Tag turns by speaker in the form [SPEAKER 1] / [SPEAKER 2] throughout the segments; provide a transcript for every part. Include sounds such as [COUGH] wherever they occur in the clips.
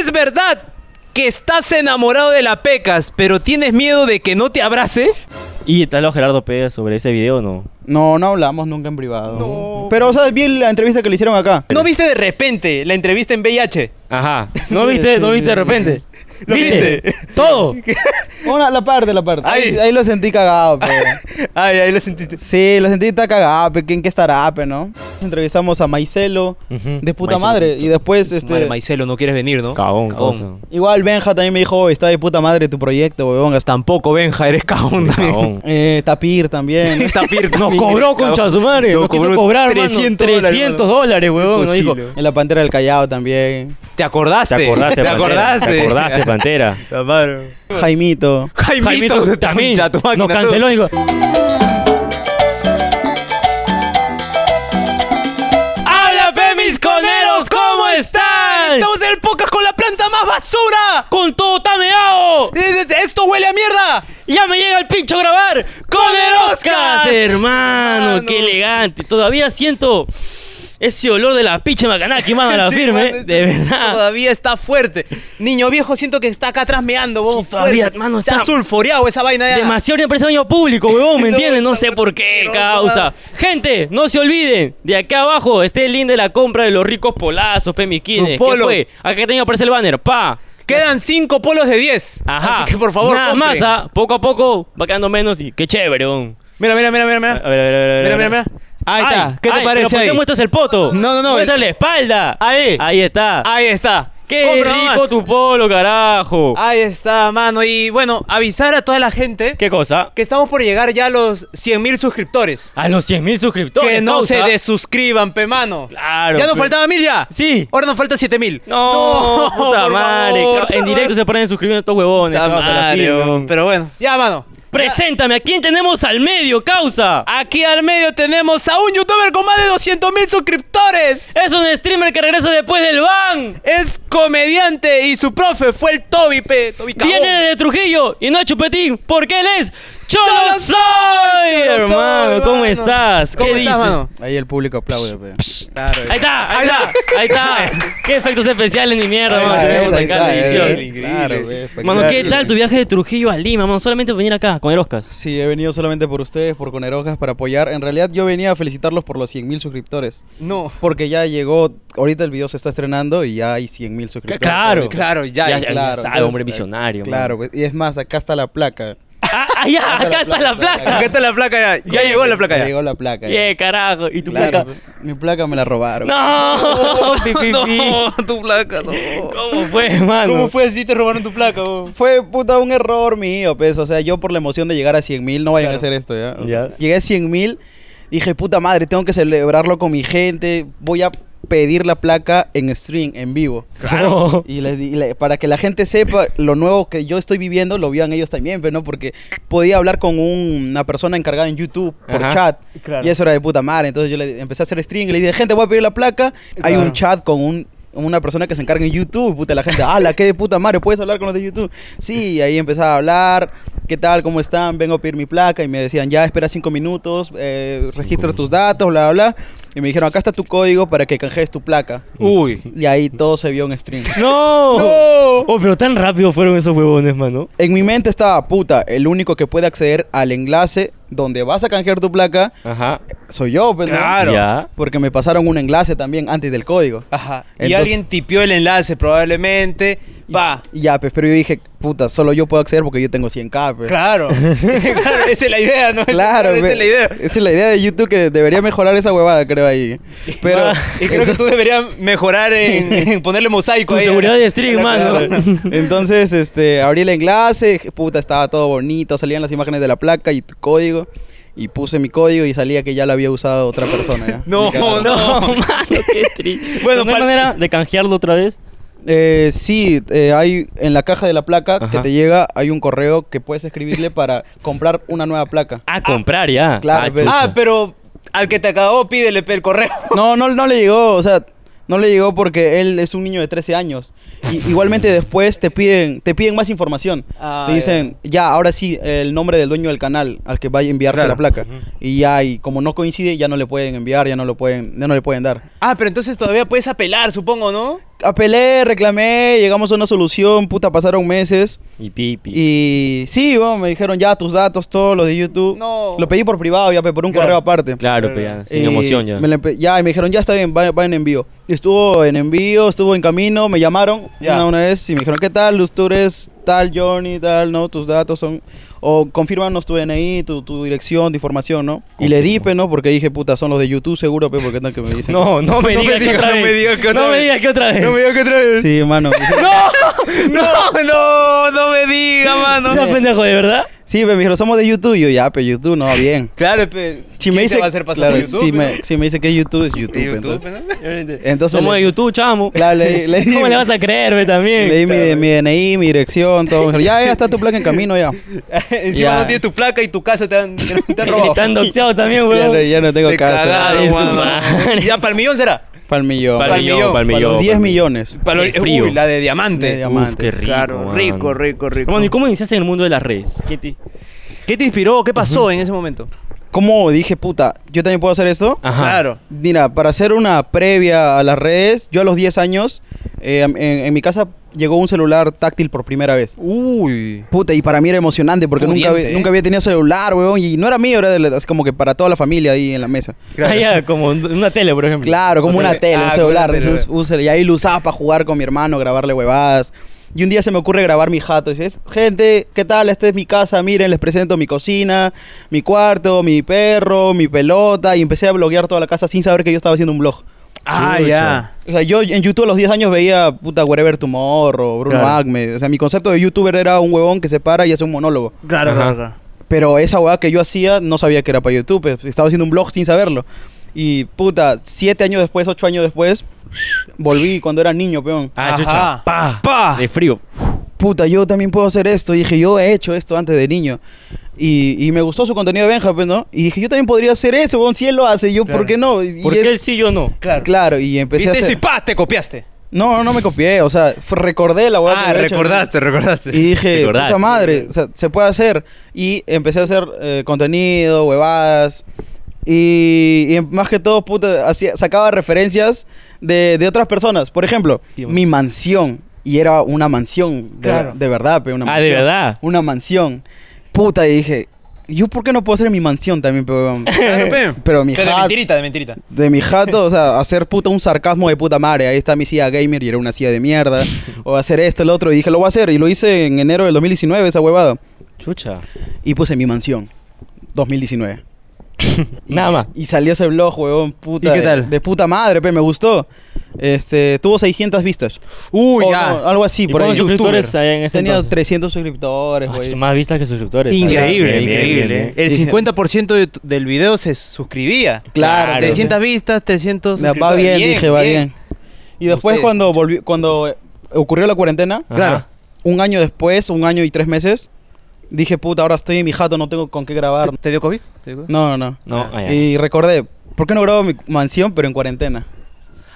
[SPEAKER 1] Es verdad que estás enamorado de la pecas, pero tienes miedo de que no te abrace.
[SPEAKER 2] ¿Y tal lo Gerardo P sobre ese video o no?
[SPEAKER 3] No, no hablamos nunca en privado. Pero, o sea, vi la entrevista que le hicieron acá.
[SPEAKER 1] ¿No viste de repente la entrevista en VIH?
[SPEAKER 2] [LAUGHS] Ajá. ¿No viste? ¿No viste de repente?
[SPEAKER 1] [LAUGHS] ¿Lo viste?
[SPEAKER 2] ¡Todo!
[SPEAKER 3] Una- la parte, la parte. Ahí,
[SPEAKER 1] Ahí.
[SPEAKER 3] ahí lo sentí cagado, pe.
[SPEAKER 1] [LAUGHS] Ay, ahí lo sentiste.
[SPEAKER 3] Sí, lo sentí está cagado, pe. ¿Quién que estará, pe, no? Entrevistamos a Maicelo,
[SPEAKER 2] Ujú.
[SPEAKER 3] de puta
[SPEAKER 2] Maicelo.
[SPEAKER 3] madre. Y después, este.
[SPEAKER 1] Madre, Maicelo, no quieres venir, ¿no?
[SPEAKER 2] Cagón,
[SPEAKER 1] Cagón.
[SPEAKER 2] cagón.
[SPEAKER 3] igual Benja también me dijo, "Oye, está de puta madre tu proyecto, weón.
[SPEAKER 1] Tampoco, Benja, eres cagón también. [LAUGHS]
[SPEAKER 2] Cagón.
[SPEAKER 3] Eh, Tapir
[SPEAKER 2] [LAUGHS]
[SPEAKER 3] también.
[SPEAKER 1] Tapir
[SPEAKER 2] Nos
[SPEAKER 1] también
[SPEAKER 2] cobró,
[SPEAKER 1] eres cagón.
[SPEAKER 2] concha de su madre.
[SPEAKER 1] Nos
[SPEAKER 2] Nos, quiso
[SPEAKER 1] cobró
[SPEAKER 2] cobrar,
[SPEAKER 1] 300
[SPEAKER 2] mano.
[SPEAKER 1] dólares,
[SPEAKER 2] 300 dólares, huevón. Nos dijo,
[SPEAKER 1] Imposible.
[SPEAKER 3] en la Pantera del Callao también.
[SPEAKER 1] ¿Te acordaste?
[SPEAKER 2] ¿Te acordaste,
[SPEAKER 1] ¿Te
[SPEAKER 2] Pantera?
[SPEAKER 1] acordaste? [LAUGHS]
[SPEAKER 2] ¿Te acordaste, Pantera? [LAUGHS]
[SPEAKER 3] Jaimito.
[SPEAKER 1] Jaimito,
[SPEAKER 2] Jaimito también
[SPEAKER 1] concha tu máquina,
[SPEAKER 2] nos
[SPEAKER 1] tú.
[SPEAKER 2] canceló. Dijo,
[SPEAKER 1] ¡Habla, pe, mis coneros! ¿Cómo están? Estamos en el podcast con la planta más basura.
[SPEAKER 2] ¡Con todo tameado!
[SPEAKER 1] Eh, eh, ¡Esto huele a mierda!
[SPEAKER 2] ¡Ya me llega el pincho a grabar! ¡Con el Oscar! Hermano, qué elegante. Todavía siento ese olor de la pinche macanaki, mano, a la
[SPEAKER 1] [LAUGHS] Sí,
[SPEAKER 2] firme.
[SPEAKER 1] mano,
[SPEAKER 2] de verdad.
[SPEAKER 1] Todavía está fuerte. Niño viejo, siento que está acá atrás meando, vos.
[SPEAKER 2] Sí, todavía,
[SPEAKER 1] fuerte.
[SPEAKER 2] mano,
[SPEAKER 1] Se ha
[SPEAKER 2] está-
[SPEAKER 1] sulforeado esa vaina de
[SPEAKER 2] Demasiado bien para ese baño público, huevón,
[SPEAKER 1] [LAUGHS]
[SPEAKER 2] ¿me
[SPEAKER 1] No,
[SPEAKER 2] entiendes? No
[SPEAKER 1] está
[SPEAKER 2] sé por qué
[SPEAKER 1] asqueroso,
[SPEAKER 2] causa.
[SPEAKER 1] mano.
[SPEAKER 2] Gente, no se olviden, de acá abajo está el link de la compra de los ricos polazos, pemiquines. ¿Qué
[SPEAKER 1] Sus polos.
[SPEAKER 2] fue? Acá tenía aparece el banner, pa.
[SPEAKER 1] Quedan cinco polos de 10.
[SPEAKER 2] Ajá.
[SPEAKER 1] Así que por favor,
[SPEAKER 2] Nada
[SPEAKER 1] compren.
[SPEAKER 2] más, ¿ah? poco a poco va quedando menos y qué chévere, huevón.
[SPEAKER 1] Mira, mira, mira, mira,
[SPEAKER 2] A
[SPEAKER 1] mira.
[SPEAKER 2] ver, a ver, a ver, a ver.
[SPEAKER 1] Mira,
[SPEAKER 2] a ver.
[SPEAKER 1] mira, mira. Ahí está. ¿Qué te
[SPEAKER 2] ay,
[SPEAKER 1] parece
[SPEAKER 2] pero ¿Por
[SPEAKER 1] ahí?
[SPEAKER 2] qué muestras el poto?
[SPEAKER 1] No, no, no.
[SPEAKER 2] Muestra la espalda.
[SPEAKER 1] Ahí.
[SPEAKER 2] Ahí está.
[SPEAKER 1] Ahí está.
[SPEAKER 2] Qué
[SPEAKER 1] Compra
[SPEAKER 2] rico
[SPEAKER 1] nomás.
[SPEAKER 2] tu polo, carajo.
[SPEAKER 1] Ahí está, mano. Y bueno, avisar a toda la gente
[SPEAKER 2] ¿Qué cosa?
[SPEAKER 1] que estamos por llegar ya a los 100 mil suscriptores.
[SPEAKER 2] A los 100 mil suscriptores.
[SPEAKER 1] Que no
[SPEAKER 2] causa.
[SPEAKER 1] se desuscriban, pe mano.
[SPEAKER 2] Claro.
[SPEAKER 1] Ya nos
[SPEAKER 2] pe-
[SPEAKER 1] faltaba mil ya.
[SPEAKER 2] Sí.
[SPEAKER 1] Ahora nos falta 7 mil. [LAUGHS]
[SPEAKER 2] No, puta
[SPEAKER 1] por
[SPEAKER 2] madre.
[SPEAKER 1] favor.
[SPEAKER 2] ca- en directo se ponen suscribiendo a estos huevones.
[SPEAKER 1] Puta
[SPEAKER 2] causa, la
[SPEAKER 1] madre,
[SPEAKER 2] firme,
[SPEAKER 1] weón.
[SPEAKER 2] weón.
[SPEAKER 1] Pero bueno, ya, mano.
[SPEAKER 2] Preséntame, ¿a quién tenemos al medio, causa?
[SPEAKER 1] Aquí al medio tenemos a un youtuber con más de 200 mil suscriptores.
[SPEAKER 2] Es un streamer que regresa después del ban.
[SPEAKER 1] Es comediante y su profe fue el Toby, pe. Toby Cagón.
[SPEAKER 2] Viene desde Trujillo y no es Chupetín porque él es
[SPEAKER 1] Cholo Soy,
[SPEAKER 2] Cholo Soy.
[SPEAKER 1] Cholo Soy,
[SPEAKER 2] Hermano,
[SPEAKER 1] hermano.
[SPEAKER 2] ¿cómo estás?
[SPEAKER 1] ¿Cómo
[SPEAKER 2] ¿Qué
[SPEAKER 1] estás,
[SPEAKER 2] dices?
[SPEAKER 1] mano?
[SPEAKER 3] Ahí el público aplaude, pe.
[SPEAKER 2] Ahí está, ahí está, ahí está. [LAUGHS] Qué efectos especiales ni mierda, mano.
[SPEAKER 1] ahí
[SPEAKER 2] que
[SPEAKER 1] está,
[SPEAKER 2] vamos a
[SPEAKER 1] ahí
[SPEAKER 2] sacar la
[SPEAKER 1] está,
[SPEAKER 2] edición.
[SPEAKER 1] ahí
[SPEAKER 3] eh, Claro, pe,
[SPEAKER 2] Mano, ¿qué
[SPEAKER 3] espectacular.
[SPEAKER 2] tal tu viaje de Trujillo a Lima, mano? Solamente por venir acá con el Oscar.
[SPEAKER 3] Sí, he venido solamente por ustedes, por Conerojas, para apoyar. En realidad yo venía a felicitarlos por los 100.000 suscriptores.
[SPEAKER 1] No.
[SPEAKER 3] Porque ya llegó, ahorita el video se está estrenando y ya hay 100.000 suscriptores.
[SPEAKER 2] Claro,
[SPEAKER 3] ahorita.
[SPEAKER 1] Claro, ya,
[SPEAKER 2] Ya,
[SPEAKER 1] ya.
[SPEAKER 2] ya. sabe, hombre visionario,
[SPEAKER 3] Claro, pues, y es más, acá está la placa.
[SPEAKER 2] Ah, allá,
[SPEAKER 3] Acá
[SPEAKER 2] acá
[SPEAKER 3] está
[SPEAKER 2] está
[SPEAKER 3] la
[SPEAKER 2] la
[SPEAKER 3] placa.
[SPEAKER 2] placa.
[SPEAKER 1] Acá está la placa ya. Ya llegó la placa
[SPEAKER 3] Ya
[SPEAKER 1] ya. [LAUGHS]
[SPEAKER 3] llegó la placa. ya.
[SPEAKER 2] Bien, carajo. ¿Y tu
[SPEAKER 3] Claro,
[SPEAKER 2] placa?
[SPEAKER 3] pues, Mi placa me la robaron.
[SPEAKER 1] [LAUGHS]
[SPEAKER 2] No, [LAUGHS] pi, pi, pi.
[SPEAKER 1] No, tu placa, no.
[SPEAKER 2] ¿Cómo fue, mano?
[SPEAKER 1] ¿Cómo fue así te robaron tu placa, vos?
[SPEAKER 3] Fue puta un error mío, pues. O sea, yo por la emoción de llegar a 100 mil, no vayan a hacer esto, ¿ya? O sea,
[SPEAKER 2] Ya.
[SPEAKER 3] llegué a 100 mil, dije, puta madre, tengo que celebrarlo con mi gente, voy a pedir la placa en stream, en vivo.
[SPEAKER 2] Claro.
[SPEAKER 3] Y, les di- y le- para que la gente sepa lo nuevo que yo estoy viviendo, lo vivan ellos también, pero no, porque podía hablar con un- una persona encargada en YouTube por
[SPEAKER 2] Ajá.
[SPEAKER 3] chat.
[SPEAKER 2] Claro.
[SPEAKER 3] Y eso era de puta madre. Entonces yo le empecé a hacer stream y le dije, gente, voy a pedir la placa. Hay un chat con un- una persona que se encarga en YouTube, puta, la gente, ala, qué de puta madre, puedes hablar con los de YouTube. Sí, y ahí empezaba a hablar, ¿qué tal, cómo están? Vengo a pedir mi placa y me decían, ya, espera cinco minutos, eh, registra tus datos, bla, bla, bla. Y me dijeron, acá está tu código para que canjees tu placa.
[SPEAKER 1] Uy.
[SPEAKER 3] Y ahí todo se vio en stream.
[SPEAKER 2] No. Oh, pero tan rápido fueron esos huevones, mano.
[SPEAKER 3] En mi mente estaba, puta, el único que puede acceder al enlace donde vas a canjear tu placa
[SPEAKER 2] Ajá.
[SPEAKER 3] soy yo, pues, ¿no?
[SPEAKER 1] Claro.
[SPEAKER 2] Ya.
[SPEAKER 3] Porque me pasaron un enlace también antes del código.
[SPEAKER 1] Ajá. Y
[SPEAKER 3] Entonces-
[SPEAKER 1] alguien tipió el enlace, probablemente. Pa.
[SPEAKER 3] Y ya, pues, pero yo dije, puta, solo yo puedo acceder porque yo tengo 100k, pues.
[SPEAKER 1] Claro. [LAUGHS] claro, esa es la idea, ¿no?
[SPEAKER 3] Claro,
[SPEAKER 1] esa
[SPEAKER 3] pues,
[SPEAKER 1] es la idea.
[SPEAKER 3] Esa es la idea de YouTube que debería mejorar esa huevada, creo ahí. Pero
[SPEAKER 1] Y creo
[SPEAKER 3] [LAUGHS]
[SPEAKER 1] que tú deberías
[SPEAKER 4] [LAUGHS]
[SPEAKER 1] mejorar en, en ponerle mosaico.
[SPEAKER 2] Tu
[SPEAKER 1] ahí.
[SPEAKER 2] seguridad de stream,
[SPEAKER 1] Claro,
[SPEAKER 2] mano.
[SPEAKER 1] claro.
[SPEAKER 3] Entonces, este, abrí el enlace, dije, puta, estaba todo bonito, salían las imágenes de la placa y tu código. Y puse mi código y salía que ya lo había usado otra persona. ¿ya?
[SPEAKER 1] [LAUGHS] No,
[SPEAKER 3] Me cagaron.
[SPEAKER 1] no.
[SPEAKER 2] No, mano, qué triste.
[SPEAKER 1] Bueno,
[SPEAKER 2] Bueno, ¿No hay
[SPEAKER 1] pal-
[SPEAKER 2] manera de canjearlo otra vez?
[SPEAKER 3] Eh, sí, eh, hay en la caja de la placa que
[SPEAKER 2] Ajá.
[SPEAKER 3] te llega, hay un correo que puedes escribirle para [LAUGHS] comprar una nueva placa.
[SPEAKER 2] A comprar ya.
[SPEAKER 3] Claro,
[SPEAKER 2] Ah,
[SPEAKER 3] pues.
[SPEAKER 2] chucha.
[SPEAKER 1] Ah, pero al que te acabó, pídele pe,
[SPEAKER 4] [LAUGHS]
[SPEAKER 1] el correo.
[SPEAKER 3] No, no, no le llegó, o sea, no le llegó porque él es un niño de 13 años. Y, igualmente después te piden, te piden más información.
[SPEAKER 1] Ah,
[SPEAKER 3] te dicen, ya, ahora sí, el nombre del dueño del canal al que vaya a enviarse
[SPEAKER 1] Claro.
[SPEAKER 3] la placa. Y ya, y como no coincide, ya no le pueden enviar, ya no lo pueden, ya no le pueden dar.
[SPEAKER 1] Ah, pero entonces todavía puedes apelar, supongo, ¿no?
[SPEAKER 3] apelé, reclamé, llegamos a una solución, puta, pasaron meses.
[SPEAKER 2] Y pipi.
[SPEAKER 3] Y sí, bueno, me dijeron ya tus datos, todo lo de YouTube.
[SPEAKER 4] No.
[SPEAKER 3] Lo pedí por privado, ya, pe, por un
[SPEAKER 4] Claro.
[SPEAKER 3] correo aparte.
[SPEAKER 2] Claro, pe, ya, sin
[SPEAKER 3] Y
[SPEAKER 2] emoción ya.
[SPEAKER 3] eh, me la empe- ya, y me dijeron, ya está bien, va, va en envío. Y estuvo en envío, estuvo en camino, me llamaron
[SPEAKER 4] Ya.
[SPEAKER 3] una, una vez y me dijeron, ¿qué tal? Luz, Tú eres tal, Johnny, tal, ¿no? Tus datos son... O confirmanos tu DNI, tu, tu dirección, tu información, ¿no? Y le di,
[SPEAKER 2] Confirmo.
[SPEAKER 3] pe, ¿no? Porque dije, puta, son los de YouTube seguro, pe, porque tal que me dicen...
[SPEAKER 2] [LAUGHS] No, no me
[SPEAKER 4] No
[SPEAKER 2] digas
[SPEAKER 4] me
[SPEAKER 2] que
[SPEAKER 4] digas,
[SPEAKER 2] otra
[SPEAKER 4] no
[SPEAKER 2] vez.
[SPEAKER 4] me digas que otra
[SPEAKER 2] No me
[SPEAKER 4] vez.
[SPEAKER 2] digas que otra vez. [LAUGHS]
[SPEAKER 4] No me digas que otra vez.
[SPEAKER 3] Sí, mano. me dijeron-
[SPEAKER 4] No, no, no me diga, mano.
[SPEAKER 2] Estás pendejo, ¿de verdad?
[SPEAKER 3] [LAUGHS] sí, pe, me dijeron, somos de YouTube. Y yo, ya, pe, YouTube, no, bien.
[SPEAKER 4] Claro, pero.
[SPEAKER 3] Si me dice,
[SPEAKER 4] va a hacer pasar
[SPEAKER 3] claro,
[SPEAKER 4] por YouTube?
[SPEAKER 3] si,
[SPEAKER 4] ¿no?
[SPEAKER 3] me, si me dice que es YouTube, es YouTube.
[SPEAKER 4] ¿Y
[SPEAKER 3] pe, entonces.
[SPEAKER 4] YouTube, ¿no?
[SPEAKER 3] Entonces
[SPEAKER 2] Somos
[SPEAKER 3] le-
[SPEAKER 2] de YouTube, chamo.
[SPEAKER 4] [LAUGHS]
[SPEAKER 3] Claro, le- le di-
[SPEAKER 2] ¿Cómo le vas a creer, ve, también?
[SPEAKER 3] Le di mi, mi DNI, mi dirección, todo. Me dijeron, Ya, ya está tu placa en
[SPEAKER 4] [LAUGHS]
[SPEAKER 3] camino, ya.
[SPEAKER 4] Encima
[SPEAKER 3] Ya.
[SPEAKER 4] no tienes tu placa y tu casa te han, te han
[SPEAKER 2] [LAUGHS]
[SPEAKER 3] [LAUGHS]
[SPEAKER 4] robado.
[SPEAKER 2] Y tan doxeado también,
[SPEAKER 3] Ya no,
[SPEAKER 2] weón.
[SPEAKER 3] ya no tengo
[SPEAKER 4] Te
[SPEAKER 3] casa.
[SPEAKER 4] cagaron,
[SPEAKER 2] Eso,
[SPEAKER 4] mano.
[SPEAKER 2] madre.
[SPEAKER 4] Ya para el millón será.
[SPEAKER 3] Para el millón.
[SPEAKER 4] Pa'l
[SPEAKER 2] Para
[SPEAKER 3] Para
[SPEAKER 2] el
[SPEAKER 4] millón,
[SPEAKER 2] millón, para el millón.
[SPEAKER 3] los 10 millones.
[SPEAKER 4] Para
[SPEAKER 2] Qué frío.
[SPEAKER 4] Uy, la de diamante.
[SPEAKER 3] De
[SPEAKER 2] Uf,
[SPEAKER 3] diamante.
[SPEAKER 2] qué rico.
[SPEAKER 4] Claro,
[SPEAKER 2] mano.
[SPEAKER 4] rico, rico, rico.
[SPEAKER 2] Hermano, ¿y cómo iniciaste en el mundo de las redes? ¿Qué te-
[SPEAKER 4] ¿Qué te inspiró? ¿Qué pasó en ese momento?
[SPEAKER 3] ¿Cómo dije, puta, yo también puedo hacer esto?
[SPEAKER 2] Ajá.
[SPEAKER 4] Claro.
[SPEAKER 3] Mira, para hacer una previa a las redes, yo a los 10 años, eh, en, en mi casa llegó un celular táctil por primera vez.
[SPEAKER 4] Uy.
[SPEAKER 3] Puta, y para mí era emocionante porque nunca,
[SPEAKER 4] Pudiente,
[SPEAKER 3] había-
[SPEAKER 4] ¿eh?
[SPEAKER 3] nunca había tenido celular, weón. Y no era mío, era de las- como que para toda la familia ahí en la mesa.
[SPEAKER 2] Ah, ya, como un- una tele, por ejemplo.
[SPEAKER 3] Claro, como
[SPEAKER 4] O sea,
[SPEAKER 3] una tele,
[SPEAKER 4] ah,
[SPEAKER 3] un
[SPEAKER 4] como
[SPEAKER 3] celular.
[SPEAKER 4] una tele,
[SPEAKER 3] Entonces,
[SPEAKER 4] güey.
[SPEAKER 3] un cel- y ahí lo usaba para jugar con mi hermano, grabarle huevadas. Y un día se me ocurre grabar mi jato. Y dices, gente, ¿qué tal? Esta es mi casa. Miren, les presento mi cocina, mi cuarto, mi perro, mi pelota. Y empecé a bloguear toda la casa sin saber que yo estaba haciendo un blog.
[SPEAKER 4] Ah,
[SPEAKER 2] Chucha.
[SPEAKER 4] ya.
[SPEAKER 3] O sea, yo en YouTube a los 10 años veía, puta, Wherever Tomorrow, Bruno
[SPEAKER 4] Claro.
[SPEAKER 3] Agme. O sea, mi concepto de youtuber era un huevón que se para y hace un monólogo.
[SPEAKER 4] Claro,
[SPEAKER 2] Ajá.
[SPEAKER 4] claro, claro.
[SPEAKER 3] Pero esa hueá que yo hacía no sabía que era para YouTube. pues, Estaba haciendo un blog sin saberlo. Y puta, siete años después, ocho años después, volví cuando era niño, peón.
[SPEAKER 2] Ah,
[SPEAKER 4] Ajá.
[SPEAKER 2] chucha. Pa.
[SPEAKER 4] Pa.
[SPEAKER 2] De frío.
[SPEAKER 3] Puta, yo también puedo hacer esto. Y dije, yo he hecho esto antes de niño. Y, y me gustó su contenido de Benja, pues, ¿no? Y dije, yo también podría hacer eso, weón. Si él lo hace, yo,
[SPEAKER 4] Claro.
[SPEAKER 3] ¿por qué no? Y-
[SPEAKER 2] ¿Por
[SPEAKER 3] y
[SPEAKER 2] qué
[SPEAKER 3] es-
[SPEAKER 2] él sí, yo no?
[SPEAKER 4] Claro.
[SPEAKER 3] Claro, y empecé a
[SPEAKER 4] Viste eso y
[SPEAKER 3] hacer...
[SPEAKER 4] pa, te copiaste.
[SPEAKER 3] No, no, no me copié. O sea, f- recordé la hueá que había hecho, ¿no?
[SPEAKER 4] Ah, recordaste.
[SPEAKER 3] Y
[SPEAKER 2] [LAUGHS]
[SPEAKER 3] dije,
[SPEAKER 2] Recordaste.
[SPEAKER 3] puta madre, o sea, se puede hacer. Y empecé a hacer eh, contenido, huevadas. Y, y más que todo, puta, hacía- sacaba referencias de, de otras personas. Por ejemplo,
[SPEAKER 2] Tío.
[SPEAKER 3] mi mansión. Y era una mansión, de,
[SPEAKER 4] Claro.
[SPEAKER 3] de verdad, pe, una
[SPEAKER 2] Ah, ¿de
[SPEAKER 3] mansión.
[SPEAKER 2] verdad?
[SPEAKER 3] Una mansión. Puta, y dije, ¿yo por qué no puedo hacer mi mansión también,
[SPEAKER 2] [LAUGHS]
[SPEAKER 3] pe,
[SPEAKER 4] [LAUGHS]
[SPEAKER 3] weón?
[SPEAKER 4] Claro, pe.
[SPEAKER 3] [LAUGHS] Pero mi
[SPEAKER 4] Pero de
[SPEAKER 3] hat-
[SPEAKER 4] mentirita, de mentirita.
[SPEAKER 3] de mi jato, o sea, hacer puta un sarcasmo de puta madre. Ahí está mi silla gamer y era una silla de mierda. O hacer esto, el otro. Y dije, lo voy a hacer. Y lo hice en enero del 2019, esa huevada.
[SPEAKER 2] Chucha.
[SPEAKER 3] Y puse mi mansión. 2019. Y-
[SPEAKER 2] Nada más.
[SPEAKER 3] Y salió ese blog, huevón, puta.
[SPEAKER 4] ¿Y qué tal?
[SPEAKER 3] De, puta madre, pe, me gustó. Este, tuvo 600 vistas.
[SPEAKER 4] Uy,
[SPEAKER 3] O
[SPEAKER 4] ya.
[SPEAKER 3] Oh, no, Ah, algo así,
[SPEAKER 2] ¿Y
[SPEAKER 3] por ahí.
[SPEAKER 2] cuántos suscriptores
[SPEAKER 4] Youtuber.
[SPEAKER 2] hay en ese
[SPEAKER 3] Tenía
[SPEAKER 2] entonces?
[SPEAKER 3] 300 suscriptores,
[SPEAKER 2] Ah,
[SPEAKER 3] güey.
[SPEAKER 2] más vistas que suscriptores.
[SPEAKER 4] Increíble,
[SPEAKER 2] Bien, bien,
[SPEAKER 4] increíble.
[SPEAKER 2] bien, bien.
[SPEAKER 4] El
[SPEAKER 3] Dije-
[SPEAKER 4] 50% de tu- del video se suscribía.
[SPEAKER 3] Claro.
[SPEAKER 4] 600 vistas, 300
[SPEAKER 3] Me Va
[SPEAKER 4] suscriptores.
[SPEAKER 3] bien, dije, va bien. Y después
[SPEAKER 4] Ustedes.
[SPEAKER 3] cuando volvió, cuando eh, ocurrió la cuarentena,
[SPEAKER 2] Ajá.
[SPEAKER 4] Claro.
[SPEAKER 3] un año después, un año y tres meses, dije, puta, ahora estoy en mi jato, no tengo con qué grabar.
[SPEAKER 4] ¿Te dio COVID? ¿Te dio COVID?
[SPEAKER 3] No, no, no.
[SPEAKER 2] No, ah, ya.
[SPEAKER 3] Y recordé, ¿por qué no grabo mi mansión, pero en cuarentena?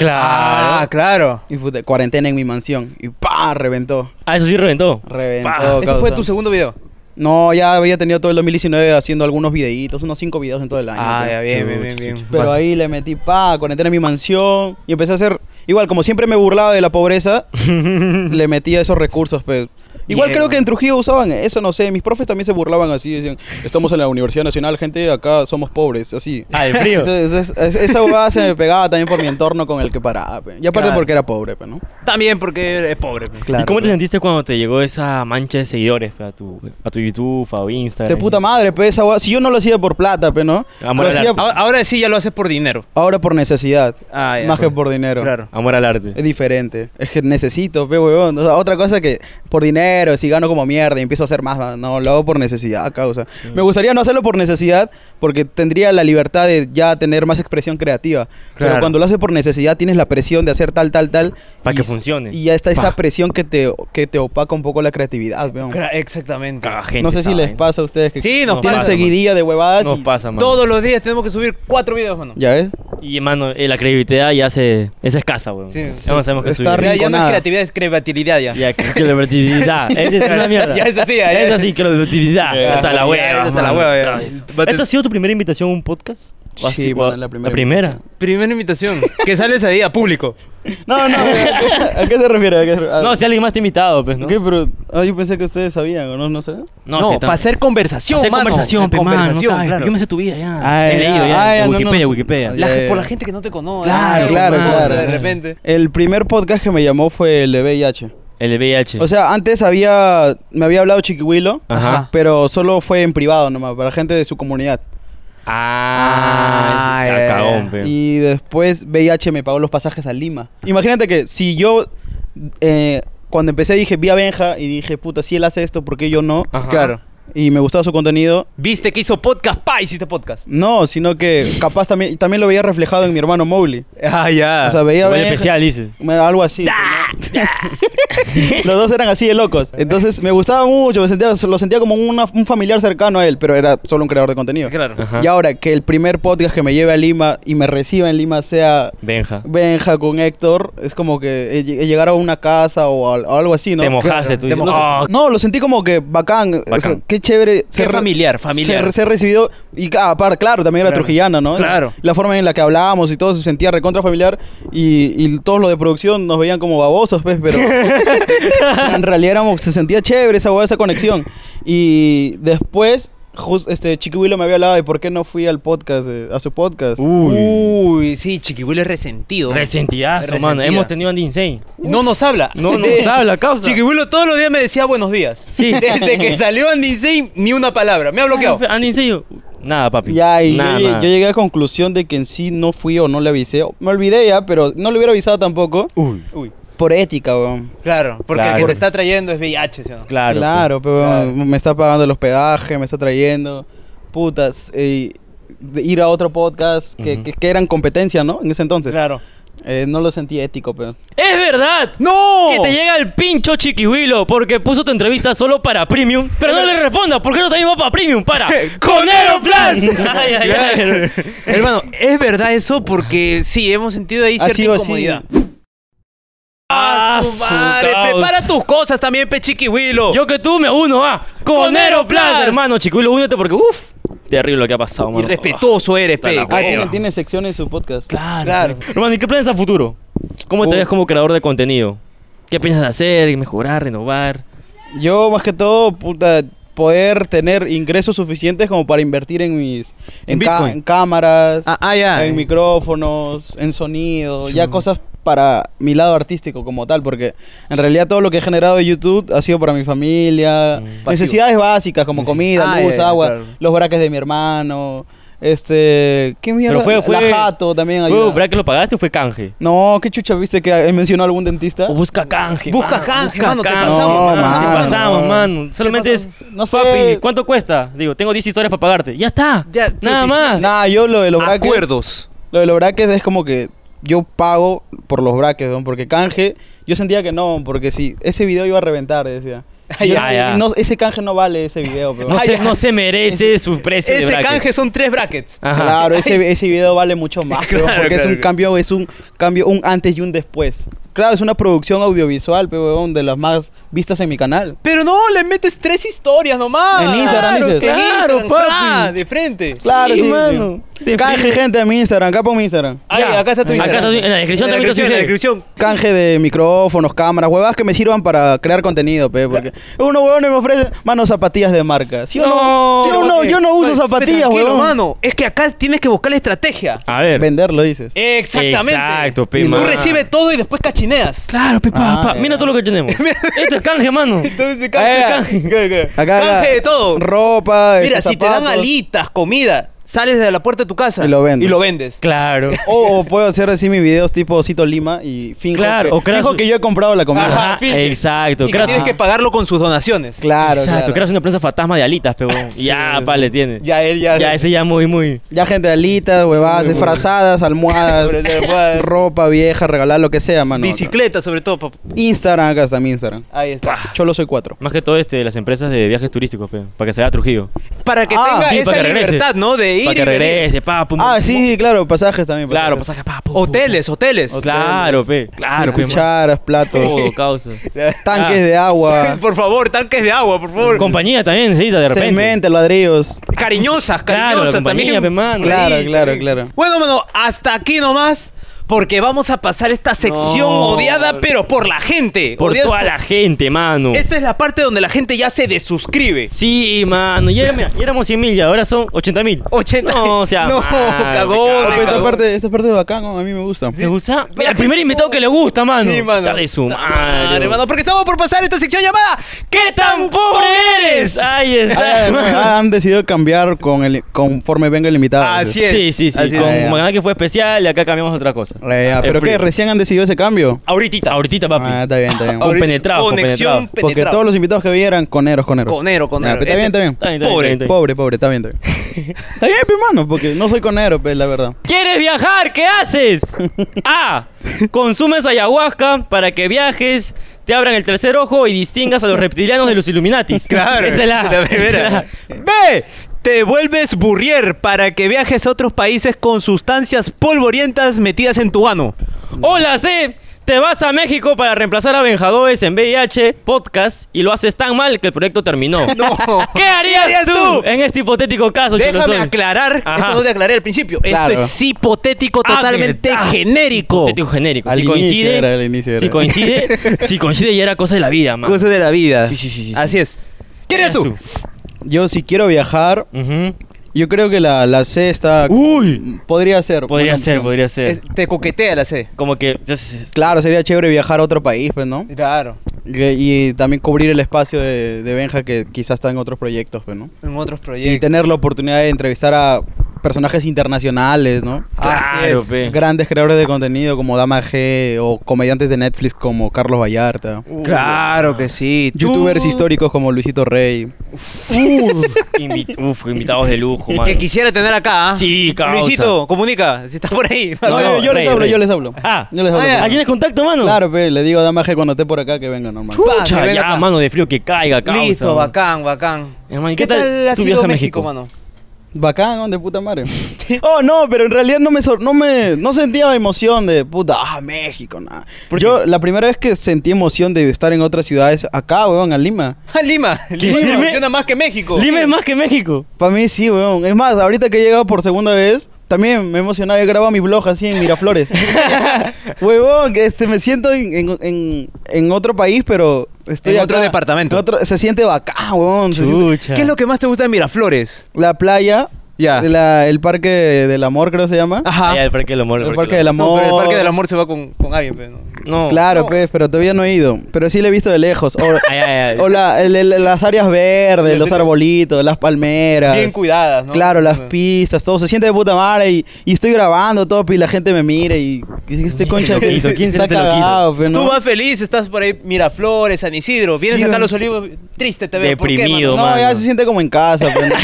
[SPEAKER 4] Ah,
[SPEAKER 2] Claro.
[SPEAKER 4] claro.
[SPEAKER 3] Y puta, cuarentena en mi mansión. Y pa, reventó.
[SPEAKER 2] Ah, eso sí reventó.
[SPEAKER 3] Reventó.
[SPEAKER 2] Pa.
[SPEAKER 4] Ese fue
[SPEAKER 3] causa.
[SPEAKER 4] tu segundo video.
[SPEAKER 3] No, ya había tenido todo el 2019 haciendo algunos videitos, unos cinco videos en todo el año.
[SPEAKER 4] Ah,
[SPEAKER 3] creo.
[SPEAKER 4] ya, bien,
[SPEAKER 2] Chucha,
[SPEAKER 4] bien, bien, bien.
[SPEAKER 2] chucha.
[SPEAKER 3] Pero
[SPEAKER 2] Vas.
[SPEAKER 3] ahí le metí pa, cuarentena en mi mansión. Y empecé a hacer. Igual, como siempre me burlaba de la pobreza,
[SPEAKER 4] [LAUGHS]
[SPEAKER 3] le metía esos recursos, pero. Igual
[SPEAKER 4] Bien,
[SPEAKER 3] creo que
[SPEAKER 4] man.
[SPEAKER 3] en Trujillo usaban eso, no sé. Mis profes también se burlaban así, decían, estamos en la Universidad Nacional, gente, acá somos pobres, así.
[SPEAKER 2] Ah, el frío.
[SPEAKER 3] Entonces, es- es- esa huevada se me pegaba también por mi entorno con el que paraba, pe. Y aparte
[SPEAKER 4] Claro.
[SPEAKER 3] porque era pobre, pe, ¿no?
[SPEAKER 4] También porque es pobre. pe.
[SPEAKER 2] ¿Y cómo te sentiste cuando te llegó esa mancha de seguidores pe, a tu, a tu YouTube, a Instagram?
[SPEAKER 3] De puta madre, pe, esa huevada. Si yo no lo hacía por plata, pe, ¿no?
[SPEAKER 2] Amor
[SPEAKER 3] lo
[SPEAKER 2] al
[SPEAKER 3] hacía
[SPEAKER 2] arte.
[SPEAKER 4] Ahora, ahora sí ya lo haces por dinero.
[SPEAKER 3] ahora por necesidad,
[SPEAKER 4] Ah, ya.
[SPEAKER 3] más
[SPEAKER 2] pues,
[SPEAKER 3] que por dinero.
[SPEAKER 4] Claro.
[SPEAKER 2] Amor al arte.
[SPEAKER 3] Es diferente. Es que necesito, pe, huevón. O sea, otra cosa que por dinero, si gano como mierda y empiezo a hacer más, no, lo hago por necesidad, causa. Me gustaría no hacerlo por necesidad porque tendría la libertad de ya tener más expresión creativa.
[SPEAKER 4] Claro.
[SPEAKER 3] Pero cuando lo haces por necesidad tienes la presión de hacer tal, tal, tal.
[SPEAKER 2] Pa'
[SPEAKER 3] y-
[SPEAKER 2] que funcione.
[SPEAKER 3] Y ya está
[SPEAKER 2] Pa.
[SPEAKER 3] esa presión que te, que te opaca un poco la creatividad, weón.
[SPEAKER 4] Cra- Exactamente.
[SPEAKER 2] Caga gente,
[SPEAKER 3] No sé
[SPEAKER 2] esa
[SPEAKER 3] si les
[SPEAKER 2] vaina.
[SPEAKER 3] pasa a ustedes que
[SPEAKER 4] Sí, nos
[SPEAKER 2] Nos
[SPEAKER 3] tienen
[SPEAKER 4] pasa.
[SPEAKER 3] seguidilla de huevadas.
[SPEAKER 2] Nos
[SPEAKER 3] y-
[SPEAKER 2] pasa, mano.
[SPEAKER 4] Todos los días tenemos que subir cuatro videos, mano.
[SPEAKER 3] ¿Ya ves?
[SPEAKER 2] Y, mano, eh, la creatividad ya se... Es escasa, weón.
[SPEAKER 4] Sí.
[SPEAKER 2] Ya no sabemos qué
[SPEAKER 3] Está
[SPEAKER 4] Ya, ya
[SPEAKER 2] subir.
[SPEAKER 4] no es
[SPEAKER 3] Arrinconada.
[SPEAKER 4] creatividad, es creatividad
[SPEAKER 2] [LAUGHS]
[SPEAKER 4] ya.
[SPEAKER 2] Ya, que, que la creatividad. Esa es una mierda.
[SPEAKER 4] Ya, esa sí, ya, ya.
[SPEAKER 2] Esa sí, que la creatividad.
[SPEAKER 4] Ya,
[SPEAKER 2] Hasta
[SPEAKER 4] ya,
[SPEAKER 2] la hueva.
[SPEAKER 4] ya, hasta la
[SPEAKER 2] mano,
[SPEAKER 4] hueva, ya.
[SPEAKER 2] otra vez.
[SPEAKER 4] Va a te-
[SPEAKER 2] ¿Esta ha sido tu primera invitación a un podcast? O así,
[SPEAKER 3] Sí, bueno,
[SPEAKER 2] o-
[SPEAKER 3] la primera
[SPEAKER 1] [LAUGHS] Primera invitación. Que sales ahí a público.
[SPEAKER 3] No, no, ¿a qué, [LAUGHS] a qué se refiere? ¿A qué se refiere? A-
[SPEAKER 2] No, si alguien más te ha invitado, pues, ¿no?
[SPEAKER 3] ¿Qué? Pero ah, yo pensé que ustedes sabían, ¿o no? No sé.
[SPEAKER 1] No,
[SPEAKER 2] si tan-
[SPEAKER 1] para hacer conversación,
[SPEAKER 2] hacer
[SPEAKER 1] mano.
[SPEAKER 2] conversación, pe, mano,
[SPEAKER 1] Conversación,
[SPEAKER 2] ay,
[SPEAKER 1] claro.
[SPEAKER 2] Yo me sé tu vida ya.
[SPEAKER 3] Ah,
[SPEAKER 2] He
[SPEAKER 3] ya,
[SPEAKER 2] leído ya.
[SPEAKER 3] ah, ya,
[SPEAKER 2] en
[SPEAKER 3] no, no,
[SPEAKER 2] Wikipedia,
[SPEAKER 3] no.
[SPEAKER 2] Wikipedia.
[SPEAKER 3] Ya,
[SPEAKER 1] La-
[SPEAKER 3] ya, ya.
[SPEAKER 1] por la gente que no te conoce.
[SPEAKER 3] Claro,
[SPEAKER 1] ay,
[SPEAKER 3] claro,
[SPEAKER 1] mano,
[SPEAKER 3] claro.
[SPEAKER 1] De repente.
[SPEAKER 3] El primer podcast que me llamó fue el de VIH.
[SPEAKER 2] El VIH.
[SPEAKER 3] O sea, antes había. Me había hablado Chiquihuilo,
[SPEAKER 2] Ajá.
[SPEAKER 3] pero solo fue en privado nomás, para gente de su comunidad.
[SPEAKER 2] ah,
[SPEAKER 1] Ah,
[SPEAKER 2] ese
[SPEAKER 1] ya, ya,
[SPEAKER 2] cagón,
[SPEAKER 1] ya.
[SPEAKER 2] pe.
[SPEAKER 3] Y después VIH me pagó los pasajes a Lima. Imagínate que si yo. eh, cuando empecé dije, vi a Benja y dije, puta, si él hace esto, ¿por qué yo no?
[SPEAKER 2] Ajá.
[SPEAKER 1] Claro.
[SPEAKER 3] Y me gustaba su contenido.
[SPEAKER 1] Viste que hizo podcast, pa, hiciste podcast.
[SPEAKER 3] No, sino que capaz también, y también lo veía reflejado en mi hermano Mowgli.
[SPEAKER 1] Ah, ya.
[SPEAKER 3] O sea, veía a
[SPEAKER 2] Igual
[SPEAKER 3] Benja-
[SPEAKER 2] especial, dices.
[SPEAKER 3] Me- Algo así. pues, [LAUGHS] los dos eran así de locos. Entonces me gustaba mucho, me sentía, lo sentía como una- un familiar cercano a él, pero era solo un creador de contenido.
[SPEAKER 1] claro.
[SPEAKER 2] Ajá.
[SPEAKER 3] Y ahora que el primer podcast que me lleve a Lima y me reciba en Lima sea
[SPEAKER 2] Benja.
[SPEAKER 3] Benja con Héctor, es como que eh, lle- llegar a una casa o, al- o algo así, ¿no?
[SPEAKER 2] Te mojaste,
[SPEAKER 1] Claro,
[SPEAKER 2] tú
[SPEAKER 1] te
[SPEAKER 2] dices.
[SPEAKER 1] mojaste.
[SPEAKER 2] "Oh,
[SPEAKER 3] No, lo sentí como que bacán. o sea,
[SPEAKER 2] Bacán.
[SPEAKER 3] qué chévere.
[SPEAKER 1] Ser
[SPEAKER 3] re-
[SPEAKER 1] familiar, familiar.
[SPEAKER 3] Ser, ser recibido. Y claro, claro, también era
[SPEAKER 2] Claro.
[SPEAKER 3] trujillana, ¿no?
[SPEAKER 1] Claro.
[SPEAKER 3] La forma en la que hablábamos y todo se sentía recontra familiar. Y, y todos los de producción nos veían como babosos, pues, pero. [LAUGHS] en realidad éramos, se sentía chévere esa hueá, esa conexión. Y después. Just, este Chiquihuilo me había hablado de por qué no fui al podcast, eh, a su podcast.
[SPEAKER 1] Uh, Uy, sí, Chiquihuilo es resentido.
[SPEAKER 2] Resentidazo, mano.
[SPEAKER 1] Resentida.
[SPEAKER 2] Hemos tenido Andy Insane.
[SPEAKER 1] No nos habla.
[SPEAKER 2] No
[SPEAKER 1] [LAUGHS]
[SPEAKER 2] nos habla, causa.
[SPEAKER 1] Chiquibulo todos los días me decía buenos días.
[SPEAKER 2] Sí.
[SPEAKER 1] [LAUGHS] Desde que salió Andy Insane, ni una palabra. Me ha bloqueado.
[SPEAKER 2] Andy Insane. yo, Nada, papi.
[SPEAKER 3] Ya, y
[SPEAKER 2] Nada,
[SPEAKER 3] yo, llegué-
[SPEAKER 2] nada.
[SPEAKER 3] yo llegué a la conclusión de que en sí no fui o no le avisé. Me olvidé ya, pero no le hubiera avisado tampoco.
[SPEAKER 2] Uy.
[SPEAKER 1] Uy.
[SPEAKER 3] Por ética, weón.
[SPEAKER 1] Claro, porque el
[SPEAKER 2] Claro.
[SPEAKER 1] que te está trayendo es VIH, ¿sí o no?
[SPEAKER 2] Claro.
[SPEAKER 3] Claro, pero me está pagando el hospedaje, me está trayendo. Putas. eh, de ir a otro podcast que,
[SPEAKER 2] Ujú.
[SPEAKER 3] que- que eran competencia, ¿no? En ese entonces.
[SPEAKER 1] Claro.
[SPEAKER 3] Eh, no lo sentí ético, pero.
[SPEAKER 2] ¡Es verdad!
[SPEAKER 1] ¡No!
[SPEAKER 2] Que te llega el pincho chiquihuilo porque puso tu entrevista solo para Premium. Pero no le responda, porque no también va para Premium,
[SPEAKER 1] [LAUGHS]
[SPEAKER 2] para Conero Plus. [LAUGHS] ay, ay, ay.
[SPEAKER 1] Hermano, es verdad eso porque sí, hemos sentido ahí
[SPEAKER 3] Ha
[SPEAKER 1] cierta
[SPEAKER 3] sido así.
[SPEAKER 1] incomodidad.
[SPEAKER 2] Ah,
[SPEAKER 1] ¡Ah,
[SPEAKER 2] su
[SPEAKER 1] su madre!
[SPEAKER 2] causa.
[SPEAKER 1] Prepara tus cosas también, Pechiquihuilo.
[SPEAKER 2] Yo que tú me uno ah. a Conero
[SPEAKER 1] Conero
[SPEAKER 2] Plus,
[SPEAKER 1] Plus.
[SPEAKER 2] hermano. Chiquihuilo, únete porque, uff, terrible lo que ha pasado, mano.
[SPEAKER 1] Irrespetuoso eres,
[SPEAKER 2] Está
[SPEAKER 1] pe.
[SPEAKER 2] la
[SPEAKER 3] Ah,
[SPEAKER 2] Hueva.
[SPEAKER 3] tiene, tiene sección en su podcast.
[SPEAKER 2] Claro.
[SPEAKER 1] Claro. Oh.
[SPEAKER 2] pues. Hermano, ¿y qué planes a futuro? ¿Cómo te
[SPEAKER 3] Uh.
[SPEAKER 2] ves como creador de contenido? ¿Qué piensas hacer? ¿Mejorar? ¿Renovar?
[SPEAKER 3] Yo, más que todo, puta, poder tener ingresos suficientes como para invertir en mis. En,
[SPEAKER 1] En
[SPEAKER 3] ca-
[SPEAKER 1] Bitcoin.
[SPEAKER 3] en cámaras,
[SPEAKER 1] Ah, ah, ya.
[SPEAKER 3] en micrófonos, en sonido, ya cosas para mi lado artístico como tal, porque en realidad todo lo que he generado de YouTube ha sido para mi familia,
[SPEAKER 1] Mm. Pasivo.
[SPEAKER 3] necesidades básicas como comida,
[SPEAKER 1] Ah,
[SPEAKER 3] luz,
[SPEAKER 1] ya, ya,
[SPEAKER 3] agua,
[SPEAKER 1] claro.
[SPEAKER 3] los braques de mi hermano, este, ¿qué mierda?
[SPEAKER 2] Pero fue, fue.
[SPEAKER 3] La jato también
[SPEAKER 2] ¿Fue
[SPEAKER 3] ayuda.
[SPEAKER 2] verdad que lo pagaste o fue canje?
[SPEAKER 3] No, qué chucha, ¿viste que he mencionado algún dentista?
[SPEAKER 2] O busca canje.
[SPEAKER 1] Busca
[SPEAKER 2] mano,
[SPEAKER 1] canje,
[SPEAKER 2] busca
[SPEAKER 1] mano, te
[SPEAKER 2] canje.
[SPEAKER 1] pasamos,
[SPEAKER 2] Te
[SPEAKER 1] mano.
[SPEAKER 2] pasamos,
[SPEAKER 3] No.
[SPEAKER 2] mano. Solamente es.
[SPEAKER 3] No sé.
[SPEAKER 2] Papi, ¿cuánto cuesta? Digo, tengo 10 historias para pagarte. Ya está.
[SPEAKER 1] Ya,
[SPEAKER 2] Nada
[SPEAKER 1] suficiente.
[SPEAKER 2] más.
[SPEAKER 3] Nada, yo lo de los braques,
[SPEAKER 1] Acuerdos.
[SPEAKER 3] lo de los braques es como que yo pago por los braques, weón, porque canje, yo sentía que no, porque si ese video iba a reventar, decía.
[SPEAKER 1] Ah,
[SPEAKER 3] Yo-
[SPEAKER 2] ya, ya.
[SPEAKER 3] no, ese canje no vale ese video, pero.
[SPEAKER 2] No
[SPEAKER 1] Ay,
[SPEAKER 2] se,
[SPEAKER 1] ay.
[SPEAKER 2] no se merece su precio. de
[SPEAKER 1] Ah, Ese
[SPEAKER 2] bracket.
[SPEAKER 1] canje son tres brackets.
[SPEAKER 2] Ajá.
[SPEAKER 3] Claro, ese, ese video vale mucho más,
[SPEAKER 1] Claro,
[SPEAKER 3] weón, porque es
[SPEAKER 1] claro,
[SPEAKER 3] un
[SPEAKER 1] claro.
[SPEAKER 3] cambio, es un cambio, un antes y un después. Claro, es una producción audiovisual, pero weón, de las más vistas en mi canal.
[SPEAKER 1] Pero no, le metes tres historias nomás.
[SPEAKER 3] En Instagram
[SPEAKER 1] claro,
[SPEAKER 3] dices.
[SPEAKER 1] en
[SPEAKER 2] Claro,
[SPEAKER 1] Instagram,
[SPEAKER 2] papi.
[SPEAKER 1] pa, de frente.
[SPEAKER 3] Claro, sí, sí.
[SPEAKER 2] mano, de
[SPEAKER 3] Canje,
[SPEAKER 2] frente.
[SPEAKER 3] gente, a mi Instagram, acá pon mi Instagram.
[SPEAKER 1] Ahí,
[SPEAKER 2] Ya.
[SPEAKER 1] acá está tu
[SPEAKER 2] Acá
[SPEAKER 1] Instagram.
[SPEAKER 2] está tu- en la descripción
[SPEAKER 1] en la
[SPEAKER 2] también está
[SPEAKER 1] descripción.
[SPEAKER 2] tu
[SPEAKER 1] En la descripción.
[SPEAKER 3] Canje de micrófonos, cámaras, huevas que me sirvan para crear contenido, pe, porque uno huevón y me ofrece, mano, zapatillas de marca. ¿Sí o no?
[SPEAKER 2] No,
[SPEAKER 3] ¿Sí o no?
[SPEAKER 1] Oye,
[SPEAKER 3] Yo no uso
[SPEAKER 1] oye,
[SPEAKER 3] zapatillas,
[SPEAKER 1] tranquilo,
[SPEAKER 3] huevón.
[SPEAKER 1] mano. Es que acá tienes que buscar la estrategia.
[SPEAKER 2] A ver.
[SPEAKER 3] Venderlo, dices.
[SPEAKER 1] Eh, Exactamente.
[SPEAKER 2] Exacto, pe,
[SPEAKER 1] Y Tú
[SPEAKER 2] mano.
[SPEAKER 1] recibes todo y después cachineas.
[SPEAKER 2] Claro, pe, pa,
[SPEAKER 3] Ah,
[SPEAKER 2] pa.
[SPEAKER 3] ya.
[SPEAKER 2] Mira todo lo que tenemos. Esto es canje, mano.
[SPEAKER 1] [LAUGHS] Entonces,
[SPEAKER 3] Ah,
[SPEAKER 1] canje,
[SPEAKER 3] ya.
[SPEAKER 1] canje.
[SPEAKER 3] Acá,
[SPEAKER 1] Canje de todo.
[SPEAKER 3] Ropa,
[SPEAKER 1] Mira,
[SPEAKER 3] este,
[SPEAKER 1] si te dan
[SPEAKER 3] zapatos.
[SPEAKER 1] alitas, comida, sales de la puerta de tu casa
[SPEAKER 3] Y lo vendes.
[SPEAKER 1] Y lo vendes.
[SPEAKER 2] Claro.
[SPEAKER 1] oh,
[SPEAKER 3] O, o puedo hacer así mis videos tipo Cito Lima y finjo,
[SPEAKER 2] Claro,
[SPEAKER 3] que,
[SPEAKER 2] o creas-
[SPEAKER 3] finjo que yo he comprado la comida.
[SPEAKER 1] Ajá.
[SPEAKER 2] Ah,
[SPEAKER 1] fin.
[SPEAKER 2] exacto.
[SPEAKER 1] Y que
[SPEAKER 2] Creas,
[SPEAKER 1] tienes que pagarlo con sus donaciones.
[SPEAKER 3] Claro,
[SPEAKER 2] exacto.
[SPEAKER 3] claro.
[SPEAKER 2] Creas una prensa fantasma de alitas, pero ya,
[SPEAKER 3] sí.
[SPEAKER 2] pa, le tienes.
[SPEAKER 1] Ya él ya.
[SPEAKER 2] Ya, ese ya muy, muy.
[SPEAKER 3] Ya gente de alitas, huevadas,
[SPEAKER 1] [LAUGHS]
[SPEAKER 3] disfrazadas, almohadas, ropa vieja, regalar lo que sea, mano.
[SPEAKER 1] Bicicleta, sobre todo. papá.
[SPEAKER 3] Instagram, acá está mi Instagram.
[SPEAKER 1] Ahí está.
[SPEAKER 3] Cholo soy 4.
[SPEAKER 2] Más que todo, este, las empresas de viajes turísticos, pe, para que se vea Trujillo.
[SPEAKER 1] Para que
[SPEAKER 3] Ah,
[SPEAKER 1] tenga
[SPEAKER 2] sí,
[SPEAKER 1] esa
[SPEAKER 2] para que regrese.
[SPEAKER 1] libertad, ¿no? De
[SPEAKER 2] ir.
[SPEAKER 1] Para que
[SPEAKER 2] y venir.
[SPEAKER 1] regrese,
[SPEAKER 2] pa, pum,
[SPEAKER 3] Ah,
[SPEAKER 2] pum,
[SPEAKER 3] sí,
[SPEAKER 2] pum.
[SPEAKER 3] sí, claro, pasajes también.
[SPEAKER 2] Claro, pasaje, pa, pum, pum,
[SPEAKER 1] Hoteles, hoteles.
[SPEAKER 2] pum. Claro, pe. Claro, pues, Oh, pe. man.
[SPEAKER 3] Cucharas, platos,
[SPEAKER 2] Todo, causa.
[SPEAKER 3] [LAUGHS]
[SPEAKER 2] Ah.
[SPEAKER 3] tanques
[SPEAKER 2] [LAUGHS]
[SPEAKER 3] de agua,
[SPEAKER 1] [LAUGHS] Por favor, tanques de agua, por favor.
[SPEAKER 2] Compañía también necesita de repente. Ah,
[SPEAKER 3] cemento, ladrillos.
[SPEAKER 1] cariñosas,
[SPEAKER 2] Claro, la
[SPEAKER 1] cariñosas
[SPEAKER 2] compañía,
[SPEAKER 1] también.
[SPEAKER 2] pe, mano.
[SPEAKER 3] Claro,
[SPEAKER 1] Sí,
[SPEAKER 3] claro,
[SPEAKER 1] sí.
[SPEAKER 3] claro.
[SPEAKER 1] Bueno, mano, hasta aquí nomás. Porque vamos a pasar esta sección
[SPEAKER 2] No.
[SPEAKER 1] odiada, pero por la gente.
[SPEAKER 2] Por
[SPEAKER 1] Odiada
[SPEAKER 2] toda la gente, mano.
[SPEAKER 1] Esta es la parte donde la gente ya se desuscribe.
[SPEAKER 2] Sí, mano. Ya, era- mira, ya éramos 100 mil, ya ahora son 80 mil.
[SPEAKER 1] 80.
[SPEAKER 2] No, o sea,
[SPEAKER 1] No,
[SPEAKER 2] madre,
[SPEAKER 1] cagón,
[SPEAKER 2] cagón.
[SPEAKER 3] Pero esta
[SPEAKER 1] cagón.
[SPEAKER 3] parte, esta parte es bacán, ¿no? a mí me gusta.
[SPEAKER 2] ¿Te gusta? Mira, el primer invitado que le gusta, mano.
[SPEAKER 1] Sí, mano.
[SPEAKER 2] Está de su
[SPEAKER 1] Puta
[SPEAKER 2] madre.
[SPEAKER 1] mano, porque estamos por pasar esta sección llamada ¿Qué tan pobre eres?
[SPEAKER 2] Ahí
[SPEAKER 3] [LAUGHS] [LAUGHS] Ah,
[SPEAKER 2] está, [LAUGHS] hermano.
[SPEAKER 3] ah, han decidido cambiar con el, conforme venga el invitado.
[SPEAKER 1] Así es.
[SPEAKER 2] Sí, sí, sí.
[SPEAKER 3] Así es.
[SPEAKER 2] con
[SPEAKER 3] Ya, ya.
[SPEAKER 2] Maganá que fue especial, y acá cambiamos a otra cosa.
[SPEAKER 3] Eh, ya,
[SPEAKER 2] Es
[SPEAKER 3] ¿Pero
[SPEAKER 2] free.
[SPEAKER 3] qué? ¿Recién han decidido ese cambio?
[SPEAKER 1] Ahoritita.
[SPEAKER 2] Ahorita, papi.
[SPEAKER 3] Ah, está bien,
[SPEAKER 2] [LAUGHS]
[SPEAKER 3] está bien.
[SPEAKER 2] Ahorita- Compenetrado,
[SPEAKER 1] Conexión
[SPEAKER 2] compenetrado.
[SPEAKER 3] Porque
[SPEAKER 1] penetrado.
[SPEAKER 3] todos los invitados que vi eran coneros, coneros.
[SPEAKER 1] Conero, conero.
[SPEAKER 3] Ya, pero está bien, está bien.
[SPEAKER 2] Este Está bien, está bien,
[SPEAKER 1] Pobre,
[SPEAKER 2] está bien, está bien.
[SPEAKER 3] Pobre, pobre, está bien, está
[SPEAKER 2] [LAUGHS]
[SPEAKER 3] bien. está bien, pe, mano, porque no soy conero, pe, la verdad.
[SPEAKER 2] ¿Quieres viajar? ¿Qué
[SPEAKER 1] [LAUGHS]
[SPEAKER 2] haces? A. Consumes ayahuasca para que viajes, te abran el tercer ojo y distingas a los reptilianos de los Illuminatis.
[SPEAKER 1] [LAUGHS] Claro.
[SPEAKER 2] Esa es la,
[SPEAKER 1] la primera.
[SPEAKER 2] esa es
[SPEAKER 1] B. Te vuelves burrier para que viajes a otros países con sustancias polvorientas metidas en tu ano.
[SPEAKER 2] la- O la C. Te vas a México para reemplazar a Vengadores en VIH Podcast y lo haces tan mal que el
[SPEAKER 1] [LAUGHS]
[SPEAKER 2] proyecto terminó. [LAUGHS] ¿Qué harías,
[SPEAKER 1] ¿Qué harías
[SPEAKER 2] tú?
[SPEAKER 1] tú?
[SPEAKER 2] en este hipotético caso,
[SPEAKER 1] Déjame
[SPEAKER 2] Cholosol?
[SPEAKER 1] aclarar.
[SPEAKER 2] Ajá.
[SPEAKER 1] Esto no te aclaré al principio.
[SPEAKER 3] Claro.
[SPEAKER 1] Esto es hipotético
[SPEAKER 2] Ah,
[SPEAKER 1] totalmente
[SPEAKER 2] verdad.
[SPEAKER 1] genérico.
[SPEAKER 2] Hipotético genérico.
[SPEAKER 3] Al
[SPEAKER 2] si
[SPEAKER 3] inicio
[SPEAKER 2] coincide,
[SPEAKER 3] era, al inicio
[SPEAKER 2] si
[SPEAKER 3] era.
[SPEAKER 2] coincide,
[SPEAKER 1] [LAUGHS]
[SPEAKER 2] si coincide ya era cosa de la vida, man.
[SPEAKER 1] Cosas de la vida.
[SPEAKER 2] Sí, sí, sí, sí, sí.
[SPEAKER 1] Así es. ¿Quién eres tú?
[SPEAKER 3] Yo, si quiero viajar,
[SPEAKER 2] Ujú.
[SPEAKER 3] yo creo que la, la C está.
[SPEAKER 2] Uy.
[SPEAKER 3] Podría ser.
[SPEAKER 2] Podría
[SPEAKER 3] buena
[SPEAKER 2] ser,
[SPEAKER 3] opción.
[SPEAKER 2] podría ser.
[SPEAKER 1] Es- te coquetea la C.
[SPEAKER 2] Como que
[SPEAKER 3] [LAUGHS] Claro, sería chévere viajar a otro país, pues, ¿no?
[SPEAKER 1] Claro.
[SPEAKER 3] Y, y también cubrir el espacio de, de Benja que quizás está en otros proyectos, pues, ¿no?
[SPEAKER 1] En otros
[SPEAKER 3] Y
[SPEAKER 1] proyectos.
[SPEAKER 3] tener la oportunidad de entrevistar a personajes internacionales, ¿no?
[SPEAKER 1] Así
[SPEAKER 2] Claro,
[SPEAKER 1] es.
[SPEAKER 2] pe.
[SPEAKER 3] Grandes creadores de contenido como Dama G o comediantes de Netflix como Carlos Vallarta.
[SPEAKER 2] Uh.
[SPEAKER 1] Claro que sí. Tú-
[SPEAKER 3] Youtubers históricos como Luisito Rey. Uh.
[SPEAKER 2] Invi- uf, invitados de lujo, mano.
[SPEAKER 1] Que quisiera tener acá. ¿ah?
[SPEAKER 2] Sí, causa.
[SPEAKER 1] Luisito, comunica. Si estás por ahí.
[SPEAKER 3] No,
[SPEAKER 1] [LAUGHS]
[SPEAKER 2] No,
[SPEAKER 3] yo, yo
[SPEAKER 2] Rey,
[SPEAKER 3] les hablo,
[SPEAKER 2] Rey.
[SPEAKER 3] yo les hablo.
[SPEAKER 2] Ah,
[SPEAKER 3] yo les hablo.
[SPEAKER 1] ah,
[SPEAKER 3] por
[SPEAKER 1] ya.
[SPEAKER 2] ¿Ah,
[SPEAKER 3] acá.
[SPEAKER 2] tienes contacto, mano?
[SPEAKER 3] Claro, pe, le digo a Dama G cuando esté por acá que venga normal.
[SPEAKER 1] Pa, que
[SPEAKER 2] Pucha,
[SPEAKER 1] venga
[SPEAKER 2] ya,
[SPEAKER 1] acá.
[SPEAKER 2] mano, de frío que caiga, causa.
[SPEAKER 1] Listo,
[SPEAKER 2] man.
[SPEAKER 1] bacán, bacán.
[SPEAKER 2] Hermano, ¿y qué tal tu viaje a México?
[SPEAKER 1] mano?
[SPEAKER 3] Bacán, ¿no? de puta madre. oh, no, pero en realidad no me, sor- no me no sentía emoción de puta, ah, México, nada. Yo la primera vez que sentí emoción de estar en otras ciudades acá, weón, en Lima.
[SPEAKER 1] [LAUGHS] Ah, Lima. Lima
[SPEAKER 2] Dime-
[SPEAKER 1] funciona más que México.
[SPEAKER 2] Dime más que México.
[SPEAKER 3] Para mí sí, weón. Es más, ahorita que he llegado por segunda vez, también me emocionaba. He grabado mi blog así
[SPEAKER 1] [LAUGHS]
[SPEAKER 3] en Miraflores. weón, que este, me siento en, en- en- en otro país, pero estoy
[SPEAKER 1] En otro
[SPEAKER 3] acá.
[SPEAKER 1] departamento.
[SPEAKER 3] En otro- se siente bacán, weón. se siente-
[SPEAKER 2] Chucha.
[SPEAKER 1] ¿Qué es lo que más te gusta de Miraflores?
[SPEAKER 3] La playa,
[SPEAKER 1] Ya.
[SPEAKER 3] de la- el Parque del Amor, creo se llama.
[SPEAKER 1] Ajá.
[SPEAKER 2] Ah, ya, el Parque del Amor.
[SPEAKER 3] el Parque del
[SPEAKER 1] No,
[SPEAKER 3] Amor.
[SPEAKER 1] pero el Parque del Amor se va con, con alguien, pero no.
[SPEAKER 2] No.
[SPEAKER 3] Claro,
[SPEAKER 1] No.
[SPEAKER 3] pues, pero todavía no he ido. Pero sí le he visto de lejos. O,
[SPEAKER 2] [LAUGHS] Ay, ay, ay.
[SPEAKER 3] o la- el- el- las áreas verdes, los arbolitos, las palmeras.
[SPEAKER 1] Bien cuidadas, ¿no?
[SPEAKER 3] Claro, las
[SPEAKER 1] No.
[SPEAKER 3] pistas, todo. Se siente de puta madre y, y estoy grabando todo y la gente me mira y, y este concha que
[SPEAKER 2] loquito, ¿quién será
[SPEAKER 3] está
[SPEAKER 2] este loquito?
[SPEAKER 3] cagado, pe, ¿no?
[SPEAKER 1] Tú vas feliz, estás por ahí Miraflores, San Isidro, vienes
[SPEAKER 3] Sí,
[SPEAKER 1] acá a
[SPEAKER 3] weón.
[SPEAKER 1] Los Olivos, triste te veo. ¿por qué, mano?
[SPEAKER 2] Deprimido,
[SPEAKER 3] No,
[SPEAKER 2] mano.
[SPEAKER 3] ya se siente como en casa,
[SPEAKER 2] [LAUGHS]
[SPEAKER 3] pe, ¿no?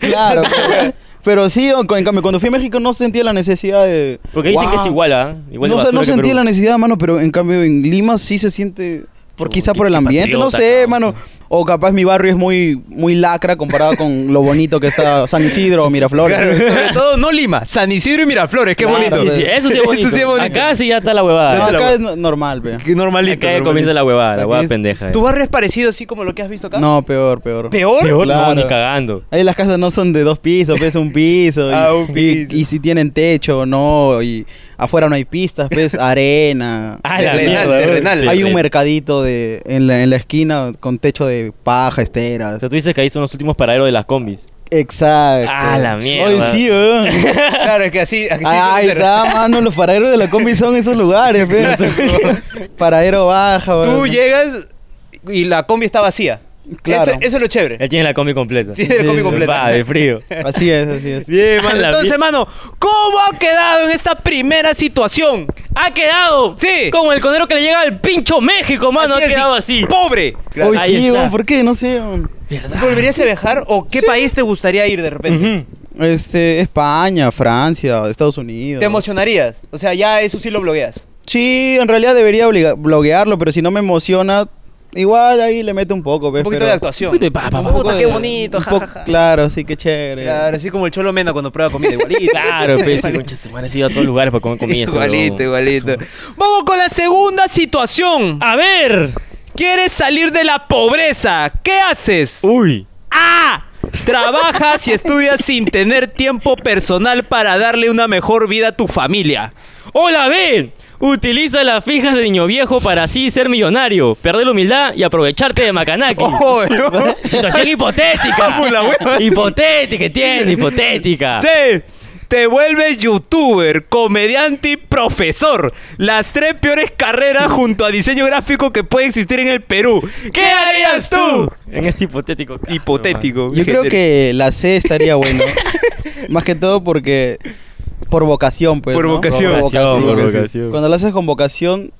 [SPEAKER 3] Claro, pero, pero sí, o- en cambio, cuando fui a México no sentía la necesidad de...
[SPEAKER 2] Porque dicen que
[SPEAKER 3] Guau.
[SPEAKER 2] es igual, ¿ah? Igual de
[SPEAKER 3] no sé,
[SPEAKER 2] basura
[SPEAKER 3] no
[SPEAKER 2] que
[SPEAKER 3] sentí
[SPEAKER 2] Perú.
[SPEAKER 3] la necesidad, mano, pero en cambio en Lima sí se siente... Por,
[SPEAKER 2] Chuta,
[SPEAKER 3] quizá por
[SPEAKER 2] qué
[SPEAKER 3] el ambiente, no
[SPEAKER 2] patriota,
[SPEAKER 3] sé,
[SPEAKER 2] causa.
[SPEAKER 3] mano. O capaz mi barrio es muy, muy lacra comparado con lo bonito que está
[SPEAKER 2] [LAUGHS]
[SPEAKER 3] San Isidro o Miraflores.
[SPEAKER 1] Claro, sobre todo no Lima, San Isidro y Miraflores, qué
[SPEAKER 3] Claro,
[SPEAKER 1] bonito.
[SPEAKER 2] Sí, sí, eso sí es
[SPEAKER 1] [LAUGHS]
[SPEAKER 2] bonito.
[SPEAKER 1] Eso sí es bonito.
[SPEAKER 2] Acá sí ya está la
[SPEAKER 3] No,
[SPEAKER 2] huevada.
[SPEAKER 3] acá es no- normal, pe.
[SPEAKER 1] Qué normalito.
[SPEAKER 2] Acá ya
[SPEAKER 1] normalito.
[SPEAKER 2] comienza la huevada, la
[SPEAKER 3] Aquí
[SPEAKER 2] huevada
[SPEAKER 3] es-
[SPEAKER 2] pendeja. eh.
[SPEAKER 1] ¿Tu barrio es parecido así como lo que has visto acá?
[SPEAKER 3] No, peor, peor.
[SPEAKER 1] ¿Peor?
[SPEAKER 2] Peor, no,
[SPEAKER 3] Claro.
[SPEAKER 2] ni cagando.
[SPEAKER 3] Ahí las casas no son de dos pisos, pues, es un
[SPEAKER 2] [LAUGHS]
[SPEAKER 3] piso. y,
[SPEAKER 1] Ah, un
[SPEAKER 3] y-
[SPEAKER 1] piso.
[SPEAKER 3] Y, si tienen techo o no, y afuera no hay pistas, pues arena.
[SPEAKER 2] [LAUGHS] Ah, la
[SPEAKER 1] Terrenal,
[SPEAKER 2] mierda,
[SPEAKER 1] terrenal.
[SPEAKER 2] bro.
[SPEAKER 3] hay un
[SPEAKER 2] Terrenal.
[SPEAKER 3] mercadito de, en, la, en la esquina con techo de paja,
[SPEAKER 2] O
[SPEAKER 3] esteras.
[SPEAKER 2] sea, tú dices que ahí son los últimos paraderos de las combis.
[SPEAKER 3] Exacto.
[SPEAKER 2] Ah, la mierda.
[SPEAKER 3] Ay,
[SPEAKER 1] [LAUGHS]
[SPEAKER 3] sí, weón.
[SPEAKER 1] [LAUGHS] Claro, es que así. así
[SPEAKER 3] Ahí
[SPEAKER 1] se-
[SPEAKER 3] está, mano, los paraderos de la combi son
[SPEAKER 1] [LAUGHS]
[SPEAKER 3] esos lugares, pues. Paradero baja, weón.
[SPEAKER 1] Tú llegas y la combi está vacía.
[SPEAKER 3] Claro.
[SPEAKER 1] Eso, eso es lo chévere. [LAUGHS]
[SPEAKER 2] Él tiene la combi completa.
[SPEAKER 1] Tiene la combi
[SPEAKER 3] Sí,
[SPEAKER 1] completa.
[SPEAKER 2] Va,
[SPEAKER 1] [LAUGHS]
[SPEAKER 2] de frío.
[SPEAKER 3] Así es, así es.
[SPEAKER 1] Bien,
[SPEAKER 2] [LAUGHS]
[SPEAKER 1] mano.
[SPEAKER 2] La
[SPEAKER 1] Entonces,
[SPEAKER 2] mierda.
[SPEAKER 1] mano, ¿cómo ha quedado en esta primera situación?
[SPEAKER 2] ¡Ha quedado!
[SPEAKER 1] Sí.
[SPEAKER 2] Como el conero que le llega al pincho México, mano. ha
[SPEAKER 1] es,
[SPEAKER 2] quedado
[SPEAKER 1] y
[SPEAKER 2] así.
[SPEAKER 1] Pobre.
[SPEAKER 3] Hoy
[SPEAKER 2] Ahí
[SPEAKER 3] sí,
[SPEAKER 2] está.
[SPEAKER 3] weón, ¿por qué? No sé, weón.
[SPEAKER 2] ¿Verdad?
[SPEAKER 1] ¿Volverías a viajar o qué país te gustaría ir de repente?
[SPEAKER 2] Ujú.
[SPEAKER 3] Este, España, Francia, Estados Unidos.
[SPEAKER 1] ¿Te emocionarías? O sea, ya eso sí lo blogueas.
[SPEAKER 3] Sí, en realidad debería obliga- bloguearlo, pero si no me emociona, Igual ahí le mete un poco,
[SPEAKER 2] Pues,
[SPEAKER 3] ¿ves?
[SPEAKER 1] Un poquito
[SPEAKER 3] pero-
[SPEAKER 1] de actuación.
[SPEAKER 2] Puta, pa, pa,
[SPEAKER 3] un
[SPEAKER 2] pa.
[SPEAKER 3] poco
[SPEAKER 4] Puta, qué
[SPEAKER 3] de-
[SPEAKER 4] bonito,
[SPEAKER 3] un
[SPEAKER 4] ja,
[SPEAKER 3] poco-
[SPEAKER 4] ja, ja.
[SPEAKER 3] Claro, sí, qué chévere.
[SPEAKER 1] Claro, así como el Cholo Mena cuando prueba comida igualita.
[SPEAKER 2] [LAUGHS] Claro, pues, ese concha de su madre se iba a todos lugares para
[SPEAKER 1] [LAUGHS]
[SPEAKER 2] comer comida. ese
[SPEAKER 1] Igualito,
[SPEAKER 2] huevón.
[SPEAKER 1] igualito.
[SPEAKER 4] Vamos con la segunda situación.
[SPEAKER 2] A ver.
[SPEAKER 4] ¿Quieres salir de la pobreza? ¿Qué haces?
[SPEAKER 2] Uy.
[SPEAKER 4] A. Trabajas y estudias sin tener tiempo personal para darle una mejor vida a tu familia.
[SPEAKER 2] Hola, Ben. Utiliza las fijas de niño viejo para así ser millonario, perder la humildad y aprovecharte de Macanaki.
[SPEAKER 4] Ojo, ¿no?
[SPEAKER 2] Situación hipotética.
[SPEAKER 4] Vamos, la hueva.
[SPEAKER 2] hipotética, tiene hipotética.
[SPEAKER 4] C. Te vuelves youtuber, comediante y profesor. Las tres peores carreras junto a diseño gráfico que puede existir en el Perú. ¿Qué harías tú?
[SPEAKER 2] En este hipotético. caso,
[SPEAKER 4] Hipotético.
[SPEAKER 3] Yo creo que la C estaría bueno.
[SPEAKER 2] [LAUGHS]
[SPEAKER 3] Más que todo porque. Por vocación, pues.
[SPEAKER 4] Por
[SPEAKER 3] ¿no?
[SPEAKER 4] vocación.
[SPEAKER 3] Por vocación.
[SPEAKER 2] Por
[SPEAKER 3] pues, sí.
[SPEAKER 2] vocación.
[SPEAKER 3] Cuando lo haces con vocación,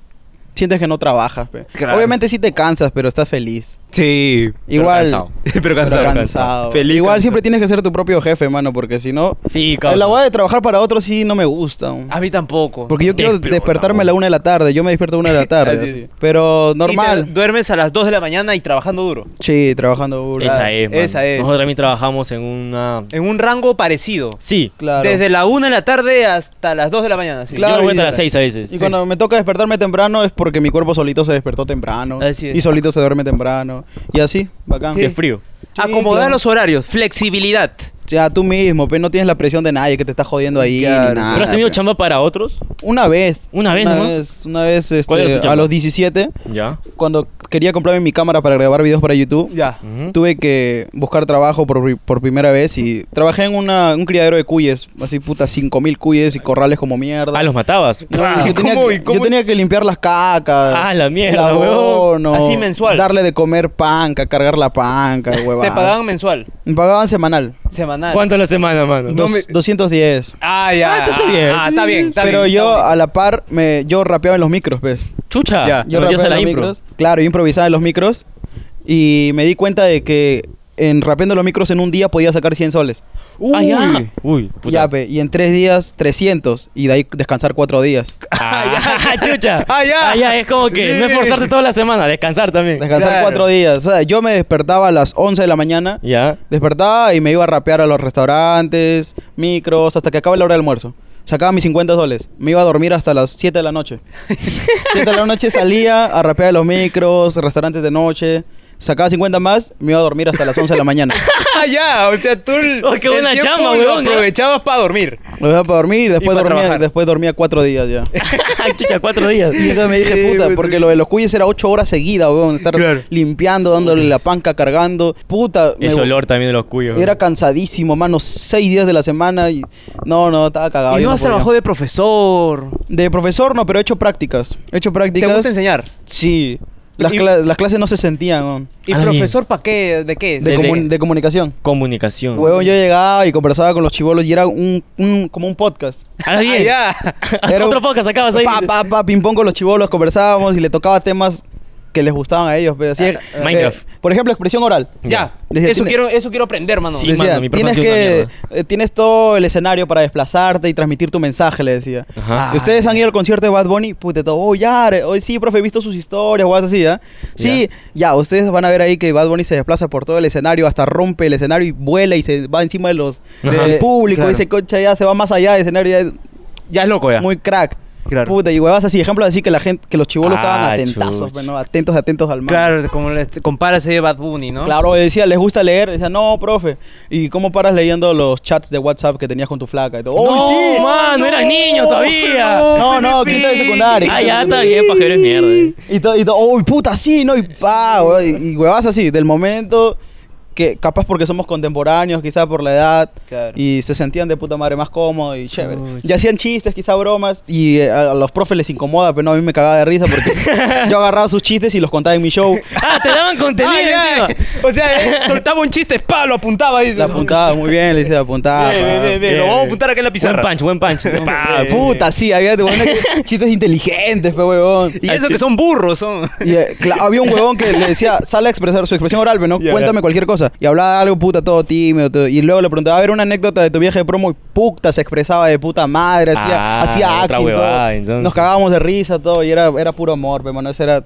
[SPEAKER 3] sientes que no trabajas, pues.
[SPEAKER 1] Claro.
[SPEAKER 3] Obviamente sí te cansas, pero estás feliz.
[SPEAKER 4] Sí.
[SPEAKER 3] Igual.
[SPEAKER 1] cansado.
[SPEAKER 4] [LAUGHS] Pero
[SPEAKER 3] pero
[SPEAKER 4] cansado.
[SPEAKER 3] cansado.
[SPEAKER 4] Feliz.
[SPEAKER 3] Igual
[SPEAKER 4] cansado.
[SPEAKER 3] siempre tienes que ser tu propio jefe, mano, porque si no.
[SPEAKER 2] Sí, causa.
[SPEAKER 3] La hueá de trabajar para otros sí no me gusta. aún.
[SPEAKER 4] Ah,
[SPEAKER 1] A mí tampoco.
[SPEAKER 3] Porque yo quiero
[SPEAKER 2] Explota,
[SPEAKER 3] despertarme a la una de la tarde. Yo me despierto a la una
[SPEAKER 4] [LAUGHS]
[SPEAKER 3] de la
[SPEAKER 4] Ah,
[SPEAKER 3] tarde.
[SPEAKER 1] Así
[SPEAKER 3] así.
[SPEAKER 1] es.
[SPEAKER 3] Pero
[SPEAKER 1] Y te
[SPEAKER 3] normal.
[SPEAKER 1] duermes a las 2 de la mañana y trabajando duro.
[SPEAKER 3] Sí, trabajando duro.
[SPEAKER 2] Esa es, mano.
[SPEAKER 1] Esa es.
[SPEAKER 2] Nosotros también trabajamos en una.
[SPEAKER 1] En un rango parecido.
[SPEAKER 2] Sí.
[SPEAKER 3] Claro.
[SPEAKER 1] Desde la 1 de la tarde hasta las 2 de la mañana. Sí.
[SPEAKER 3] Claro.
[SPEAKER 2] yo me voy a
[SPEAKER 3] y-
[SPEAKER 2] las 6 a veces.
[SPEAKER 3] Y cuando me toca despertarme temprano es porque mi cuerpo solito se despertó temprano.
[SPEAKER 1] Así es.
[SPEAKER 3] Y solito se duerme temprano. Y así, bacán.
[SPEAKER 2] De frío.
[SPEAKER 3] Sí,
[SPEAKER 1] Acomodar
[SPEAKER 3] claro.
[SPEAKER 1] los horarios, flexibilidad.
[SPEAKER 3] O sea, tú mismo, pero no tienes la presión de nadie que te está jodiendo ahí. ni
[SPEAKER 1] Claro.
[SPEAKER 3] nada,
[SPEAKER 2] ¿Pero has tenido
[SPEAKER 3] pe.
[SPEAKER 2] chamba para otros?
[SPEAKER 3] Una vez.
[SPEAKER 2] Una vez,
[SPEAKER 3] Una
[SPEAKER 2] ¿no?
[SPEAKER 3] vez, una vez, este,
[SPEAKER 2] ¿Cuál era tu chamba?
[SPEAKER 3] a los 17,
[SPEAKER 2] Ya.
[SPEAKER 3] cuando quería comprarme mi cámara para grabar videos para YouTube,
[SPEAKER 1] Ya.
[SPEAKER 2] Ujú.
[SPEAKER 3] tuve que buscar trabajo por, pri- por primera vez y trabajé en una, un criadero de cuyes. Así, puta, 5000 cuyes y corrales como mierda.
[SPEAKER 2] Ah, los matabas.
[SPEAKER 3] No, yo, tenía
[SPEAKER 1] ¿Cómo
[SPEAKER 3] que,
[SPEAKER 1] y cómo
[SPEAKER 3] yo tenía que limpiar las cacas.
[SPEAKER 2] Ah, la mierda,
[SPEAKER 3] el abono,
[SPEAKER 1] huevón. Así mensual.
[SPEAKER 3] Darle de comer panca, cargar la panca, huevada.
[SPEAKER 1] [LAUGHS] Te pagaban mensual,
[SPEAKER 3] Me pagaban semanal.
[SPEAKER 1] semanal.
[SPEAKER 2] ¿Cuánto a la semana, mano?
[SPEAKER 3] Dos- 210.
[SPEAKER 1] Ah, ya.
[SPEAKER 2] Ah, está bien.
[SPEAKER 1] Ah, está bien. está
[SPEAKER 3] Pero
[SPEAKER 1] bien, Ah,
[SPEAKER 3] yo
[SPEAKER 1] está
[SPEAKER 3] a la par, me, yo rapeaba en los micros, pues.
[SPEAKER 2] Chucha.
[SPEAKER 1] Ya,
[SPEAKER 3] Yo
[SPEAKER 2] Nos metías
[SPEAKER 3] rapeaba
[SPEAKER 2] a
[SPEAKER 3] en
[SPEAKER 2] la
[SPEAKER 3] los
[SPEAKER 2] impro.
[SPEAKER 3] micros. Claro, yo improvisaba en los micros. Y me di cuenta de que en rapeando los micros en un día podía sacar 100 soles.
[SPEAKER 2] Ah,
[SPEAKER 1] bien.
[SPEAKER 2] ya. Uy, puta.
[SPEAKER 3] Ya, pe, y en tres días 300. Y de ahí descansar cuatro días. [LAUGHS]
[SPEAKER 2] Ah, [LAUGHS] chucha.
[SPEAKER 1] Ah, ya.
[SPEAKER 2] Ah, ya, es como que no esforzarte toda la semana, descansar también.
[SPEAKER 3] Descansar
[SPEAKER 1] Claro.
[SPEAKER 3] cuatro días. O sea, yo me despertaba a las 11 de la mañana. [LAUGHS]
[SPEAKER 2] Ya. [LAUGHS]
[SPEAKER 3] Despertaba y me iba a rapear a los restaurantes, micros, hasta que acabe la hora del almuerzo. Sacaba mis 50 soles. Me iba a dormir hasta las 7 de
[SPEAKER 1] [LAUGHS]
[SPEAKER 3] la noche. 7 de la noche salía a rapear a los micros, restaurantes de noche. Sacaba 50 más, me iba a dormir hasta las 11 de la mañana.
[SPEAKER 1] [LAUGHS] Ah, ya. O sea, tú. el-
[SPEAKER 2] Oh, qué
[SPEAKER 1] el
[SPEAKER 2] buena
[SPEAKER 1] tiempo
[SPEAKER 2] chamba,
[SPEAKER 1] lo
[SPEAKER 2] huevón, ¿eh?
[SPEAKER 1] Aprovechabas para dormir.
[SPEAKER 3] Me iba para dormir y después,
[SPEAKER 1] para
[SPEAKER 3] dormía,
[SPEAKER 1] trabajar.
[SPEAKER 3] después dormía 4 días
[SPEAKER 1] [LAUGHS]
[SPEAKER 3] ya.
[SPEAKER 2] chucha, cuatro días.
[SPEAKER 3] Y entonces me dije, puta,
[SPEAKER 1] pues,
[SPEAKER 3] porque lo de los cuyes era 8 horas seguidas, weón. Estar
[SPEAKER 4] Claro.
[SPEAKER 3] limpiando, dándole la panca, cargando. Puta. me-
[SPEAKER 2] Ese olor también de los cuyos.
[SPEAKER 3] Era cansadísimo, mano. 6 días de la semana y... No, no, estaba cagado.
[SPEAKER 1] y
[SPEAKER 3] yo
[SPEAKER 1] no has
[SPEAKER 3] podía.
[SPEAKER 1] trabajado de profesor.
[SPEAKER 3] De profesor no, pero he hecho prácticas. He hecho
[SPEAKER 1] ¿Te
[SPEAKER 3] prácticas.
[SPEAKER 1] gusta enseñar?
[SPEAKER 3] Sí. Las,
[SPEAKER 1] Y-
[SPEAKER 3] cla- las clases no se sentían, weón.
[SPEAKER 1] ¿Y
[SPEAKER 2] Ah,
[SPEAKER 1] profesor para qué? ¿De qué? Ah,
[SPEAKER 3] De,
[SPEAKER 2] De-
[SPEAKER 3] comun-
[SPEAKER 2] de-
[SPEAKER 3] de comunicación.
[SPEAKER 2] Comunicación.
[SPEAKER 3] Huevón, yo llegaba y conversaba con los chivolos y era un, un- como un podcast.
[SPEAKER 2] Ah, bien.
[SPEAKER 1] Ah, ya.
[SPEAKER 2] [LAUGHS]
[SPEAKER 3] Era
[SPEAKER 2] Otro
[SPEAKER 3] un-
[SPEAKER 2] podcast sacabas ahí.
[SPEAKER 3] Pa, pa, pa, ping pong con los chivolos, conversábamos y le tocaba temas que les gustaban a ellos. Pero así, eh,
[SPEAKER 2] Ah, Minecraft.
[SPEAKER 3] por ejemplo, expresión oral.
[SPEAKER 1] Ya.
[SPEAKER 3] Decía,
[SPEAKER 1] eso,
[SPEAKER 3] tiene-
[SPEAKER 1] quiero, eso quiero aprender, mano.
[SPEAKER 2] Sí.
[SPEAKER 3] Decía,
[SPEAKER 2] mano, mi profe
[SPEAKER 3] tienes
[SPEAKER 2] ha sido una
[SPEAKER 3] que
[SPEAKER 2] mierda.
[SPEAKER 3] eh, tienes todo el escenario para desplazarte y transmitir tu mensaje, le decía.
[SPEAKER 2] Ajá.
[SPEAKER 3] ¿Y ¿Ustedes han ido al concierto de Bad Bunny? Puta, todo, oh, ya, re- hoy sí, profe, he visto sus historias, guas así, ¿ah? Sí, ya, ustedes van a ver ahí que Bad Bunny se desplaza por todo el escenario, hasta rompe el escenario y vuela y se va encima de los,
[SPEAKER 2] Ajá.
[SPEAKER 3] del público,
[SPEAKER 1] Claro.
[SPEAKER 3] y se concha ya, se va más allá del escenario, ya es
[SPEAKER 1] Ya es loco, ya.
[SPEAKER 3] muy crack.
[SPEAKER 1] Claro.
[SPEAKER 3] Puta, y huevas así, ejemplos así que la gente, que los chivolos estaban
[SPEAKER 2] Ah,
[SPEAKER 3] atentazos,
[SPEAKER 2] chuch.
[SPEAKER 3] pues, ¿no? Atentos, atentos al mar.
[SPEAKER 1] Claro, como le comparas ahí de Bad Bunny, ¿no?
[SPEAKER 3] Claro, decía, les gusta leer. Decía, no, profe. ¿Y cómo paras leyendo los chats de WhatsApp que tenías con tu flaca? Y todo, "Uy,
[SPEAKER 2] No,
[SPEAKER 3] sí!
[SPEAKER 2] mano, era niño todavía. [LAUGHS]
[SPEAKER 3] No, no, quinto de secundaria.
[SPEAKER 2] Ah, ya está bien, pajero es mierda. eh.
[SPEAKER 3] Y todo, y todo, uy, puta, sí, no, y pa, güey, y, y huevas así, del momento que capaz porque somos contemporáneos, quizá por la edad,
[SPEAKER 1] Claro.
[SPEAKER 3] y se sentían de puta madre más cómodos y chévere.
[SPEAKER 2] Uy.
[SPEAKER 3] Y hacían chistes, quizá bromas, y eh, a, a los profes les incomoda, pero no, a mí me cagaba de risa porque
[SPEAKER 1] [LAUGHS]
[SPEAKER 3] yo agarraba sus chistes y los contaba en mi show.
[SPEAKER 2] Ah, te daban contenido
[SPEAKER 1] Ah, ya.
[SPEAKER 2] encima.
[SPEAKER 1] O sea, eh, soltaba un chiste, pa, lo apuntaba ahí.
[SPEAKER 3] La apuntaba muy bien, le
[SPEAKER 1] [LAUGHS]
[SPEAKER 3] decía, apuntaba.
[SPEAKER 1] Bien, bien,
[SPEAKER 3] pa".
[SPEAKER 1] bien, bien. Lo
[SPEAKER 2] Bien,
[SPEAKER 1] vamos a
[SPEAKER 2] bien.
[SPEAKER 1] apuntar acá en la
[SPEAKER 2] Buen
[SPEAKER 1] pizarra.
[SPEAKER 2] punch, buen punch. [LAUGHS] Pa,
[SPEAKER 3] Ah, puta, sí,
[SPEAKER 1] [LAUGHS]
[SPEAKER 3] había bueno, que- chistes inteligentes, pe huevón.
[SPEAKER 1] Y
[SPEAKER 2] Ah,
[SPEAKER 1] eso
[SPEAKER 2] sí.
[SPEAKER 1] que son burros, son.
[SPEAKER 3] Y, eh, cla- había un huevón que le decía, sale a expresar su expresión oral, pero no,
[SPEAKER 1] Ya,
[SPEAKER 3] cuéntame cualquier cosa. Y hablaba algo, puta, todo tímido. todo- y luego le preguntaba, a ver, una anécdota de tu viaje de promo. Y puta, se expresaba de puta madre, hacía,
[SPEAKER 2] Ah,
[SPEAKER 3] hacía
[SPEAKER 2] otra
[SPEAKER 3] acting,
[SPEAKER 2] huevada,
[SPEAKER 3] todo.
[SPEAKER 2] entonces.
[SPEAKER 3] Nos cagábamos de risa, todo. Y era, era puro amor, pe, mano. Ese era...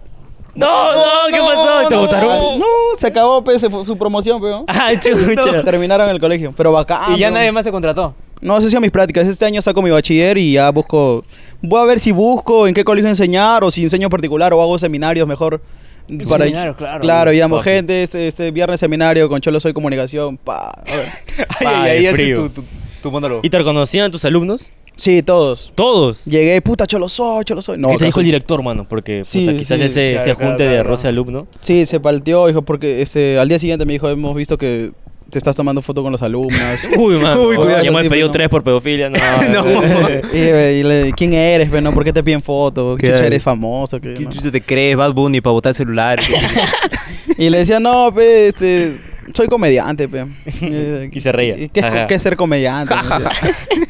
[SPEAKER 2] No, no, ¿qué
[SPEAKER 1] no,
[SPEAKER 2] pasó? ¿Te votaron?
[SPEAKER 3] No, se acabó pues, se fue su promoción, pero.
[SPEAKER 2] [LAUGHS] Ah, chucha.
[SPEAKER 3] Terminaron el colegio, pero bacán.
[SPEAKER 1] [LAUGHS] Y ya
[SPEAKER 3] weón.
[SPEAKER 1] nadie más te contrató.
[SPEAKER 3] No, eso ha sido mis prácticas. Este año saco mi bachiller y ya busco. Voy a ver si busco en qué colegio enseñar o si enseño particular o hago seminarios mejor.
[SPEAKER 1] Seminarios, claro.
[SPEAKER 3] Claro, llamo
[SPEAKER 1] Papi.
[SPEAKER 3] gente. Este, este viernes seminario con Cholo Soy Comunicación. Pa. a ver.
[SPEAKER 1] Ay,
[SPEAKER 4] Pa,
[SPEAKER 1] ay,
[SPEAKER 4] de
[SPEAKER 1] ay, ese es
[SPEAKER 4] frío.
[SPEAKER 1] tu, tu, tu monólogo.
[SPEAKER 2] ¿Y te reconocían tus alumnos?
[SPEAKER 3] Sí, todos.
[SPEAKER 2] Todos.
[SPEAKER 3] Llegué, puta, Cholo Soy, Cholo Soy. No,
[SPEAKER 2] ¿Qué te dijo
[SPEAKER 3] casi-
[SPEAKER 2] el director, mano? Porque
[SPEAKER 3] Sí,
[SPEAKER 2] puta, quizás
[SPEAKER 3] sí,
[SPEAKER 2] ese,
[SPEAKER 1] claro,
[SPEAKER 2] ese
[SPEAKER 1] claro,
[SPEAKER 2] junte de
[SPEAKER 1] claro.
[SPEAKER 2] arroz y alumno.
[SPEAKER 3] Sí, se palteó, hijo, porque este, al día siguiente me dijo, hemos visto que te estás tomando foto con los alumnos.
[SPEAKER 2] [LAUGHS] Uy, mano.
[SPEAKER 3] Uy, cuidado,
[SPEAKER 2] Ya me
[SPEAKER 3] sí,
[SPEAKER 2] han pedido
[SPEAKER 3] bueno.
[SPEAKER 2] tres por pedofilia. No,
[SPEAKER 3] [LAUGHS] y, y le- ¿Quién eres, pero no? ¿Por qué te piden fotos? ¿Qué
[SPEAKER 4] Claro.
[SPEAKER 3] chucha eres famoso? ¿Qué,
[SPEAKER 4] ¿Qué
[SPEAKER 3] no?
[SPEAKER 4] chucha te crees, Bad Bunny, para botar
[SPEAKER 1] [LAUGHS]
[SPEAKER 4] celular?
[SPEAKER 3] [LAUGHS] Y le decía, no, pe, este, soy comediante, pe. Eh,
[SPEAKER 2] [LAUGHS] Y se reía.
[SPEAKER 3] ¿Qué, qué es,
[SPEAKER 2] Ajá.
[SPEAKER 3] qué es
[SPEAKER 2] [LAUGHS]
[SPEAKER 3] ser comediante?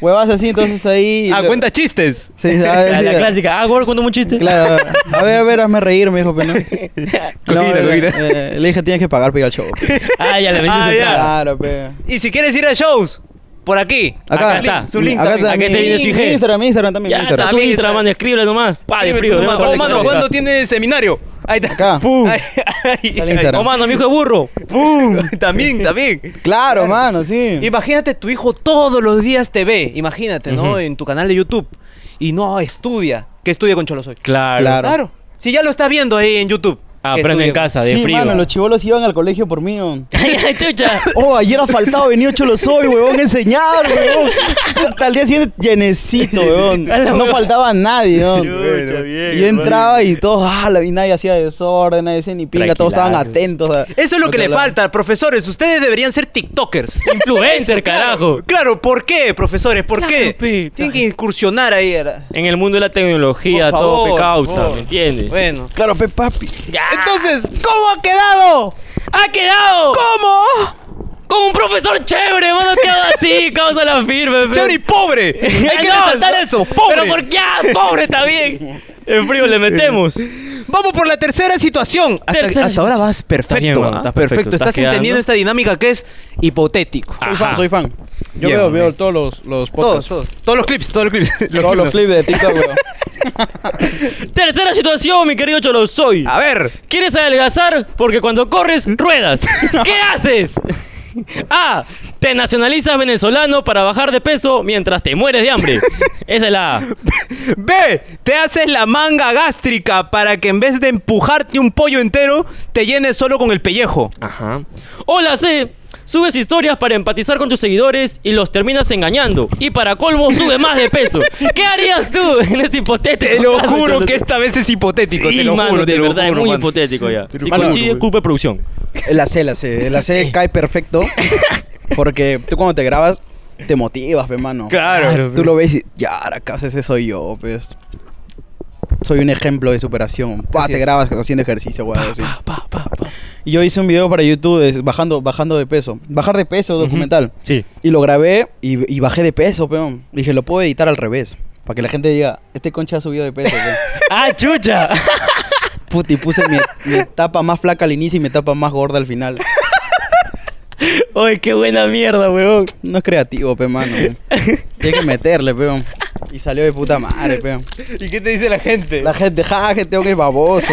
[SPEAKER 3] Huevas así, entonces ahí.
[SPEAKER 4] ah,
[SPEAKER 3] le-
[SPEAKER 4] cuenta chistes.
[SPEAKER 3] Sí, a ver,
[SPEAKER 2] [LAUGHS] La,
[SPEAKER 3] sí,
[SPEAKER 2] la clásica. Ah, gordo, cuéntame un chiste.
[SPEAKER 3] Claro, a ver, a ver, hazme reír, me dijo,
[SPEAKER 2] [LAUGHS]
[SPEAKER 3] pero no.
[SPEAKER 4] Coquita,
[SPEAKER 3] eh,
[SPEAKER 4] coquita.
[SPEAKER 3] eh, le dije, tienes que pagar para ir al show. pe.
[SPEAKER 2] Ah, [LAUGHS] ya, le vendí
[SPEAKER 4] Ah,
[SPEAKER 2] su
[SPEAKER 4] ya.
[SPEAKER 2] entrada.
[SPEAKER 3] Claro, pe.
[SPEAKER 4] Y si quieres ir a shows, por aquí.
[SPEAKER 3] Acá,
[SPEAKER 2] Acá está.
[SPEAKER 4] Su link
[SPEAKER 3] acá
[SPEAKER 4] también.
[SPEAKER 3] está.
[SPEAKER 2] Acá está
[SPEAKER 3] mi-
[SPEAKER 2] viene su IG.
[SPEAKER 3] mi Instagram, mi Instagram también. mi
[SPEAKER 2] Ya,
[SPEAKER 3] Instagram.
[SPEAKER 2] está,
[SPEAKER 4] Subí,
[SPEAKER 2] su Instagram,
[SPEAKER 4] está.
[SPEAKER 2] mano, escríbele nomás. Pa, de frío.
[SPEAKER 4] Oh,
[SPEAKER 2] de
[SPEAKER 4] mano,
[SPEAKER 2] mano.
[SPEAKER 4] mano, ¿cuándo tiene seminario? Ahí está.
[SPEAKER 3] Acá.
[SPEAKER 4] Pum. Ay, ay,
[SPEAKER 3] Está el
[SPEAKER 4] ay.
[SPEAKER 3] Instagram.
[SPEAKER 2] Oh, mano, mi hijo es burro.
[SPEAKER 4] Pum. también, también.
[SPEAKER 3] Claro, mano, sí.
[SPEAKER 1] Imagínate, tu hijo todos los días te ve, imagínate, ¿no?
[SPEAKER 2] Ujú.
[SPEAKER 1] En tu canal de YouTube. Y no estudia, que estudia con Cholo Soy.
[SPEAKER 2] Claro.
[SPEAKER 3] Claro.
[SPEAKER 1] Claro. Si ya lo está viendo ahí en YouTube. que
[SPEAKER 2] Aprende en
[SPEAKER 1] estudie.
[SPEAKER 2] casa, de
[SPEAKER 3] sí,
[SPEAKER 2] frío.
[SPEAKER 3] mano, los chivolos iban al colegio por mí. [LAUGHS] weón.
[SPEAKER 2] Ya, chucha.
[SPEAKER 3] Oh, ayer ha faltado venir Cholo Soy, huevón, a enseñar, huevón. Puta, Al día siguiente llenecito, huevón. [LAUGHS]
[SPEAKER 2] A la
[SPEAKER 3] No
[SPEAKER 2] hueva.
[SPEAKER 3] faltaba nadie, huevón.
[SPEAKER 2] Chucha, bien,
[SPEAKER 3] Yo entraba y todos, ah, la- y nadie hacía desorden, nadie hacía ni pinga, todos estaban atentos. a-
[SPEAKER 4] Eso es lo que le
[SPEAKER 3] hablaba.
[SPEAKER 4] falta, profesores. Ustedes deberían ser TikTokers.
[SPEAKER 2] [LAUGHS] Influencer, carajo.
[SPEAKER 4] Claro, ¿por qué, profesores? ¿Por
[SPEAKER 2] Claro,
[SPEAKER 4] qué?
[SPEAKER 2] pe.
[SPEAKER 4] Tienen que incursionar ahí. a la-
[SPEAKER 2] En el mundo de la tecnología,
[SPEAKER 4] Por
[SPEAKER 2] todo
[SPEAKER 4] favor,
[SPEAKER 2] me
[SPEAKER 4] por
[SPEAKER 2] causa,
[SPEAKER 4] favor.
[SPEAKER 2] ¿me entiendes?
[SPEAKER 4] Bueno.
[SPEAKER 3] Claro, pe papi.
[SPEAKER 4] Entonces, ¿cómo ha quedado?
[SPEAKER 2] ¡Ha quedado!
[SPEAKER 4] ¿Cómo?
[SPEAKER 3] Ah,
[SPEAKER 2] Como un profesor chévere, mano, quedado
[SPEAKER 4] [LAUGHS]
[SPEAKER 2] así, causa la firme, pe.
[SPEAKER 4] Chévere y
[SPEAKER 2] [LAUGHS]
[SPEAKER 4] pobre. Hay que
[SPEAKER 2] No,
[SPEAKER 4] resaltar
[SPEAKER 2] no.
[SPEAKER 4] eso. Pobre.
[SPEAKER 2] Pero por qué, Ah, pobre está bien. El frío
[SPEAKER 4] [LAUGHS]
[SPEAKER 2] le metemos.
[SPEAKER 4] Vamos por la tercera situación. Hasta,
[SPEAKER 2] Tercera
[SPEAKER 4] hasta ahora vas perfecto.
[SPEAKER 2] Está bien,
[SPEAKER 4] ¿ah?
[SPEAKER 2] mano, estás
[SPEAKER 4] perfecto.
[SPEAKER 2] perfecto,
[SPEAKER 4] Estás,
[SPEAKER 2] estás quedando. Ah,
[SPEAKER 4] entendiendo esta dinámica que es hipotético.
[SPEAKER 3] Soy fan, soy fan. Yo
[SPEAKER 4] Bien,
[SPEAKER 3] veo,
[SPEAKER 4] hombre.
[SPEAKER 3] veo todos los, los
[SPEAKER 4] Todos,
[SPEAKER 3] podcasts.
[SPEAKER 4] todos. Todos los clips, todos [LAUGHS] los clips.
[SPEAKER 3] Todos los clips de TikTok, huevón.
[SPEAKER 2] Tercera situación, mi querido Cholo Soy.
[SPEAKER 4] A ver.
[SPEAKER 2] ¿Quieres adelgazar? Porque cuando
[SPEAKER 4] [LAUGHS]
[SPEAKER 2] corres, ruedas. ¿Qué haces? A. Te nacionalizas venezolano para bajar de peso mientras te mueres de
[SPEAKER 4] [LAUGHS]
[SPEAKER 2] hambre. Esa es la A.
[SPEAKER 4] B. Te haces la manga gástrica para que en vez de empujarte un pollo entero, te llenes solo con el pellejo.
[SPEAKER 2] Ajá. O la C. Subes historias para empatizar con tus seguidores y los terminas engañando. Y para colmo, subes más de peso. ¿Qué harías tú en este hipotético? [LAUGHS]
[SPEAKER 4] Te lo
[SPEAKER 2] caso,
[SPEAKER 4] juro
[SPEAKER 2] Cholo
[SPEAKER 4] que
[SPEAKER 2] Soy?
[SPEAKER 4] esta vez es hipotético.
[SPEAKER 2] Sí,
[SPEAKER 4] te lo
[SPEAKER 2] mano,
[SPEAKER 4] juro,
[SPEAKER 2] de
[SPEAKER 4] te lo
[SPEAKER 2] verdad, es
[SPEAKER 4] juro,
[SPEAKER 2] muy
[SPEAKER 4] mano.
[SPEAKER 2] hipotético ya. Si
[SPEAKER 3] Mano,
[SPEAKER 2] coincide, culpa de producción.
[SPEAKER 3] [LAUGHS] La C, la C. La C cae [LAUGHS] perfecto. Porque tú cuando te grabas, te motivas, pe, mano.
[SPEAKER 4] Claro.
[SPEAKER 3] Tú lo ves y, ya, acá ese soy yo, pues. Soy un ejemplo de superación. Pa, te grabas haciendo ejercicio, güey. así.
[SPEAKER 2] Pa, pa, pa.
[SPEAKER 3] Y yo hice un video para YouTube de- bajando, bajando de peso. Bajar de peso, documental.
[SPEAKER 2] Sí.
[SPEAKER 3] Y lo grabé y, y bajé de peso, peón. Dije, lo puedo editar al revés. Para que la gente diga, este concha ha subido de
[SPEAKER 2] [LAUGHS]
[SPEAKER 3] peso, peón.
[SPEAKER 2] ¡Ah, chucha!
[SPEAKER 3] Puta, y puse mi, mi etapa más flaca al inicio y mi etapa más gorda al final.
[SPEAKER 2] ¡Ay, qué buena mierda, weón!
[SPEAKER 3] No es creativo, pe, mano. Tiene que meterle, peón. Y salió de puta madre, peón.
[SPEAKER 1] ¿Y qué te dice la gente?
[SPEAKER 3] La gente, ja, que tengo que es baboso.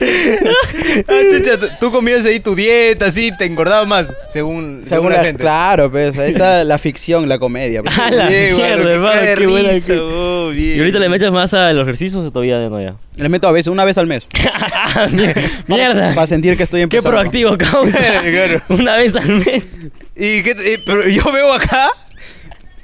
[SPEAKER 1] Ah, chucha, t- tú comías ahí tu dieta, así, te engordabas más, según, según,
[SPEAKER 3] Según
[SPEAKER 1] la
[SPEAKER 3] la-
[SPEAKER 1] gente.
[SPEAKER 3] Claro, pues
[SPEAKER 2] [LAUGHS]
[SPEAKER 3] ahí está la ficción, la comedia. pues.
[SPEAKER 2] ¡A la
[SPEAKER 1] Bien,
[SPEAKER 2] mierda,
[SPEAKER 1] mano, qué
[SPEAKER 2] hermano!
[SPEAKER 1] cae
[SPEAKER 2] ¡Qué
[SPEAKER 1] de
[SPEAKER 2] buena
[SPEAKER 1] risa,
[SPEAKER 2] que-
[SPEAKER 1] oh, bien.
[SPEAKER 2] ¿Y ahorita le metes más a los ejercicios o todavía no ya?
[SPEAKER 3] Le meto a veces, una vez al mes.
[SPEAKER 2] Ah, mier- ¡Mierda!
[SPEAKER 3] Para sentir que estoy
[SPEAKER 2] ¡Qué
[SPEAKER 3] empezando.
[SPEAKER 2] proactivo, causa!
[SPEAKER 1] Claro.
[SPEAKER 2] Una vez al mes.
[SPEAKER 1] ¿Y qué te- eh, pero yo veo acá,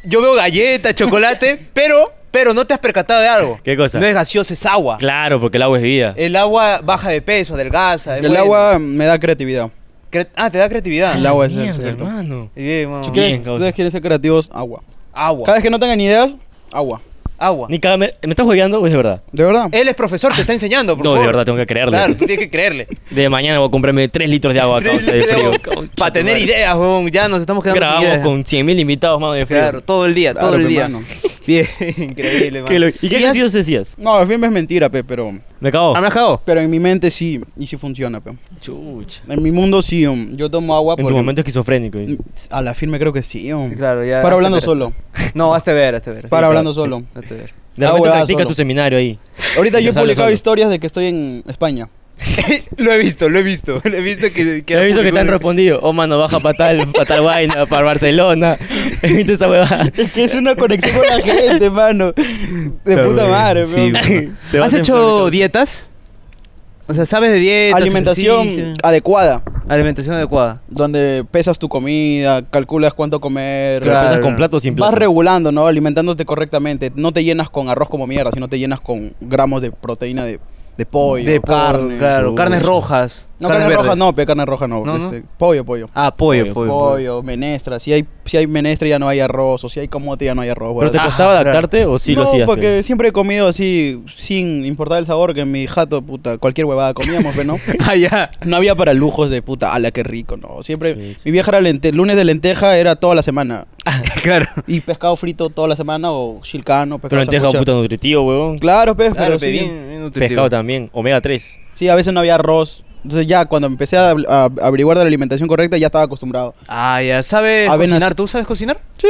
[SPEAKER 1] yo veo galleta, chocolate, [LAUGHS] pero, pero no te has percatado de algo.
[SPEAKER 2] ¿Qué cosa?
[SPEAKER 1] No es gaseoso, es agua.
[SPEAKER 2] Claro, porque el agua es vida.
[SPEAKER 1] El agua baja de peso, adelgaza. es
[SPEAKER 3] El
[SPEAKER 1] bueno.
[SPEAKER 3] agua me da creatividad.
[SPEAKER 1] Cre- Ah, te da creatividad.
[SPEAKER 3] El agua es el
[SPEAKER 2] ¡Mierda,
[SPEAKER 3] secreto.
[SPEAKER 2] hermano!
[SPEAKER 1] Bien, mano.
[SPEAKER 2] Bien,
[SPEAKER 3] ¿Ustedes,
[SPEAKER 2] causa.
[SPEAKER 3] ustedes quieren ser creativos? Agua.
[SPEAKER 1] Agua.
[SPEAKER 3] Cada vez que no tengan ideas, agua.
[SPEAKER 1] Agua.
[SPEAKER 2] Ni cada me, ¿Me estás jugando o es de verdad?
[SPEAKER 3] ¿De verdad?
[SPEAKER 2] Eh.
[SPEAKER 1] Él es profesor, te está
[SPEAKER 3] Ah,
[SPEAKER 1] enseñando, por
[SPEAKER 2] No, de
[SPEAKER 1] favor.
[SPEAKER 2] verdad, tengo que creerle.
[SPEAKER 1] Claro, tú tienes que
[SPEAKER 2] [LAUGHS]
[SPEAKER 1] creerle.
[SPEAKER 2] De mañana voy a comprarme 3 litros de agua a causa de frío.
[SPEAKER 1] Para tener ideas, huevón. Ya nos estamos quedando sin
[SPEAKER 2] Grabamos
[SPEAKER 1] ideas.
[SPEAKER 2] con 100.000 invitados más de frío.
[SPEAKER 1] Claro, todo el día,
[SPEAKER 3] Claro,
[SPEAKER 1] todo el
[SPEAKER 3] pe,
[SPEAKER 1] día.
[SPEAKER 3] mano.
[SPEAKER 1] [LAUGHS] Bien, increíble,
[SPEAKER 2] Qué
[SPEAKER 1] mano.
[SPEAKER 2] lo- ¿Y qué
[SPEAKER 1] has-
[SPEAKER 2] ejercicios decías?
[SPEAKER 3] No, al fin es mentira, pe, pero,
[SPEAKER 2] Me cago.
[SPEAKER 1] ¿Ah, me has cagado?
[SPEAKER 3] pero en mi mente sí, y sí funciona, pe.
[SPEAKER 2] Chucha.
[SPEAKER 3] En mi mundo sí, um, yo tomo agua
[SPEAKER 2] En tu
[SPEAKER 3] porque- Ah,
[SPEAKER 2] momento esquizofrénico. ¿eh?
[SPEAKER 3] A la firme creo que sí, um.
[SPEAKER 1] Claro, ya.
[SPEAKER 3] Para
[SPEAKER 1] hazte
[SPEAKER 3] hablando
[SPEAKER 1] ver.
[SPEAKER 3] solo.
[SPEAKER 1] No, hazte ver, hazte ver.
[SPEAKER 3] Para hablando solo.
[SPEAKER 1] Hazte ver. [LAUGHS]
[SPEAKER 2] De
[SPEAKER 3] Ah,
[SPEAKER 2] repente
[SPEAKER 3] huevada,
[SPEAKER 2] practica
[SPEAKER 3] solo.
[SPEAKER 2] tu seminario ahí. [LAUGHS]
[SPEAKER 3] Ahorita
[SPEAKER 2] Ya
[SPEAKER 3] yo he
[SPEAKER 2] sale
[SPEAKER 3] publicado
[SPEAKER 2] solo.
[SPEAKER 3] historias de que estoy en España.
[SPEAKER 1] lo he visto, lo he visto. [LAUGHS] Lo he visto que...
[SPEAKER 2] He visto que te han respondido, oh mano, baja para tal, para tal vaina, para Barcelona. [LAUGHS] He visto esa huevada.
[SPEAKER 3] Es que es una conexión con la gente, mano. De puta madre,
[SPEAKER 4] Sí,
[SPEAKER 3] weón.
[SPEAKER 2] Te vas
[SPEAKER 1] ¿Has
[SPEAKER 2] a enfermar, te
[SPEAKER 1] hecho
[SPEAKER 2] vas-
[SPEAKER 1] dietas? O sea, ¿sabes de dietas?
[SPEAKER 3] [LAUGHS] Alimentación
[SPEAKER 1] ejercicio?
[SPEAKER 3] adecuada,
[SPEAKER 1] Alimentación adecuada.
[SPEAKER 3] donde pesas tu comida, calculas cuánto comer.
[SPEAKER 2] Pero empiezas
[SPEAKER 1] Claro.
[SPEAKER 2] con plato o sin
[SPEAKER 3] Vas
[SPEAKER 2] plato.
[SPEAKER 3] regulando, ¿no? Alimentándote correctamente. No te llenas con arroz como mierda, sino te llenas con gramos de proteína de, de pollo,
[SPEAKER 1] de pollo,
[SPEAKER 3] carne.
[SPEAKER 1] Claro,
[SPEAKER 2] su-
[SPEAKER 1] carnes
[SPEAKER 2] su-
[SPEAKER 1] rojas.
[SPEAKER 3] No, carne
[SPEAKER 1] verdes.
[SPEAKER 3] roja no, pe, carne roja no.
[SPEAKER 1] No, no.
[SPEAKER 3] este, Pollo, pollo.
[SPEAKER 1] Ah, pollo,
[SPEAKER 2] Pollo,
[SPEAKER 1] pollo.
[SPEAKER 3] pollo, menestra. Si hay, si hay menestra ya no hay arroz. O si hay camote ya no hay arroz.
[SPEAKER 2] ¿Pero te
[SPEAKER 3] weón.
[SPEAKER 1] Ajá,
[SPEAKER 2] costaba
[SPEAKER 1] claro.
[SPEAKER 2] adaptarte o sí lo
[SPEAKER 3] no,
[SPEAKER 2] hacías?
[SPEAKER 3] porque
[SPEAKER 2] pe?
[SPEAKER 3] siempre he comido así, sin importar el sabor, que en mi jato, puta, cualquier huevada comíamos,
[SPEAKER 2] [LAUGHS]
[SPEAKER 3] pero no.
[SPEAKER 1] [LAUGHS] Ah, ya.
[SPEAKER 3] No había para lujos de puta, ala, qué rico, no. Siempre,
[SPEAKER 2] Sí.
[SPEAKER 3] mi vieja era lente, lunes de lenteja era toda la semana.
[SPEAKER 1] Ah, claro.
[SPEAKER 3] Y pescado frito toda la semana o chilcano, pescado
[SPEAKER 2] Pero lenteja
[SPEAKER 3] sancocho.
[SPEAKER 2] puta nutritivo, huevón.
[SPEAKER 3] Claro, pez,
[SPEAKER 1] Claro,
[SPEAKER 3] pero sí,
[SPEAKER 1] bien, bien nutritivo.
[SPEAKER 2] Pescado también, omega 3.
[SPEAKER 3] sí, a veces no había arroz. Entonces ya cuando empecé a, a averiguar de la alimentación correcta ya estaba acostumbrado.
[SPEAKER 1] Ah, ya. ¿Sabes
[SPEAKER 3] Avenas.
[SPEAKER 1] cocinar? ¿Tú sabes cocinar?
[SPEAKER 3] Sí,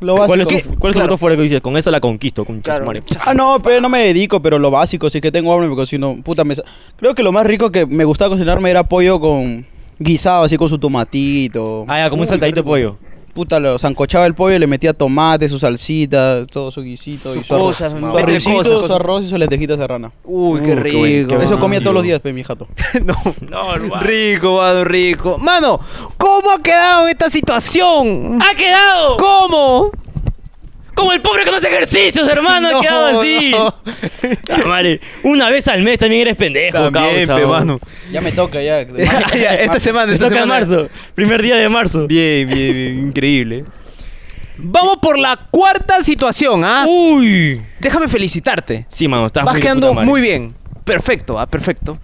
[SPEAKER 3] lo básico.
[SPEAKER 2] ¿Cuál es tu, cuál es tu
[SPEAKER 1] Claro.
[SPEAKER 2] plato fuerte que dices? Con esa la conquisto, con
[SPEAKER 1] Claro.
[SPEAKER 3] Ah, no, pero no me dedico, pero lo básico, sí que tengo hambre, me cocino, puta, me... sa- Creo que lo más rico que me gustaba cocinarme era pollo con guisado, así con su tomatito.
[SPEAKER 2] Ah, ya, como un saltadito de pollo.
[SPEAKER 3] Puta, lo sancochaba el pollo y le metía tomate, su salsita, todo su guisito y
[SPEAKER 1] Sus
[SPEAKER 3] su arroz.
[SPEAKER 1] cosas,
[SPEAKER 3] Su
[SPEAKER 1] mamá.
[SPEAKER 3] arrocito,
[SPEAKER 1] Métele cosas,
[SPEAKER 3] su
[SPEAKER 1] cosas.
[SPEAKER 3] arroz y sus lentejitas de rana.
[SPEAKER 1] Uy, qué
[SPEAKER 2] Uh, qué bueno,
[SPEAKER 1] rico.
[SPEAKER 2] qué
[SPEAKER 3] Eso
[SPEAKER 2] bueno.
[SPEAKER 3] comía
[SPEAKER 2] sí,
[SPEAKER 3] todos los
[SPEAKER 2] bro.
[SPEAKER 3] días, pe, mi jato.
[SPEAKER 1] no, [LAUGHS] rico, mano, rico. Mano, ¿cómo ha quedado esta situación?
[SPEAKER 2] ¡Ha quedado!
[SPEAKER 1] ¿Cómo?
[SPEAKER 2] Como el pobre que no hace ejercicios, hermano, ha quedado así. Ah, madre, una vez al mes también eres pendejo, causa,
[SPEAKER 4] pe,
[SPEAKER 2] huevón.
[SPEAKER 4] mano.
[SPEAKER 2] [LAUGHS]
[SPEAKER 3] Ya me toca,
[SPEAKER 1] [LAUGHS]
[SPEAKER 3] ya.
[SPEAKER 1] Ya, ya, esta semana,
[SPEAKER 2] Te
[SPEAKER 1] esta
[SPEAKER 2] toca
[SPEAKER 1] semana.
[SPEAKER 2] marzo, primer día de marzo.
[SPEAKER 4] Bien, bien, bien, increíble.
[SPEAKER 1] Vamos por la cuarta situación, ¿ah?
[SPEAKER 2] Uy.
[SPEAKER 1] Déjame felicitarte.
[SPEAKER 2] Sí, mano, Uh. estás
[SPEAKER 1] Vas
[SPEAKER 2] muy de
[SPEAKER 1] quedando
[SPEAKER 2] puta madre.
[SPEAKER 1] muy bien. Perfecto, ah, perfecto.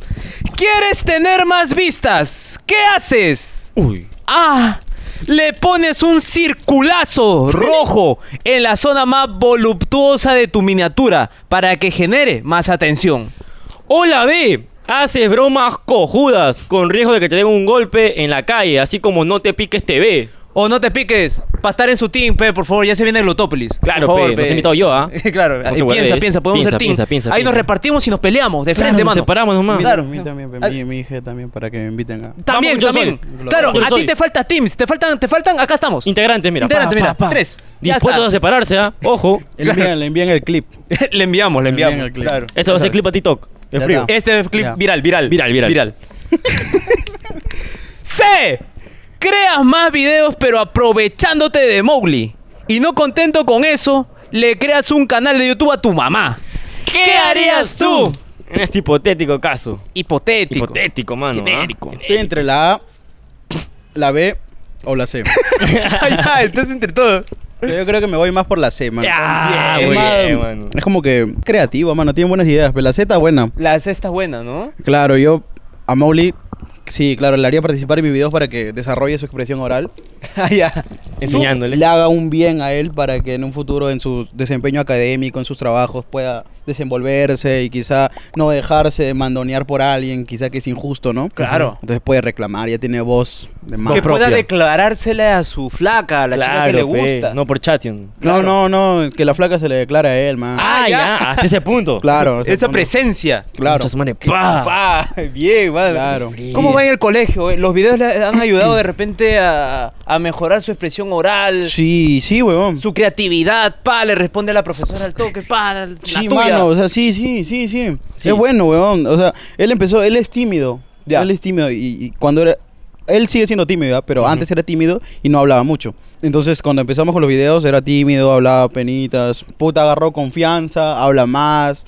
[SPEAKER 1] ¿Quieres tener más vistas? ¿Qué haces?
[SPEAKER 2] Uy.
[SPEAKER 1] Ah, le pones un circulazo rojo en la zona más voluptuosa de tu miniatura para que genere más atención.
[SPEAKER 2] Hola, B. Haces bromas cojudas con riesgo de que te den un golpe en la calle, así como no te piques TV.
[SPEAKER 1] O no te piques, para estar en su team, pe, por favor, ya se viene el Glotópolis.
[SPEAKER 2] Claro,
[SPEAKER 1] por
[SPEAKER 2] pe,
[SPEAKER 1] favor,
[SPEAKER 2] nos he invitado yo, ¿ah?
[SPEAKER 1] [LAUGHS] claro, eh,
[SPEAKER 2] No te
[SPEAKER 1] piensa,
[SPEAKER 2] guardes.
[SPEAKER 1] piensa, podemos
[SPEAKER 2] Piensa,
[SPEAKER 1] ser team.
[SPEAKER 2] piensa, piensa,
[SPEAKER 1] Ahí nos
[SPEAKER 2] piensa.
[SPEAKER 1] repartimos y nos peleamos de
[SPEAKER 2] Claro,
[SPEAKER 1] frente,
[SPEAKER 2] nos
[SPEAKER 1] mano.
[SPEAKER 2] separamos nomás.
[SPEAKER 1] Claro.
[SPEAKER 3] Mi, también, pe,
[SPEAKER 1] Ah.
[SPEAKER 3] mi, mi hija también, para que me inviten a...
[SPEAKER 1] También,
[SPEAKER 2] Vamos, yo
[SPEAKER 1] también.
[SPEAKER 2] soy.
[SPEAKER 1] Claro,
[SPEAKER 2] Yo
[SPEAKER 1] a
[SPEAKER 2] soy.
[SPEAKER 1] ti te faltan teams, te faltan, te faltan, acá estamos.
[SPEAKER 2] Integrantes, mira.
[SPEAKER 1] Integrante,
[SPEAKER 2] pa,
[SPEAKER 1] mira,
[SPEAKER 2] pa, pa.
[SPEAKER 1] tres. Ya
[SPEAKER 2] Dispuestos
[SPEAKER 1] está.
[SPEAKER 2] a separarse, ¿ah? Ojo.
[SPEAKER 3] Le envían, le envían el clip.
[SPEAKER 1] [LAUGHS] le enviamos, le
[SPEAKER 3] envían
[SPEAKER 1] enviamos.
[SPEAKER 3] el clip.
[SPEAKER 1] Claro.
[SPEAKER 2] Esto va a ser clip a TikTok. De
[SPEAKER 3] Ya
[SPEAKER 2] frío.
[SPEAKER 3] está.
[SPEAKER 1] Este es clip
[SPEAKER 3] Ya.
[SPEAKER 1] viral, viral.
[SPEAKER 2] Viral, viral.
[SPEAKER 1] C. Creas más videos pero aprovechándote de Mowgli. Y no contento con eso, le creas un canal de YouTube a tu mamá. ¿Qué harías tú?
[SPEAKER 2] En este hipotético caso.
[SPEAKER 1] Hipotético.
[SPEAKER 2] Hipotético, mano. ¿ah? [LAUGHS]
[SPEAKER 1] Genérico.
[SPEAKER 3] Estoy entre la A, la B o la C.
[SPEAKER 1] Ah, ya, estás entre todos.
[SPEAKER 3] Pero yo creo que me voy más por la C, mano.
[SPEAKER 2] Ya,
[SPEAKER 1] Bien,
[SPEAKER 2] Ah, muy
[SPEAKER 3] más-
[SPEAKER 2] bien, mano.
[SPEAKER 3] Es como que creativa, mano. Tiene buenas ideas, pero la Z está buena.
[SPEAKER 1] La C está buena, ¿no?
[SPEAKER 3] Claro, yo a Mowgli, sí, claro, le haría participar en mis videos para que desarrolle su expresión oral.
[SPEAKER 1] [LAUGHS] Ah, ya.
[SPEAKER 2] Enseñándole.
[SPEAKER 3] Le haga un bien a él para que en un futuro, en su desempeño académico, en sus trabajos, pueda desenvolverse y quizá no dejarse mandonear por alguien, quizá que es injusto, ¿no?
[SPEAKER 1] Claro.
[SPEAKER 3] Entonces puede reclamar, ya tiene voz de más.
[SPEAKER 1] Que pueda
[SPEAKER 2] propia.
[SPEAKER 1] declarársele a su flaca, a la chica que le
[SPEAKER 2] Claro, pe,
[SPEAKER 1] gusta.
[SPEAKER 2] No por chatting.
[SPEAKER 3] No, no, no, que la flaca se le declara a él, man.
[SPEAKER 2] Ah, ya. Hasta ese punto.
[SPEAKER 3] [LAUGHS] claro. o sea,
[SPEAKER 1] Esa
[SPEAKER 3] cuando-
[SPEAKER 1] presencia.
[SPEAKER 3] Claro.
[SPEAKER 2] Muchas manes, pa.
[SPEAKER 1] Pa, bien, madre.
[SPEAKER 3] Claro.
[SPEAKER 1] ¿Cómo va en el colegio? eh? ¿Los videos le han ayudado de repente a, a mejorar su expresión oral?
[SPEAKER 3] Sí, sí, huevón.
[SPEAKER 1] Su creatividad, pa, le responde a la profesora al toque, pa, la tuya.
[SPEAKER 3] Sí, mano, o sea, sí, sí, sí, sí,
[SPEAKER 2] Sí.
[SPEAKER 3] Es bueno, weón. O sea, él empezó, él es tímido.
[SPEAKER 1] Ya.
[SPEAKER 3] Él es tímido y, y cuando era... Él sigue siendo tímido, ¿verdad? pero antes era tímido y no hablaba mucho. Entonces, cuando empezamos con los videos, era tímido, hablaba penitas. Puta, agarró confianza, habla más.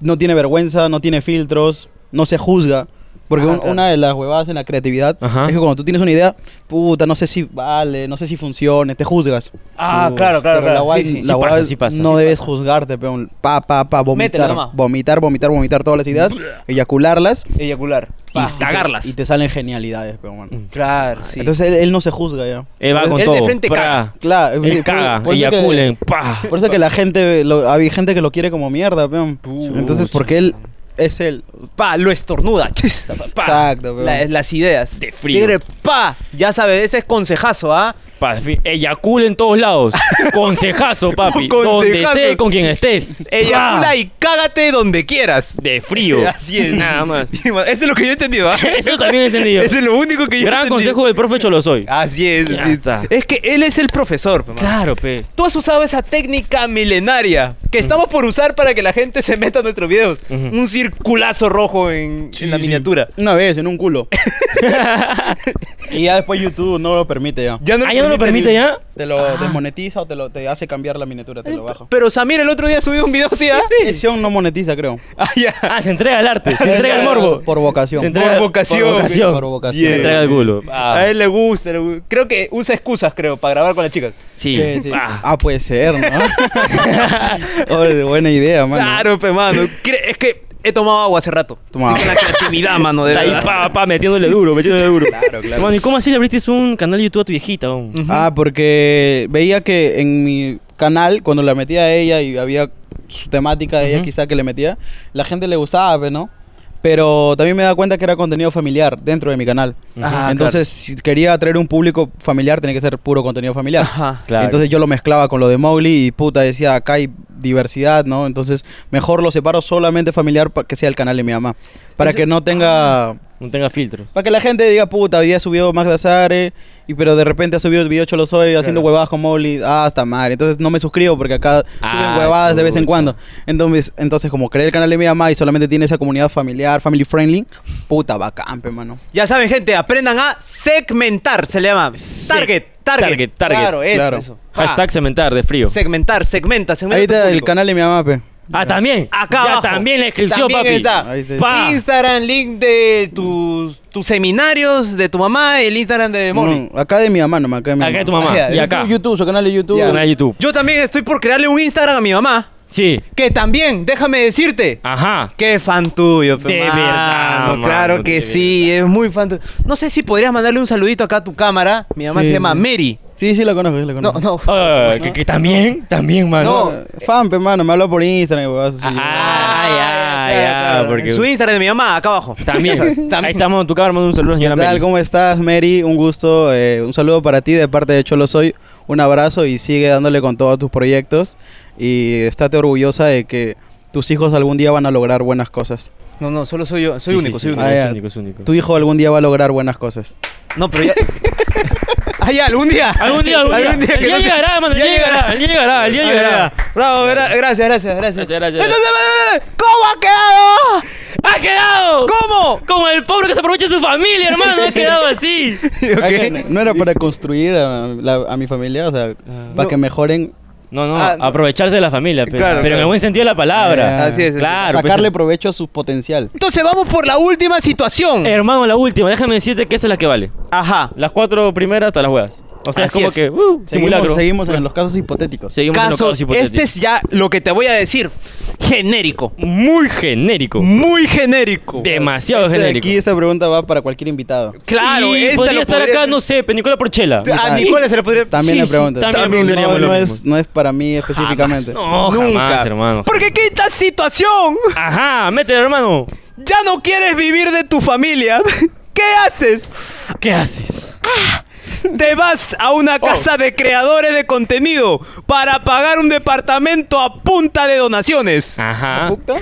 [SPEAKER 3] No tiene vergüenza, no tiene filtros, no se juzga. Porque
[SPEAKER 1] Ah,
[SPEAKER 3] un-
[SPEAKER 1] claro.
[SPEAKER 3] una de las huevadas en la creatividad
[SPEAKER 2] Ajá.
[SPEAKER 3] es que cuando tú tienes una idea, puta, no sé si vale, no sé si funcione, te juzgas.
[SPEAKER 1] Ah,
[SPEAKER 2] Su-
[SPEAKER 1] claro, claro,
[SPEAKER 3] Pero la
[SPEAKER 1] claro.
[SPEAKER 3] guay-
[SPEAKER 1] Sí, sí.
[SPEAKER 3] la
[SPEAKER 2] Sí pasa,
[SPEAKER 3] guay
[SPEAKER 2] sí pasa,
[SPEAKER 3] no
[SPEAKER 2] sí
[SPEAKER 3] debes juzgarte, peón. Pa, pa, pa,
[SPEAKER 1] Métele
[SPEAKER 3] vomitar.
[SPEAKER 1] nomás.
[SPEAKER 3] Vomitar, vomitar, vomitar todas las ideas, eyacularlas
[SPEAKER 1] Eyacular. Pa,
[SPEAKER 3] te-
[SPEAKER 1] cagarlas.
[SPEAKER 3] Y te salen genialidades, peón. mano.
[SPEAKER 1] Claro, Mm. sí.
[SPEAKER 3] Entonces él, él no se juzga ya.
[SPEAKER 2] Él Eh, va
[SPEAKER 1] Él-
[SPEAKER 2] con
[SPEAKER 1] él de
[SPEAKER 2] todo.
[SPEAKER 1] frente
[SPEAKER 2] pra.
[SPEAKER 1] caga.
[SPEAKER 3] Claro,
[SPEAKER 2] Él caga,
[SPEAKER 3] eso que-
[SPEAKER 2] eyaculen, pa.
[SPEAKER 3] por eso que la gente, lo- hay gente que lo quiere como mierda, peón. Entonces, porque él es él.
[SPEAKER 1] pa, lo estornuda. chis, pa,
[SPEAKER 3] Exacto, weón.
[SPEAKER 1] la- las ideas.
[SPEAKER 2] De frío.
[SPEAKER 1] Tigre, pa, ya sabe, ese es consejazo, ¿ah?
[SPEAKER 2] Pa- fi- eyacula en todos
[SPEAKER 1] [LAUGHS]
[SPEAKER 2] lados. Concejazo, papi.
[SPEAKER 1] Concejazo.
[SPEAKER 2] Donde estés, con quien estés.
[SPEAKER 1] Eyacula
[SPEAKER 2] Pa.
[SPEAKER 1] y cágate donde quieras. [LAUGHS]
[SPEAKER 2] De frío.
[SPEAKER 1] Así es.
[SPEAKER 2] Nada más.
[SPEAKER 1] [LAUGHS] Eso es lo que yo he entendido. ¿ah?
[SPEAKER 2] Eso también he entendido.
[SPEAKER 1] Eso es lo único que yo Ah, he
[SPEAKER 2] Gran
[SPEAKER 1] entendido.
[SPEAKER 2] consejo del profe Cholosoy.
[SPEAKER 1] Así es.
[SPEAKER 2] Ya
[SPEAKER 1] así es.
[SPEAKER 2] está.
[SPEAKER 1] Es que él es el profesor. pe, mano.
[SPEAKER 2] Claro, pe.
[SPEAKER 1] Tú has usado esa técnica milenaria que estamos por usar para que la gente se meta a nuestros videos.
[SPEAKER 2] Ujú.
[SPEAKER 1] Un circulazo rojo en, en la miniatura.
[SPEAKER 3] Una vez, en un culo. [LAUGHS] y ya después YouTube no lo permite ya.
[SPEAKER 1] Ya
[SPEAKER 2] Ah, ya no lo permite
[SPEAKER 1] el-
[SPEAKER 2] ya.
[SPEAKER 3] Te lo desmonetiza o te, lo, te hace cambiar la miniatura, te lo baja.
[SPEAKER 1] Pero Samir el otro día subió un video así, ¿ah?
[SPEAKER 3] Edición no monetiza, creo.
[SPEAKER 1] [LAUGHS] Ah, ya.
[SPEAKER 2] Ah, se entrega
[SPEAKER 1] [LAUGHS]
[SPEAKER 2] al arte, [LAUGHS] se entrega al morbo.
[SPEAKER 3] Por vocación.
[SPEAKER 2] Se entrega-
[SPEAKER 1] Por vocación.
[SPEAKER 2] Por vocación.
[SPEAKER 3] Por vocación.
[SPEAKER 2] Se entrega al culo. Ah,
[SPEAKER 1] A él le gusta, le gu- Creo que usa excusas, creo, para grabar con las chicas.
[SPEAKER 2] Sí.
[SPEAKER 3] Sí, sí.
[SPEAKER 2] Ah.
[SPEAKER 3] Ah, puede ser,
[SPEAKER 2] [LAUGHS]
[SPEAKER 3] ¿no? Oye, buena idea, mano.
[SPEAKER 1] Claro, pe, mano. Cre- Es que he tomado agua hace rato.
[SPEAKER 3] Toma.
[SPEAKER 1] Estoy con la creatividad, mano, de
[SPEAKER 2] [LAUGHS] Está ahí,
[SPEAKER 1] verdad.
[SPEAKER 2] pa, pa, metiéndole duro, metiéndole duro.
[SPEAKER 3] [LAUGHS] Claro, claro.
[SPEAKER 2] Mano, ¿y cómo así le abriste un canal de YouTube a tu viejita? aún?
[SPEAKER 3] Ah, porque veía que en mi canal, cuando la metía a ella y había su temática de ella
[SPEAKER 2] Ujú.
[SPEAKER 3] quizá que le metía, la gente le gustaba, pues, ¿no? Pero también me daba cuenta que era contenido familiar dentro de mi canal.
[SPEAKER 1] Ajá,
[SPEAKER 3] Entonces, si quería atraer un público familiar, tenía que ser puro contenido familiar.
[SPEAKER 1] Ajá.
[SPEAKER 2] Claro.
[SPEAKER 3] Entonces yo lo mezclaba con lo de Mowgli y puta, decía, acá hay diversidad, ¿no? Entonces mejor lo separo solamente familiar para que sea el canal de mi mamá. Para que no tenga...
[SPEAKER 2] No tenga filtros.
[SPEAKER 3] Para que la gente diga, puta, hoy día subió Max Lazare, y pero de repente ha subido el video Cholo Soy haciendo huevadas con Mowgli. Ah, está mal. Entonces no me suscribo porque acá
[SPEAKER 2] Ah,
[SPEAKER 3] suben huevadas de vez en
[SPEAKER 2] chuta.
[SPEAKER 3] cuando. Entonces, entonces como creé el canal de mi mamá y solamente tiene esa comunidad familiar, family friendly, puta, bacán, pe, mano.
[SPEAKER 1] Ya saben, gente, aprendan a segmentar, se le llama. Target, target.
[SPEAKER 2] target, target.
[SPEAKER 1] Claro, eso,
[SPEAKER 3] Claro.
[SPEAKER 1] eso. Pa.
[SPEAKER 2] Hashtag cementar de frío.
[SPEAKER 1] Segmentar, segmenta, segmenta.
[SPEAKER 3] Ahí
[SPEAKER 1] tu
[SPEAKER 3] está el
[SPEAKER 1] público.
[SPEAKER 3] canal de mi mamá, pe.
[SPEAKER 2] Ah, también.
[SPEAKER 1] Acá
[SPEAKER 2] ya
[SPEAKER 1] abajo.
[SPEAKER 2] también la inscripción,
[SPEAKER 1] También
[SPEAKER 2] papi.
[SPEAKER 1] está.
[SPEAKER 3] Ahí está.
[SPEAKER 2] Pa.
[SPEAKER 1] Instagram, link de tus, tus seminarios de tu mamá, el Instagram de
[SPEAKER 2] Mm.
[SPEAKER 1] Moni.
[SPEAKER 3] No, acá de mi mamá nomás, acá de mi
[SPEAKER 2] Acá de tu
[SPEAKER 1] Ah,
[SPEAKER 2] mamá.
[SPEAKER 1] ya,
[SPEAKER 2] y acá.
[SPEAKER 3] YouTube, YouTube, su canal de YouTube.
[SPEAKER 2] Canal de YouTube.
[SPEAKER 1] Yo también estoy por crearle un Instagram a mi mamá.
[SPEAKER 2] Sí.
[SPEAKER 1] Que también, déjame decirte.
[SPEAKER 2] Ajá.
[SPEAKER 1] Qué fan tuyo, pe,
[SPEAKER 2] De
[SPEAKER 1] mano.
[SPEAKER 2] verdad, mano,
[SPEAKER 1] Claro
[SPEAKER 2] de
[SPEAKER 1] que sí, es muy fan tuyo. No sé si podrías mandarle un saludito acá a tu cámara. Mi mamá
[SPEAKER 3] Sí,
[SPEAKER 1] se llama
[SPEAKER 3] sí.
[SPEAKER 1] Mary.
[SPEAKER 3] Sí, sí, la conozco, sí, la
[SPEAKER 1] No,
[SPEAKER 3] conozco. Eh,
[SPEAKER 1] no.
[SPEAKER 2] Ah, que, que también, también, mano.
[SPEAKER 1] No.
[SPEAKER 3] Fan, pe, mano, me habló por Instagram y huevadas así.
[SPEAKER 2] Ah, ya,
[SPEAKER 1] claro,
[SPEAKER 2] ya,
[SPEAKER 1] claro.
[SPEAKER 2] porque-
[SPEAKER 1] Su Instagram de mi mamá, acá abajo. [LAUGHS]
[SPEAKER 2] También. Ahí estamos en tu cámara, mando un saludo a la
[SPEAKER 3] ¿Qué
[SPEAKER 2] señora
[SPEAKER 3] tal?
[SPEAKER 2] Meli.
[SPEAKER 3] ¿Cómo estás, Mary? Un gusto, eh, un saludo para ti de parte de Cholo Soy. Un abrazo y sigue dándole con todos tus proyectos. Y estate orgullosa de que tus hijos algún día van a lograr buenas cosas.
[SPEAKER 1] No, no, solo soy yo. Soy
[SPEAKER 2] Sí,
[SPEAKER 1] único,
[SPEAKER 2] sí,
[SPEAKER 1] soy
[SPEAKER 2] sí.
[SPEAKER 1] único.
[SPEAKER 3] Ah,
[SPEAKER 2] Es
[SPEAKER 3] ya.
[SPEAKER 2] único, es único.
[SPEAKER 3] Tu hijo algún día va a lograr
[SPEAKER 2] [LAUGHS]
[SPEAKER 3] buenas cosas.
[SPEAKER 1] No, pero ya. [LAUGHS] ah, ya, algún día.
[SPEAKER 2] Algún día, algún día.
[SPEAKER 1] que
[SPEAKER 2] El día
[SPEAKER 1] no sé-
[SPEAKER 2] llegará, mano. El
[SPEAKER 1] Ya
[SPEAKER 2] día llegará, el día llegará, el día
[SPEAKER 1] Ah,
[SPEAKER 2] llegará.
[SPEAKER 1] ya. Bravo, gra- gracias, gracias, gracias.
[SPEAKER 2] Gracias, gracias.
[SPEAKER 1] Entonces, eh, eh, eh, ¿cómo ha quedado?
[SPEAKER 2] [LAUGHS] ¡Ha quedado!
[SPEAKER 1] ¿Cómo?
[SPEAKER 2] Como el pobre que se aprovecha de su familia, hermano. Ha quedado así.
[SPEAKER 3] Ah, que No era para construir a, la- a mi familia, o sea,
[SPEAKER 2] Ah.
[SPEAKER 3] para que mejoren.
[SPEAKER 2] No, no,
[SPEAKER 1] Ah, no.
[SPEAKER 2] aprovecharse de la familia, pe.
[SPEAKER 1] Claro,
[SPEAKER 2] pero en
[SPEAKER 1] claro.
[SPEAKER 2] el buen sentido de la palabra.
[SPEAKER 3] Ah,
[SPEAKER 1] Así es, así es.
[SPEAKER 2] Claro, pues,
[SPEAKER 3] sacarle provecho a su potencial.
[SPEAKER 1] Entonces vamos por la última situación.
[SPEAKER 2] Hermano, la última, déjame decirte que esta es la que vale.
[SPEAKER 1] Ajá.
[SPEAKER 2] Las cuatro primeras hasta las huevas. O sea,
[SPEAKER 1] Así
[SPEAKER 2] es como
[SPEAKER 1] es.
[SPEAKER 2] que, uh, simulacro.
[SPEAKER 3] Seguimos, seguimos en los casos hipotéticos.
[SPEAKER 2] Seguimos en los
[SPEAKER 1] Caso,
[SPEAKER 2] casos hipotéticos.
[SPEAKER 1] este es ya lo que te voy a decir. Genérico.
[SPEAKER 2] muy genérico.
[SPEAKER 1] Muy genérico.
[SPEAKER 2] Demasiado
[SPEAKER 3] Este de
[SPEAKER 2] genérico.
[SPEAKER 3] aquí esta pregunta va para cualquier invitado.
[SPEAKER 1] Claro,
[SPEAKER 2] Sí,
[SPEAKER 1] este
[SPEAKER 2] podría
[SPEAKER 1] lo
[SPEAKER 2] estar
[SPEAKER 1] podría- Ah,
[SPEAKER 2] acá, no sé, pe, Nicola Porchela.
[SPEAKER 1] A Nicola se le podría.
[SPEAKER 3] También
[SPEAKER 2] Sí,
[SPEAKER 3] la
[SPEAKER 2] sí,
[SPEAKER 3] pregunta.
[SPEAKER 2] también
[SPEAKER 3] no,
[SPEAKER 2] pondríamos lo
[SPEAKER 3] no
[SPEAKER 2] mismo. Ah,
[SPEAKER 3] es, no es para mí específicamente.
[SPEAKER 2] No, jamás, hermano.
[SPEAKER 1] Porque quinta situación.
[SPEAKER 2] Ajá, métele, hermano.
[SPEAKER 1] Ya no quieres vivir de tu familia. [LAUGHS] ¿Qué haces?
[SPEAKER 2] ¿Qué haces?
[SPEAKER 1] Te vas a
[SPEAKER 2] Oh.
[SPEAKER 1] una casa de creadores de contenido para pagar un departamento a punta de donaciones.
[SPEAKER 2] Ah. Ajá.
[SPEAKER 3] ¿Puta?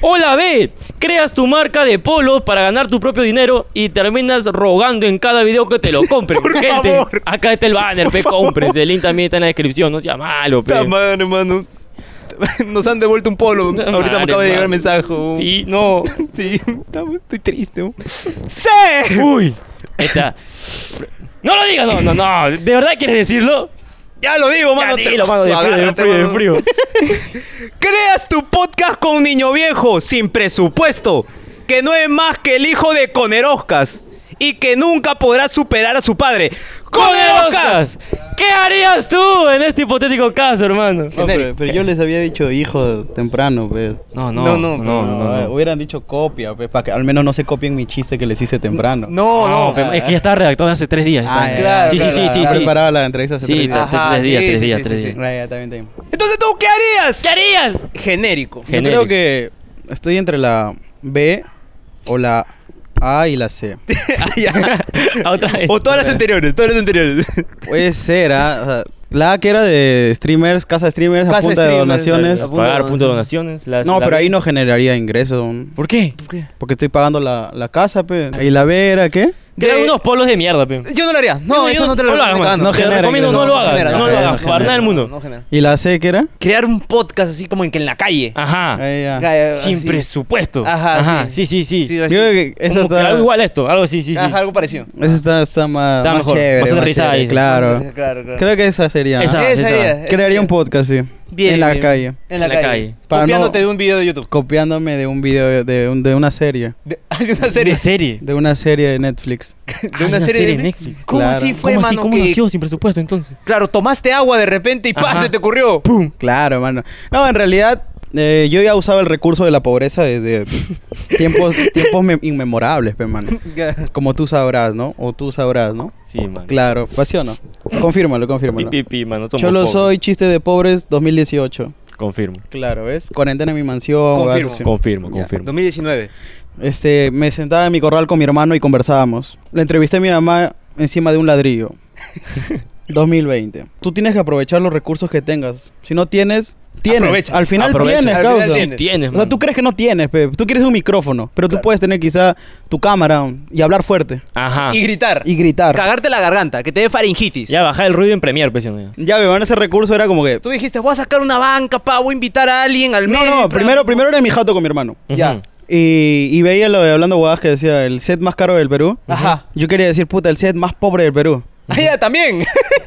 [SPEAKER 2] Hola B, creas tu marca de polos para ganar tu propio dinero y terminas rogando en cada video que te lo compren.
[SPEAKER 1] [LAUGHS] Por
[SPEAKER 2] Gente,
[SPEAKER 1] favor.
[SPEAKER 2] acá está el banner, pe, cómprense. El link también está en la descripción, no sea malo,
[SPEAKER 1] [LAUGHS]
[SPEAKER 2] pe.
[SPEAKER 1] Puta madre, mano. Nos han devuelto un polo.
[SPEAKER 2] Puta
[SPEAKER 1] Ahorita me
[SPEAKER 2] madre,
[SPEAKER 1] acaba de llegar
[SPEAKER 2] mano.
[SPEAKER 1] mensaje.
[SPEAKER 2] Sí, no.
[SPEAKER 1] Sí, estoy triste. ¡Sí!
[SPEAKER 2] [LAUGHS] Uy. Esta. No lo digas, no, no, no. ¿De verdad quieres decirlo?
[SPEAKER 1] Ya lo digo,
[SPEAKER 2] Ya
[SPEAKER 1] mano. te-
[SPEAKER 2] dilo, mano, de frío, de
[SPEAKER 1] agárrate,
[SPEAKER 2] frío, de
[SPEAKER 1] mano. [LAUGHS]
[SPEAKER 2] frío.
[SPEAKER 1] Creas tu podcast con Niño Viejo sin presupuesto, que no es más que el hijo de Coneroscas y que nunca podrá superar a su padre. ¡Coneroscas!
[SPEAKER 2] ¡Coneroscas! ¿Qué harías tú en este hipotético caso, hermano?
[SPEAKER 3] No, pero, pero yo les había dicho hijo temprano, pues.
[SPEAKER 2] No, no,
[SPEAKER 1] No, no,
[SPEAKER 2] no, no, no, no,
[SPEAKER 3] eh, Hubieran dicho copia, pues, para que al menos no se copien mi chiste que les hice temprano.
[SPEAKER 1] No, no.
[SPEAKER 2] pe- es que ya está redactado hace tres días.
[SPEAKER 3] Ah,
[SPEAKER 2] está.
[SPEAKER 1] claro,
[SPEAKER 2] sí, sí,
[SPEAKER 1] claro,
[SPEAKER 2] sí, sí,
[SPEAKER 3] Yo
[SPEAKER 2] sí.
[SPEAKER 3] Preparaba la entrevista hace
[SPEAKER 2] Sí,
[SPEAKER 3] tres días.
[SPEAKER 2] ta- ta-
[SPEAKER 1] Ajá,
[SPEAKER 2] tres días,
[SPEAKER 1] sí,
[SPEAKER 2] tres
[SPEAKER 1] sí,
[SPEAKER 2] días,
[SPEAKER 1] sí,
[SPEAKER 2] tres
[SPEAKER 1] sí.
[SPEAKER 2] días.
[SPEAKER 3] Ah, ya, también, también.
[SPEAKER 1] Entonces, ¿tú qué harías?
[SPEAKER 2] ¿Qué harías? [LAUGHS]
[SPEAKER 1] Genérico.
[SPEAKER 3] Yo
[SPEAKER 2] Genérico.
[SPEAKER 3] creo que estoy entre la B o la A y la C.
[SPEAKER 4] Ah, ya.
[SPEAKER 2] Ah, otra vez.
[SPEAKER 4] o todas las anteriores, todas las anteriores.
[SPEAKER 3] Puede ser, ¿ah? O sea, la A que era de streamers, casa de streamers, a
[SPEAKER 1] Casa de
[SPEAKER 3] punta de
[SPEAKER 1] streamers,
[SPEAKER 3] donaciones.
[SPEAKER 1] a punta-
[SPEAKER 2] Pagar punto de donaciones. la-
[SPEAKER 3] No,
[SPEAKER 2] la-
[SPEAKER 3] pero ahí no generaría ingresos.
[SPEAKER 2] ¿Por qué?
[SPEAKER 3] Porque estoy pagando la, la casa, pe. ¿Y la B era qué?
[SPEAKER 2] Crear
[SPEAKER 1] De-
[SPEAKER 2] unos polos de mierda, pe.
[SPEAKER 1] Yo no lo haría. No, eso no te lo
[SPEAKER 2] hagas,
[SPEAKER 1] recomiendo.
[SPEAKER 2] mano.
[SPEAKER 3] No
[SPEAKER 2] Te
[SPEAKER 3] genera
[SPEAKER 2] recomiendo, no
[SPEAKER 3] ingresos.
[SPEAKER 2] lo hagas.
[SPEAKER 3] No genera,
[SPEAKER 2] No lo
[SPEAKER 3] genera,
[SPEAKER 2] hagas.
[SPEAKER 3] genera.
[SPEAKER 2] Para nada del mundo.
[SPEAKER 1] No genera.
[SPEAKER 3] ¿Y la C qué era?
[SPEAKER 1] Crear un podcast así como en que en la calle.
[SPEAKER 2] Ajá.
[SPEAKER 3] Ahí ya.
[SPEAKER 1] Acá, eh,
[SPEAKER 2] Sin
[SPEAKER 1] así.
[SPEAKER 2] presupuesto.
[SPEAKER 1] Ah, Ajá,
[SPEAKER 2] Sí,
[SPEAKER 1] sí.
[SPEAKER 2] sí, sí.
[SPEAKER 1] Sí,
[SPEAKER 3] Yo
[SPEAKER 1] así.
[SPEAKER 3] creo que esa
[SPEAKER 2] Como que
[SPEAKER 3] está,
[SPEAKER 2] algo igual a esto, algo así, sí, sí.
[SPEAKER 1] Ajá, algo parecido.
[SPEAKER 3] esa está, está más,
[SPEAKER 2] Está
[SPEAKER 3] más
[SPEAKER 2] mejor,
[SPEAKER 3] chévere.
[SPEAKER 2] más enrizada,
[SPEAKER 3] chévere,
[SPEAKER 2] dices.
[SPEAKER 3] claro.
[SPEAKER 1] Claro, claro.
[SPEAKER 3] Creo que esa sería.
[SPEAKER 2] Esa,
[SPEAKER 1] Esa
[SPEAKER 2] esa.
[SPEAKER 1] idea.
[SPEAKER 3] Crearía un podcast, sí.
[SPEAKER 1] Bien,
[SPEAKER 3] en la
[SPEAKER 1] bien.
[SPEAKER 3] calle.
[SPEAKER 1] En la,
[SPEAKER 2] En la calle.
[SPEAKER 1] calle.
[SPEAKER 3] Para no-
[SPEAKER 1] Copiándote de un video de YouTube.
[SPEAKER 3] Copiándome de un video, de, un- de una serie.
[SPEAKER 1] De, [LAUGHS] de una
[SPEAKER 2] Una
[SPEAKER 1] serie.
[SPEAKER 2] serie.
[SPEAKER 3] De una serie de Netflix.
[SPEAKER 1] De una serie de Netflix. ¿Cómo
[SPEAKER 3] Claro.
[SPEAKER 1] así fue,
[SPEAKER 2] Ah, ¿Cómo así?
[SPEAKER 1] mano?
[SPEAKER 2] ¿Cómo
[SPEAKER 1] que-
[SPEAKER 2] nació sin presupuesto entonces?
[SPEAKER 1] Claro, tomaste agua de repente y ¡pá!
[SPEAKER 2] Ajá.
[SPEAKER 1] se te ocurrió. [LAUGHS]
[SPEAKER 3] Claro, hermano. No, en realidad, eh, yo ya usaba el recurso de la pobreza desde tiempos, tiempos me- inmemorables, hermano. Como tú sabrás, ¿no? O tú sabrás, ¿no?
[SPEAKER 2] Sí, man.
[SPEAKER 3] Claro, pasiono. Confírmalo,
[SPEAKER 2] Pi,
[SPEAKER 3] confírmalo.
[SPEAKER 2] pi, pi, mano. somos
[SPEAKER 3] Yo lo
[SPEAKER 2] pobres.
[SPEAKER 3] soy chiste de pobres 2018.
[SPEAKER 2] Confirmo.
[SPEAKER 3] Claro, ¿ves? Cuarentena en mi mansión.
[SPEAKER 1] Confirmo.
[SPEAKER 3] huevazos así.
[SPEAKER 2] Confirmo,
[SPEAKER 3] Ya.
[SPEAKER 2] confirmo.
[SPEAKER 1] 2019.
[SPEAKER 3] Este, me sentaba en mi corral con mi hermano y conversábamos. Le entrevisté a mi mamá encima de
[SPEAKER 1] [LAUGHS]
[SPEAKER 3] un ladrillo. 2020. Tú tienes que aprovechar los recursos que tengas. Si no tienes, tienes.
[SPEAKER 1] Aprovecha,
[SPEAKER 3] Al final
[SPEAKER 2] aprovecha.
[SPEAKER 3] tienes,
[SPEAKER 1] Al final
[SPEAKER 3] causa.
[SPEAKER 1] tienes.
[SPEAKER 2] Tienes,
[SPEAKER 3] O sea,
[SPEAKER 2] man.
[SPEAKER 3] tú crees que no tienes, Pepe. Tú quieres un micrófono, pero tú puedes tener quizá tu cámara y hablar fuerte
[SPEAKER 2] Ajá.
[SPEAKER 1] Y gritar.
[SPEAKER 3] y gritar.
[SPEAKER 1] Cagarte la garganta, que te dé faringitis.
[SPEAKER 2] Ya baja el ruido en Premiere, pues, ¿no?
[SPEAKER 3] Ya, me van ese recurso era como que
[SPEAKER 1] Tú dijiste, voy a sacar una banca, pa, voy a invitar a alguien al
[SPEAKER 3] No,
[SPEAKER 1] medio.
[SPEAKER 3] no,
[SPEAKER 1] pra-
[SPEAKER 3] primero primero era mi jato con mi hermano.
[SPEAKER 1] Ya.
[SPEAKER 2] Ujú.
[SPEAKER 3] Y, y veía lo de hablando huevadas que decía el set más caro del Perú.
[SPEAKER 1] Ajá.
[SPEAKER 3] Yo quería decir, puta, el set más pobre del Perú.
[SPEAKER 1] Ah, ya, también.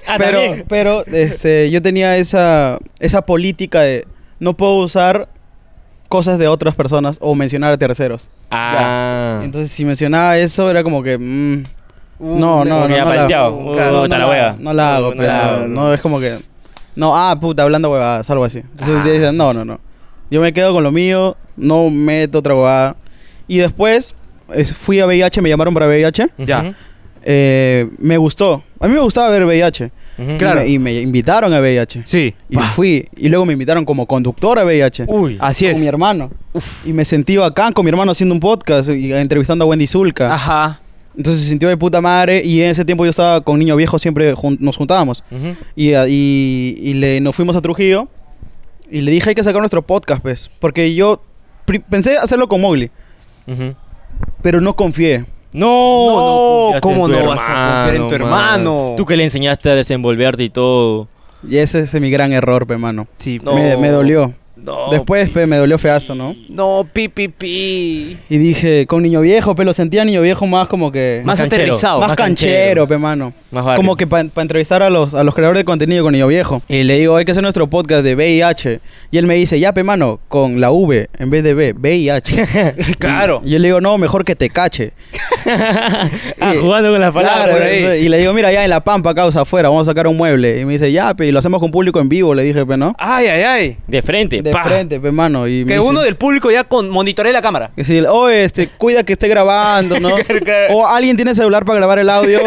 [SPEAKER 2] Ah,
[SPEAKER 3] pero,
[SPEAKER 2] también.
[SPEAKER 3] [LAUGHS] pero este, yo tenía esa, esa política de no puedo usar cosas de otras personas o mencionar a terceros.
[SPEAKER 2] Ah.
[SPEAKER 3] Entonces, si mencionaba eso, era como que. mm, [LAUGHS] no, no, no,
[SPEAKER 2] ya
[SPEAKER 3] no, la-
[SPEAKER 2] palteado.
[SPEAKER 3] no,
[SPEAKER 2] Uh,
[SPEAKER 3] no,
[SPEAKER 2] puta
[SPEAKER 3] no
[SPEAKER 2] la
[SPEAKER 3] la,
[SPEAKER 2] wea.
[SPEAKER 3] no la hago,
[SPEAKER 2] Uh, no
[SPEAKER 3] pero
[SPEAKER 2] la
[SPEAKER 3] no,
[SPEAKER 2] hago.
[SPEAKER 3] es como que. No, ah, puta, hablando huevadas, algo así. Entonces,
[SPEAKER 2] Ah.
[SPEAKER 3] yo decía, no, no, no. Yo me quedo con lo mío, no meto otra huevada. Y después es- fui a VIH, me llamaron para VIH.
[SPEAKER 2] Ujú.
[SPEAKER 1] Ya.
[SPEAKER 3] Eh, me gustó. A mí me gustaba ver VIH.
[SPEAKER 2] Ujú.
[SPEAKER 1] Claro.
[SPEAKER 3] Y me, y me invitaron a VIH.
[SPEAKER 1] Sí.
[SPEAKER 3] Y fui. Y luego me invitaron como conductor a VIH.
[SPEAKER 2] Uy.
[SPEAKER 1] Así
[SPEAKER 3] Con mi
[SPEAKER 1] es.
[SPEAKER 3] hermano. Y me sentí bacán con mi hermano haciendo un podcast y entrevistando a Wendy Zulka.
[SPEAKER 1] Ajá.
[SPEAKER 3] Entonces se sintió de puta madre. Y en ese tiempo yo estaba con niño viejo, siempre jun- nos juntábamos.
[SPEAKER 2] Ujú.
[SPEAKER 3] Y, a- y- y le, nos fuimos a Trujillo. Y le dije, hay que sacar nuestro podcast, pues. Porque yo pri- pensé hacerlo con Mowgli.
[SPEAKER 2] Ujú.
[SPEAKER 3] Pero no confié.
[SPEAKER 2] No,
[SPEAKER 1] No,
[SPEAKER 2] no, confiaste
[SPEAKER 1] ¿cómo
[SPEAKER 2] en tu
[SPEAKER 1] no vas a confiar en tu
[SPEAKER 2] hermano,
[SPEAKER 1] hermano?
[SPEAKER 2] mano. Tú que le enseñaste a desenvolverte y [LAUGHS] todo.
[SPEAKER 3] Y ese es mi gran error, pe, mano.
[SPEAKER 1] Sí.
[SPEAKER 2] No.
[SPEAKER 3] Me, me dolió.
[SPEAKER 2] No.
[SPEAKER 3] Después, pe, me dolió feazo, ¿no?
[SPEAKER 1] No, pi, pi, pi.
[SPEAKER 3] Y dije, con niño viejo, pero lo sentía niño viejo más como que.
[SPEAKER 1] Más
[SPEAKER 2] canchero.
[SPEAKER 1] aterrizado.
[SPEAKER 3] más
[SPEAKER 2] más
[SPEAKER 3] canchero,
[SPEAKER 2] canchero.
[SPEAKER 3] pe mano.
[SPEAKER 2] Más barrio.
[SPEAKER 3] Como que para entrevistar a los, a los creadores de contenido con niño viejo. Y le digo, hay que hacer nuestro podcast de VIH. Y él me dice, ya, pe mano, con la V en vez de B, VIH.
[SPEAKER 2] [LAUGHS]
[SPEAKER 3] [LAUGHS]
[SPEAKER 1] Claro.
[SPEAKER 3] Y yo le digo, no, mejor que te cache.
[SPEAKER 2] Ah, jugando con las palabras.
[SPEAKER 1] Claro, ahí.
[SPEAKER 3] y le digo, mira, ya en La Pampa, causa afuera, vamos a sacar un mueble. Y me dice, ya, pe, y lo hacemos con público en vivo, le dije, pe, ¿no?
[SPEAKER 1] Ay, ay, ay.
[SPEAKER 2] De frente.
[SPEAKER 3] De
[SPEAKER 2] pa.
[SPEAKER 3] frente, pe, mano. Y me
[SPEAKER 1] Que
[SPEAKER 3] dice-
[SPEAKER 1] uno del público ya con monitorea la cámara. [LAUGHS]
[SPEAKER 3] Que si, oye, este, cuida que esté grabando, ¿no? o alguien tiene celular para grabar el audio.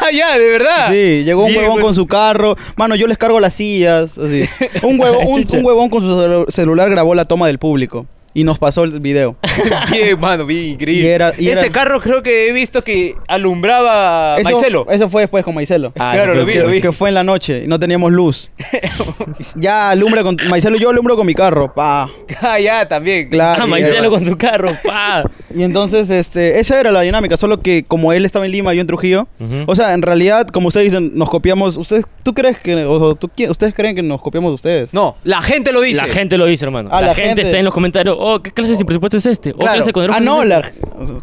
[SPEAKER 1] Ah, ya, de verdad.
[SPEAKER 3] Sí, llegó un
[SPEAKER 1] Bien,
[SPEAKER 3] huevón
[SPEAKER 1] bueno.
[SPEAKER 3] con su carro. Mano, yo les cargo las sillas. Así. Un, huevo- un,
[SPEAKER 2] Chucha.
[SPEAKER 3] un huevón con su celu- celular grabó la toma del público. Y nos pasó el video.
[SPEAKER 1] [LAUGHS] Bien, mano, bien increíble.
[SPEAKER 3] Y era- y
[SPEAKER 1] Ese
[SPEAKER 3] era-
[SPEAKER 1] carro creo que he visto que alumbraba
[SPEAKER 3] Eso,
[SPEAKER 1] Ah, Maicelo.
[SPEAKER 3] eso fue después con Maicelo.
[SPEAKER 2] Ah,
[SPEAKER 1] Claro,
[SPEAKER 2] no,
[SPEAKER 1] lo vi,
[SPEAKER 2] creo
[SPEAKER 1] lo
[SPEAKER 2] que-
[SPEAKER 1] vi.
[SPEAKER 3] Que fue en la noche y no teníamos
[SPEAKER 1] [LAUGHS]
[SPEAKER 3] luz. ya alumbra con. Maicelo, yo alumbro con mi carro. Pa.
[SPEAKER 1] [LAUGHS] Ah, ya, también.
[SPEAKER 3] Claro.
[SPEAKER 2] Ah, Maicelo con su carro. Pa.
[SPEAKER 3] Y entonces, este, esa era la dinámica, solo que como él estaba en Lima, yo en Trujillo,
[SPEAKER 2] Ujú.
[SPEAKER 3] o sea, en realidad, como ustedes dicen, nos copiamos, ustedes, ¿tú crees que, o, o tú qui- ustedes creen que nos copiamos de ustedes?
[SPEAKER 1] No, la gente lo dice.
[SPEAKER 2] La gente lo dice, hermano.
[SPEAKER 3] Ah,
[SPEAKER 2] la,
[SPEAKER 3] la
[SPEAKER 2] gente,
[SPEAKER 3] gente.
[SPEAKER 2] está en los comentarios. Oh, ¿qué clase sin presupuesto es este? Oh, ¿qué
[SPEAKER 1] Claro.
[SPEAKER 2] clase con
[SPEAKER 3] Ah, no, la,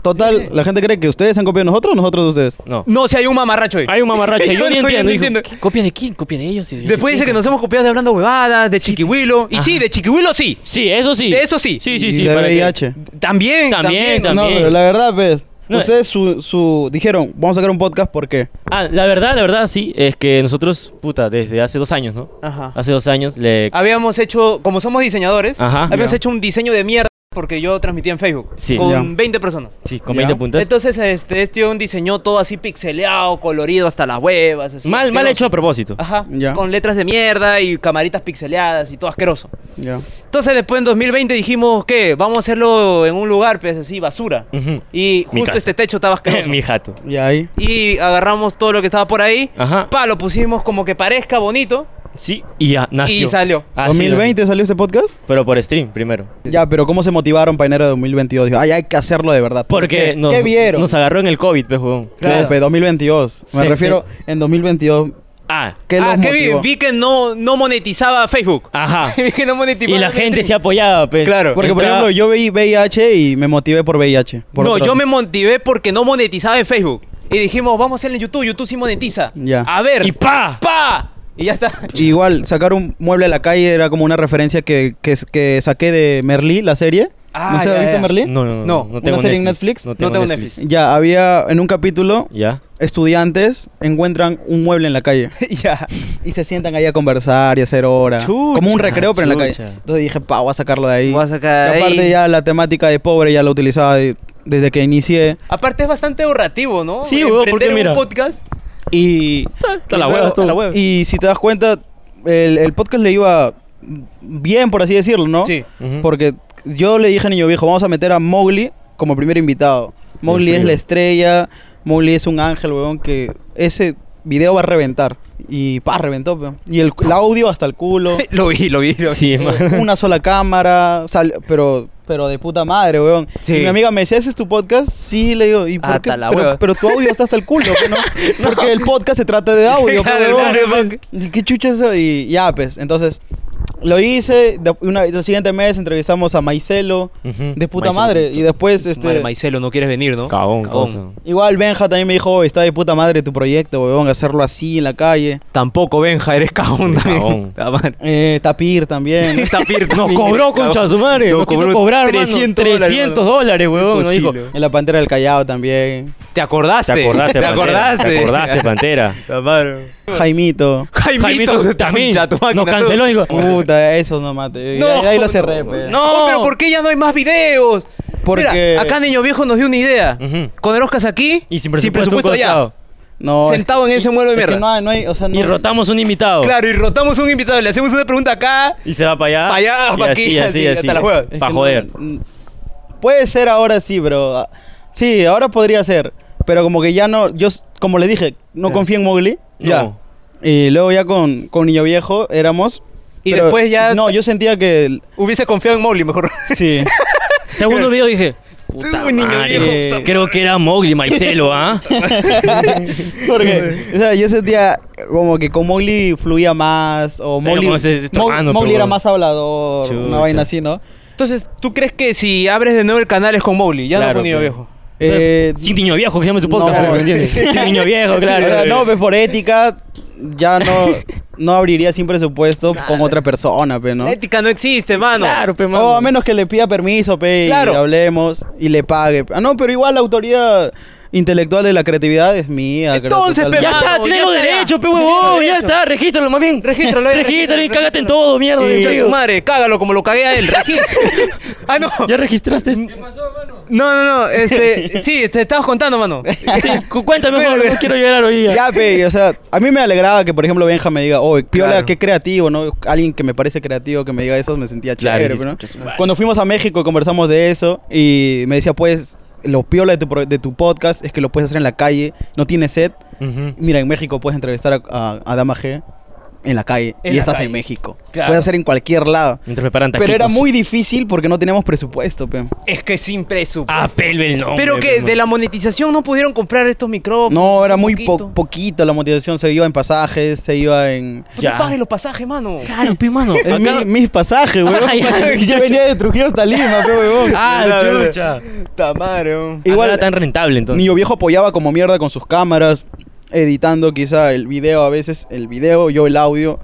[SPEAKER 3] total, la gente cree que ustedes han copiado de nosotros o nosotros de ustedes.
[SPEAKER 2] No.
[SPEAKER 1] No, si hay un mamarracho ahí.
[SPEAKER 2] Hay un mamarracho. Yo, ni
[SPEAKER 1] no, yo
[SPEAKER 2] entiendo.
[SPEAKER 1] no
[SPEAKER 2] hijo.
[SPEAKER 1] entiendo.
[SPEAKER 2] ¿Qué- ¿Copia de quién? ¿Copia de ellos? Sí, yo
[SPEAKER 1] Después dice que
[SPEAKER 2] entiendo.
[SPEAKER 1] nos hemos copiado de hablando huevadas, de Chiquihuilo. Y sí, de Chiquihuilo sí.
[SPEAKER 2] Sí, eso sí.
[SPEAKER 1] De eso sí.
[SPEAKER 2] Sí, sí,
[SPEAKER 3] Y
[SPEAKER 2] sí.
[SPEAKER 3] de
[SPEAKER 2] para que-
[SPEAKER 3] VIH.
[SPEAKER 1] También, también.
[SPEAKER 2] También, también.
[SPEAKER 3] No, pero la verdad, pues,
[SPEAKER 2] No, eh.
[SPEAKER 3] ustedes su, su, dijeron, vamos a sacar un podcast, ¿por qué?
[SPEAKER 2] Ah, la verdad, la verdad, sí. Es que nosotros, puta, desde hace dos años, ¿no?
[SPEAKER 1] Ajá.
[SPEAKER 2] Hace dos años le.
[SPEAKER 1] Ah, Habíamos hecho, como somos diseñadores,
[SPEAKER 2] Ajá.
[SPEAKER 1] habíamos
[SPEAKER 3] Ya.
[SPEAKER 1] hecho un diseño de mierda porque yo transmitía en Facebook.
[SPEAKER 2] Sí.
[SPEAKER 1] Con
[SPEAKER 3] Ya.
[SPEAKER 1] 20 personas.
[SPEAKER 2] Sí, con
[SPEAKER 3] Ya.
[SPEAKER 2] 20 puntas.
[SPEAKER 1] Entonces, este, este un diseñó todo así pixeleado, colorido hasta las huevas. Así,
[SPEAKER 2] mal, mal
[SPEAKER 1] asqueroso.
[SPEAKER 2] hecho a propósito.
[SPEAKER 1] Ajá.
[SPEAKER 3] Ya.
[SPEAKER 1] Con letras de mierda y camaritas pixeleadas y todo asqueroso.
[SPEAKER 3] Ya.
[SPEAKER 1] Entonces, después en 2020 dijimos que vamos a hacerlo en un lugar, pues así, basura.
[SPEAKER 2] Ujú.
[SPEAKER 1] Y
[SPEAKER 2] Mi
[SPEAKER 1] justo
[SPEAKER 2] casa.
[SPEAKER 1] este techo
[SPEAKER 2] [LAUGHS]
[SPEAKER 1] estaba asqueroso.
[SPEAKER 2] Mi jato.
[SPEAKER 3] Y ahí.
[SPEAKER 1] y agarramos todo lo que estaba por ahí.
[SPEAKER 2] Ajá.
[SPEAKER 1] Pa, lo pusimos como que parezca bonito.
[SPEAKER 2] Sí, y ya nació.
[SPEAKER 1] Y salió.
[SPEAKER 2] Así,
[SPEAKER 3] 2020 salió este podcast.
[SPEAKER 2] Ah, Pero por stream primero.
[SPEAKER 3] Ya, pero ¿cómo se motivaron para enero de 2022? Dijo, Ay, hay que hacerlo de verdad. ¿Por
[SPEAKER 2] Porque
[SPEAKER 3] qué?
[SPEAKER 2] nos,
[SPEAKER 3] ¿Qué vieron?
[SPEAKER 2] nos agarró en el COVID, pues, huevón.
[SPEAKER 3] Claro,
[SPEAKER 2] Entonces-
[SPEAKER 3] pe, 2022. Me
[SPEAKER 2] Sí,
[SPEAKER 3] refiero en 2022.
[SPEAKER 2] Ah,
[SPEAKER 3] ¿Qué
[SPEAKER 1] ah,
[SPEAKER 3] los
[SPEAKER 1] que vi,
[SPEAKER 3] motivó?
[SPEAKER 1] vi que no, no monetizaba
[SPEAKER 2] [LAUGHS]
[SPEAKER 1] Facebook.
[SPEAKER 2] ajá.
[SPEAKER 1] vi que no monetizaba.
[SPEAKER 2] y la gente se apoyaba, pues.
[SPEAKER 1] Claro.
[SPEAKER 3] Porque, por
[SPEAKER 2] Entraba-
[SPEAKER 3] ejemplo, yo veí VIH y me motivé por VIH. por
[SPEAKER 1] No,
[SPEAKER 3] otro-
[SPEAKER 1] yo me motivé porque no monetizaba en Facebook. Y dijimos, vamos a hacerlo en YouTube. YouTube sí monetiza.
[SPEAKER 3] Ya.
[SPEAKER 1] A ver.
[SPEAKER 2] Y pa.
[SPEAKER 1] pa. Y ya está. [LAUGHS]
[SPEAKER 3] Igual, sacar un mueble a la calle era como una referencia que, que, que saqué de Merlí, la serie.
[SPEAKER 1] Ah,
[SPEAKER 3] ¿No sé,
[SPEAKER 1] ya,
[SPEAKER 3] ¿has visto
[SPEAKER 1] ya.
[SPEAKER 3] Merlí?
[SPEAKER 2] No, no, no.
[SPEAKER 1] No,
[SPEAKER 2] tengo
[SPEAKER 3] ¿una serie en Netflix?
[SPEAKER 2] No tengo,
[SPEAKER 1] No tengo
[SPEAKER 2] Netflix.
[SPEAKER 3] Ya, había en un capítulo,
[SPEAKER 2] Ya.
[SPEAKER 3] estudiantes encuentran un mueble en la calle
[SPEAKER 1] ya.
[SPEAKER 3] y se sientan ahí a conversar y a hacer hora.
[SPEAKER 1] Chucha,
[SPEAKER 3] como un recreo, pero en la
[SPEAKER 2] chucha.
[SPEAKER 3] calle. Entonces dije, pa, voy a sacarlo de ahí.
[SPEAKER 1] Voy a sacar
[SPEAKER 3] Y aparte
[SPEAKER 1] ahí.
[SPEAKER 3] ya la temática de pobre ya la utilizaba de- desde que inicié.
[SPEAKER 1] Aparte es bastante ahorrativo, ¿no?
[SPEAKER 2] Sí, huevón, porque
[SPEAKER 1] Emprender
[SPEAKER 2] mira.
[SPEAKER 1] un podcast.
[SPEAKER 3] Y,
[SPEAKER 2] Está la hueva, tú.
[SPEAKER 3] y si te das cuenta, el, el podcast le iba bien, por así decirlo, ¿no?
[SPEAKER 1] Sí.
[SPEAKER 2] Ujú.
[SPEAKER 3] Porque yo le dije a Niño Viejo, vamos a meter a Mowgli como primer invitado. Mowgli es
[SPEAKER 2] frío.
[SPEAKER 3] la estrella, Mowgli es un ángel, weón, que ese video va a reventar. Y pa, reventó, weón. Y el, el audio hasta el culo.
[SPEAKER 1] [LAUGHS]
[SPEAKER 2] [LAUGHS]
[SPEAKER 1] lo vi, lo vi. lo vi.
[SPEAKER 2] Sí, man.
[SPEAKER 3] [LAUGHS] una sola cámara, sal- pero pero de puta madre, weón.
[SPEAKER 1] Sí.
[SPEAKER 3] Y mi amiga me decía, ¿ese es tu podcast? Sí, le digo, ¿y por
[SPEAKER 1] Hasta
[SPEAKER 3] qué?
[SPEAKER 1] la
[SPEAKER 3] pero,
[SPEAKER 1] hueva.
[SPEAKER 3] pero tu audio está hasta el culo,
[SPEAKER 1] [LAUGHS]
[SPEAKER 3] ¿no? Porque el podcast se trata de audio,
[SPEAKER 1] Claro,
[SPEAKER 3] pero, weón.
[SPEAKER 1] claro, claro.
[SPEAKER 3] ¿Y ¿Qué chucha es eso? Y ya, pues, entonces lo hice, de- una, el siguiente mes entrevistamos a Maicelo,
[SPEAKER 2] Ujú.
[SPEAKER 3] de
[SPEAKER 2] Maicelo.
[SPEAKER 3] puta madre, y después este
[SPEAKER 1] Madre, Maicelo, no quieres venir, ¿no?
[SPEAKER 2] Cagón,
[SPEAKER 1] Cagón.
[SPEAKER 2] cosa.
[SPEAKER 3] igual Benja también me dijo, "Oye, está de puta madre tu proyecto, weón, hacerlo así en la calle.
[SPEAKER 1] Tampoco, Benja, eres cagón.
[SPEAKER 2] Eres
[SPEAKER 1] también. [LAUGHS]
[SPEAKER 2] cagón.
[SPEAKER 1] Ah,
[SPEAKER 3] [LAUGHS]
[SPEAKER 1] man.
[SPEAKER 3] Eh, Tapir
[SPEAKER 1] [LAUGHS]
[SPEAKER 3] también.
[SPEAKER 1] Tapir
[SPEAKER 2] Nos [LAUGHS]
[SPEAKER 1] también,
[SPEAKER 2] cobró,
[SPEAKER 1] eres cagón.
[SPEAKER 2] concha de su madre.
[SPEAKER 1] Nos
[SPEAKER 2] Nos quiso
[SPEAKER 1] cobró
[SPEAKER 2] cobrar,
[SPEAKER 1] 300
[SPEAKER 2] mano.
[SPEAKER 1] dólares,
[SPEAKER 2] 300 dólares, huevón. Nos dijo,
[SPEAKER 1] Imposible.
[SPEAKER 3] en la Pantera del Callao también.
[SPEAKER 1] ¿Te acordaste?
[SPEAKER 2] Te acordaste,
[SPEAKER 1] ¿Te
[SPEAKER 2] Pantera,
[SPEAKER 1] acordaste?
[SPEAKER 2] Te acordaste, Pantera. [LAUGHS]
[SPEAKER 3] Jaimito.
[SPEAKER 2] Jaimito también nos canceló y dijo,
[SPEAKER 3] Puta, eso no mate.
[SPEAKER 1] No,
[SPEAKER 3] ahí, ahí lo cerré, pues.
[SPEAKER 1] no,
[SPEAKER 3] pe.
[SPEAKER 2] No.
[SPEAKER 1] No, pues. Oh, pero ¿por qué ya no hay más videos?
[SPEAKER 3] Porque-
[SPEAKER 1] Mira, acá Niño Viejo nos dio una idea.
[SPEAKER 2] Ujú.
[SPEAKER 1] Con Eroscas aquí,
[SPEAKER 2] y sin presupuesto,
[SPEAKER 1] allá.
[SPEAKER 2] cortado.
[SPEAKER 3] No, es-
[SPEAKER 1] Sentado en ese mueble de
[SPEAKER 3] es que
[SPEAKER 1] mierda.
[SPEAKER 3] no hay, no hay, o sea, no
[SPEAKER 2] Y rotamos un invitado.
[SPEAKER 1] Claro, y rotamos un invitado, le hacemos una pregunta acá.
[SPEAKER 2] Y se va para allá.
[SPEAKER 1] Pa' allá,
[SPEAKER 2] y
[SPEAKER 1] pa'
[SPEAKER 2] así,
[SPEAKER 1] aquí,
[SPEAKER 2] así,
[SPEAKER 1] así,
[SPEAKER 2] así.
[SPEAKER 1] hasta la hueva. Es
[SPEAKER 3] es que
[SPEAKER 2] Para
[SPEAKER 3] no-
[SPEAKER 2] joder.
[SPEAKER 3] mm, Puede ser ahora sí, pero ah, sí, ahora podría ser, pero como que ya no yo s- como le dije, no confío en Mowgli.
[SPEAKER 2] Ya.
[SPEAKER 3] Y luego ya con, con Niño Viejo éramos
[SPEAKER 1] Y
[SPEAKER 3] pero-
[SPEAKER 1] después ya-
[SPEAKER 3] No, yo sentía que el-
[SPEAKER 1] Hubiese confiado en Mowgli
[SPEAKER 2] [LAUGHS]
[SPEAKER 1] mejor. [LAUGHS]
[SPEAKER 3] sí.
[SPEAKER 2] Segundo video dije. Puta
[SPEAKER 1] Tú, niño
[SPEAKER 2] madre,
[SPEAKER 3] viejo, puta
[SPEAKER 2] Creo que era Mowgli, Maicelo,
[SPEAKER 1] [LAUGHS]
[SPEAKER 2] ¿ah?
[SPEAKER 3] Porque, [LAUGHS] o sea, yo sentía como que con Mowgli fluía más, o Mowgli,
[SPEAKER 2] como se- se
[SPEAKER 3] Mow-
[SPEAKER 2] tomando,
[SPEAKER 3] Mowgli
[SPEAKER 2] pero
[SPEAKER 3] era
[SPEAKER 2] bueno.
[SPEAKER 3] más hablador,
[SPEAKER 2] Chucha.
[SPEAKER 3] una vaina así, ¿no?
[SPEAKER 1] Entonces, ¿tú crees que si abres de nuevo el canal es con Mowgli? Ya
[SPEAKER 2] Claro,
[SPEAKER 1] no con Niño
[SPEAKER 2] claro.
[SPEAKER 1] Viejo.
[SPEAKER 3] Eh,
[SPEAKER 2] Sin niño viejo, que se llama su podcast.
[SPEAKER 1] [LAUGHS]
[SPEAKER 3] No.
[SPEAKER 2] ¿me entiendes?
[SPEAKER 3] Sí.
[SPEAKER 2] Sin niño viejo, claro.
[SPEAKER 3] Ahora, no, pues por ética ya no, no abriría sin presupuesto con otra persona, pe, ¿no?
[SPEAKER 1] La ética no existe, mano. Oh,
[SPEAKER 2] Claro, pe, mano.
[SPEAKER 3] O a menos que le pida permiso, pe, y
[SPEAKER 1] Claro.
[SPEAKER 3] hablemos y le pague. Ah, no, pero igual la autoría intelectual de la creatividad es mía. creo,
[SPEAKER 1] Entonces,
[SPEAKER 3] total.
[SPEAKER 1] pe,
[SPEAKER 2] Ya está,
[SPEAKER 1] Mano,
[SPEAKER 2] tiene
[SPEAKER 1] ya
[SPEAKER 2] los
[SPEAKER 1] está, ya.
[SPEAKER 2] derechos, pe
[SPEAKER 1] Tiene los
[SPEAKER 2] huevón. Ya
[SPEAKER 1] derechos.
[SPEAKER 2] está, regístralo más bien.
[SPEAKER 1] Regístralo, ya,
[SPEAKER 2] Regístralo y
[SPEAKER 1] regístralo,
[SPEAKER 2] cágate en
[SPEAKER 1] regístralo.
[SPEAKER 2] todo, mierda.
[SPEAKER 3] Y-
[SPEAKER 2] yo
[SPEAKER 1] Concha de
[SPEAKER 2] digo.
[SPEAKER 1] su madre, cágalo como lo cagué
[SPEAKER 2] [LAUGHS]
[SPEAKER 1] a él. Regil. [LAUGHS] ah, no.
[SPEAKER 2] ¿Ya registraste? esto?
[SPEAKER 1] No, no, no. Este, sí, te estabas contando, mano.
[SPEAKER 2] [LAUGHS] Sí, cu- cuéntame, mejor, no quiero llorar hoy día.
[SPEAKER 3] Ya, pe, o sea, a mí me alegraba que, por ejemplo, Benja me diga, oh, piola,
[SPEAKER 1] Claro.
[SPEAKER 3] qué creativo, ¿no? Alguien que me parece creativo que me diga eso, me sentía
[SPEAKER 2] Claro,
[SPEAKER 3] chévere,
[SPEAKER 2] y
[SPEAKER 3] ¿no?
[SPEAKER 2] escucha su madre.
[SPEAKER 3] Cuando fuimos a México conversamos de eso y me decía, pues, lo piola de tu, pro- de tu podcast es que lo puedes hacer en la calle, no tienes set.
[SPEAKER 2] Ujú.
[SPEAKER 3] Mira, en México puedes entrevistar a, a- a Dama G en la calle
[SPEAKER 1] En
[SPEAKER 3] y
[SPEAKER 1] la
[SPEAKER 3] estás
[SPEAKER 1] calle.
[SPEAKER 3] en México.
[SPEAKER 1] Claro.
[SPEAKER 3] Puedes hacer en cualquier lado.
[SPEAKER 2] Mientras preparan taquitos.
[SPEAKER 3] Pero era muy difícil porque no teníamos presupuesto, pe.
[SPEAKER 1] Es que sin presupuesto.
[SPEAKER 2] Ah, pelve el nombre.
[SPEAKER 1] Pero que
[SPEAKER 2] pe,
[SPEAKER 1] de
[SPEAKER 2] mano.
[SPEAKER 1] la monetización no pudieron comprar estos micrófonos.
[SPEAKER 3] No, era
[SPEAKER 1] un
[SPEAKER 3] muy po-
[SPEAKER 1] poquito.
[SPEAKER 3] poquito. la motivación. Se iba en pasajes, se iba en.
[SPEAKER 1] Puta,
[SPEAKER 2] Ya.
[SPEAKER 1] Pague los pasajes, mano.
[SPEAKER 2] Claro, pe, mano.
[SPEAKER 3] en
[SPEAKER 2] Acá...
[SPEAKER 3] mi- mis pasajes, weón.
[SPEAKER 2] [LAUGHS] Ay, ay,
[SPEAKER 3] [LAUGHS] Yo venía de Trujillo hasta Lima, pe, weón.
[SPEAKER 2] Ah,
[SPEAKER 1] Claro,
[SPEAKER 2] chucha.
[SPEAKER 1] Tamaro.
[SPEAKER 2] Igual.
[SPEAKER 3] [LAUGHS] Igual-
[SPEAKER 2] era tan rentable, entonces.
[SPEAKER 3] Niño Viejo apoyaba como mierda con sus cámaras, editando quizá el video a veces, el video, yo el audio,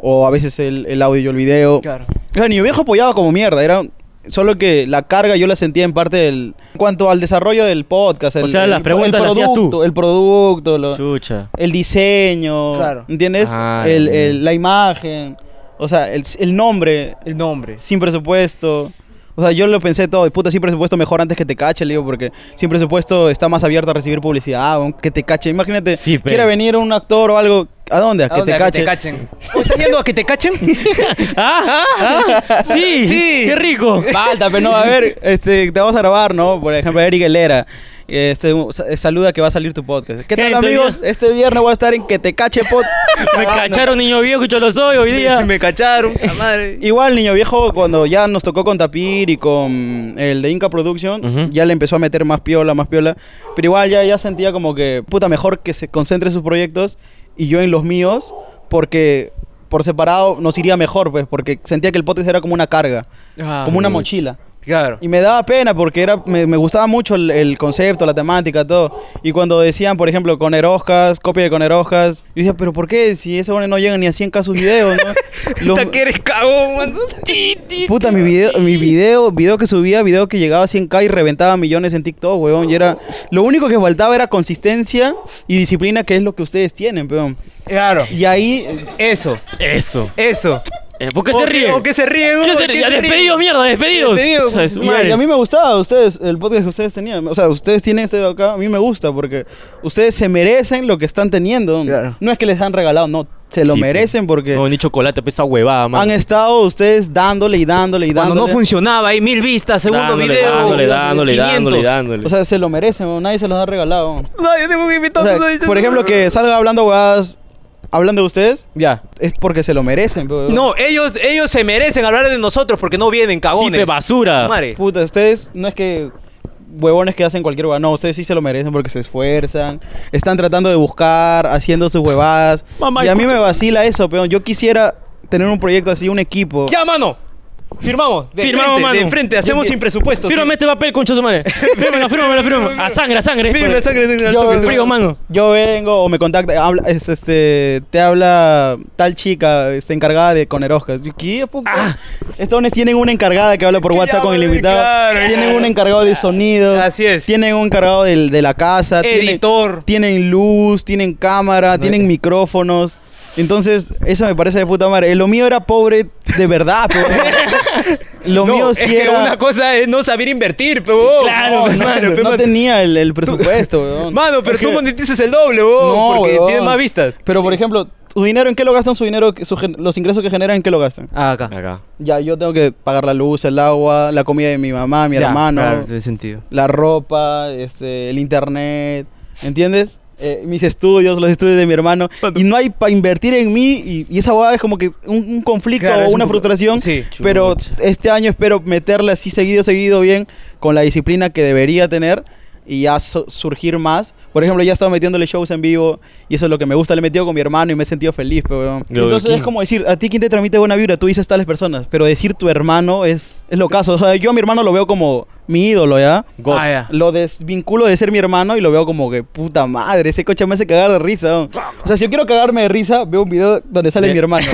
[SPEAKER 3] o a veces el, el audio, yo el video.
[SPEAKER 1] Claro.
[SPEAKER 3] O sea, Niño Viejo apoyaba como mierda, era... un- Solo que la carga yo la sentía en parte del... En cuanto al desarrollo del podcast, el,
[SPEAKER 2] sea,
[SPEAKER 3] el-
[SPEAKER 2] las
[SPEAKER 3] el
[SPEAKER 2] preguntas las hacías tú.
[SPEAKER 3] producto, el
[SPEAKER 1] [LAUGHS]
[SPEAKER 3] producto, lo-
[SPEAKER 2] Chucha.
[SPEAKER 3] el diseño,
[SPEAKER 1] Claro.
[SPEAKER 3] ¿entiendes?
[SPEAKER 2] Ah,
[SPEAKER 3] El-
[SPEAKER 2] ya.
[SPEAKER 3] el- la imagen, o sea, el, el nombre,
[SPEAKER 1] El nombre.
[SPEAKER 3] sin presupuesto. O sea, yo lo pensé todo. y Puta, siempre presupuesto mejor antes que te cache, le digo, porque siempre presupuesto está más abierto a recibir publicidad, weón, que te cache. Imagínate,
[SPEAKER 2] Sí, pe.
[SPEAKER 3] quiera venir un actor o algo. ¿A dónde? A,
[SPEAKER 5] ¿A dónde?
[SPEAKER 3] que te
[SPEAKER 5] ¿A
[SPEAKER 3] cache.
[SPEAKER 5] que te cachen. ¿O ¿Estás yendo a que te cachen?
[SPEAKER 2] Ah, ah, ah. Sí,
[SPEAKER 1] Sí.
[SPEAKER 2] qué rico.
[SPEAKER 3] Falta, pero no, a ver, este, te vamos a grabar, ¿no? Por ejemplo, Eric Helera. Este, un- sa- saluda que va a salir tu podcast. ¿Qué tal,
[SPEAKER 2] Gente,
[SPEAKER 3] amigos?
[SPEAKER 2] ya.
[SPEAKER 3] Este viernes voy a estar en Que Te Cache Pod.
[SPEAKER 1] [LAUGHS]
[SPEAKER 3] Ah,
[SPEAKER 2] Me
[SPEAKER 3] grabando.
[SPEAKER 2] cacharon niño viejo que yo lo soy hoy día.
[SPEAKER 1] Me cacharon, puta madre.
[SPEAKER 3] Igual, niño viejo, cuando ya nos tocó con Tapir y con el de Inca Production,
[SPEAKER 2] Ujú.
[SPEAKER 3] ya le empezó a meter más piola, más piola. Pero igual ya, ya sentía como que, puta, mejor que se concentre en sus proyectos y yo en los míos, porque por separado nos iría mejor, pues, porque sentía que el podcast era como una carga,
[SPEAKER 1] Ah,
[SPEAKER 3] como una mochila.
[SPEAKER 5] Claro.
[SPEAKER 3] Y me daba pena porque era, me, me gustaba mucho el, el concepto, la temática, todo. Y cuando decían, por ejemplo, con Eroscas, copia de con Eroscas, yo decía, pero ¿por qué? Si ese bueno no llega ni a 100k sus videos, ¿no? Los-
[SPEAKER 1] Puta que eres cagón, mano.
[SPEAKER 3] puta, mi video, mi video, video que subía, video que llegaba a 100k y reventaba millones en TikTok, weón. Y era, lo único que faltaba era consistencia y disciplina, que es lo que ustedes tienen, weón.
[SPEAKER 1] Claro.
[SPEAKER 3] Y ahí,
[SPEAKER 1] Eso,
[SPEAKER 2] Eso.
[SPEAKER 1] eso.
[SPEAKER 2] Eh, ¿Por qué
[SPEAKER 1] O
[SPEAKER 2] se
[SPEAKER 1] que-
[SPEAKER 2] ríen?
[SPEAKER 1] O que se ríen.
[SPEAKER 2] ¿Qué
[SPEAKER 1] o
[SPEAKER 2] se
[SPEAKER 1] que
[SPEAKER 2] ríen? Ya
[SPEAKER 1] se
[SPEAKER 2] despedidos, mierda, despedidos.
[SPEAKER 1] Despedidos.
[SPEAKER 2] Hija de su
[SPEAKER 3] y a,
[SPEAKER 2] madre.
[SPEAKER 3] y a mí me gustaba ustedes, el podcast que ustedes tenían. O sea, ustedes tienen este de acá, a mí me gusta porque ustedes se merecen lo que están teniendo.
[SPEAKER 5] Claro.
[SPEAKER 3] No es que les han regalado, no, se lo
[SPEAKER 2] Sí, pues.
[SPEAKER 3] merecen porque
[SPEAKER 2] No, ni chocolate, pesa huevada,
[SPEAKER 3] han
[SPEAKER 2] man.
[SPEAKER 3] estado ustedes dándole y dándole y
[SPEAKER 1] Cuando
[SPEAKER 3] dándole.
[SPEAKER 1] no funcionaba, ahí mil vistas, segundo
[SPEAKER 2] dándole,
[SPEAKER 1] video.
[SPEAKER 2] dándole, dándole,
[SPEAKER 1] 500.
[SPEAKER 2] dándole, dándole.
[SPEAKER 3] O sea, se lo merecen, weón, nadie se los ha regalado.
[SPEAKER 5] No, yo tengo que
[SPEAKER 3] O
[SPEAKER 5] invitar
[SPEAKER 3] sea, por ejemplo, que salga hablando huevadas, hablando de ustedes,
[SPEAKER 5] Ya.
[SPEAKER 3] es porque se lo merecen. weón.
[SPEAKER 1] No, ellos, ellos se merecen hablar de nosotros porque no vienen
[SPEAKER 2] Sí,
[SPEAKER 1] cagones.
[SPEAKER 2] pe, basura.
[SPEAKER 1] Madre.
[SPEAKER 3] Puta, ustedes no es que huevones que hacen cualquier huevada. No, ustedes sí se lo merecen porque se esfuerzan, están tratando de buscar, haciendo sus huevadas.
[SPEAKER 2] Mamá,
[SPEAKER 3] y a mí me vacila eso, peón. Yo quisiera tener un proyecto así, un equipo.
[SPEAKER 1] Ya, mano. Firmamos. De
[SPEAKER 2] Firmamos,
[SPEAKER 1] frente,
[SPEAKER 2] mano.
[SPEAKER 1] De frente, hacemos
[SPEAKER 2] Ya,
[SPEAKER 1] sin presupuesto.
[SPEAKER 2] Fírmame este papel, concha de
[SPEAKER 1] [LAUGHS]
[SPEAKER 2] su madre. Fírmamelo, fírmamelo, fírmamelo. A sangre, a sangre.
[SPEAKER 1] Firme, sangre, sangre, al
[SPEAKER 3] Yo-
[SPEAKER 1] toque.
[SPEAKER 2] Frío, mano.
[SPEAKER 3] Yo vengo o me contacta, habla, es, este, te habla tal chica, está encargada de con Eroscas. Yo, ¿Qué, puta? Estos hones tienen una encargada que habla por
[SPEAKER 1] Ah. Que
[SPEAKER 3] WhatsApp
[SPEAKER 1] ya
[SPEAKER 3] con el
[SPEAKER 1] voy,
[SPEAKER 3] invitado.
[SPEAKER 1] claro.
[SPEAKER 3] tienen un encargado de sonido.
[SPEAKER 1] Así es.
[SPEAKER 3] Tienen un encargado del- de la casa. tienen-
[SPEAKER 1] Editor.
[SPEAKER 3] tienen luz, tienen cámara, tienen micrófonos. Entonces, eso me parece de puta madre. Eh, Lo mío era pobre de verdad, pero lo
[SPEAKER 1] No,
[SPEAKER 3] mío
[SPEAKER 1] es
[SPEAKER 3] sí
[SPEAKER 1] que
[SPEAKER 3] era
[SPEAKER 1] una cosa es no saber invertir, pe, huevón.
[SPEAKER 2] Claro,
[SPEAKER 1] No,
[SPEAKER 2] pe, mano,
[SPEAKER 1] pe,
[SPEAKER 3] no
[SPEAKER 1] man-
[SPEAKER 3] tenía el, [LAUGHS] el presupuesto, weón.
[SPEAKER 1] Mano, pero
[SPEAKER 3] Es
[SPEAKER 1] tú
[SPEAKER 3] que-
[SPEAKER 1] monetizas el doble, huevón,
[SPEAKER 3] No,
[SPEAKER 1] porque
[SPEAKER 3] huevón.
[SPEAKER 1] tienes más vistas.
[SPEAKER 3] Pero por ejemplo, su dinero en qué lo gastan, su dinero, que- su gen- los ingresos que generan en qué lo gastan.
[SPEAKER 5] Ah, acá.
[SPEAKER 2] Acá.
[SPEAKER 3] Ya, yo tengo que pagar la luz, el agua, la comida de mi mamá, mi
[SPEAKER 5] Ya,
[SPEAKER 3] hermano,
[SPEAKER 5] Claro, tiene sentido.
[SPEAKER 3] la ropa, este, el internet, ¿entiendes? Eh, mis estudios, los estudios de mi hermano. Y no hay para invertir en mí. Y, y esa hueá es como que un, un conflicto
[SPEAKER 5] Claro,
[SPEAKER 3] o
[SPEAKER 5] es
[SPEAKER 3] una
[SPEAKER 5] un-
[SPEAKER 3] frustración.
[SPEAKER 5] sí.
[SPEAKER 3] pero este año espero meterla así seguido, seguido bien, con la disciplina que debería tener. Y ya so- surgir más. Por ejemplo, ya he estado metiéndole shows en vivo. Y eso es lo que me gusta. Le he metido con mi hermano y me he sentido feliz. Pero, weón.
[SPEAKER 2] Lo
[SPEAKER 3] Entonces
[SPEAKER 2] del
[SPEAKER 3] es como decir, a ti quien te transmite buena vibra, tú dices tales personas. Pero decir tu hermano es, es lo caso. O sea, yo a mi hermano lo veo como mi ídolo, ¿ya?
[SPEAKER 2] God.
[SPEAKER 5] Ah, ya.
[SPEAKER 3] Lo desvinculo de ser mi hermano y lo veo como que puta madre, ese coche me hace cagar de risa. ¿no? O sea, si yo quiero cagarme de risa, veo un video donde sale
[SPEAKER 2] Bien.
[SPEAKER 5] [LAUGHS]
[SPEAKER 3] mi hermano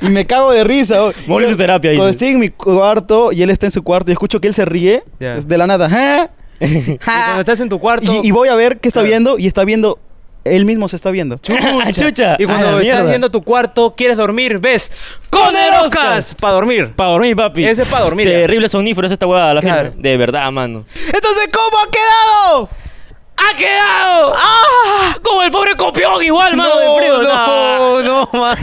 [SPEAKER 3] y me cago de risa. ¿no?
[SPEAKER 2] Morir tu terapia ahí.
[SPEAKER 3] Cuando estoy en mi cuarto y él está en su cuarto y escucho que él se ríe,
[SPEAKER 5] Ya.
[SPEAKER 3] es de la nada. ¿eh?
[SPEAKER 5] [LAUGHS] Y cuando estás en tu cuarto. Ah.
[SPEAKER 3] Y, y voy a ver qué está viendo y está viendo, él mismo se está viendo.
[SPEAKER 2] Ah, [LAUGHS] chucha.
[SPEAKER 1] Y cuando
[SPEAKER 2] Ah,
[SPEAKER 1] estás
[SPEAKER 2] mierda.
[SPEAKER 1] viendo tu cuarto, quieres dormir, ves con el Oscars para dormir.
[SPEAKER 2] Pa' dormir, papi.
[SPEAKER 1] Ese es pa' dormir, ya.
[SPEAKER 2] Terrible somnífero es esta huevada, la
[SPEAKER 5] Claro.
[SPEAKER 2] firme. De verdad, mano.
[SPEAKER 1] Entonces, ¿cómo ha quedado?
[SPEAKER 2] ¡Ha quedado! Como el pobre copión igual, mano, de frío. Nah.
[SPEAKER 1] ¡Ah! no, no, man.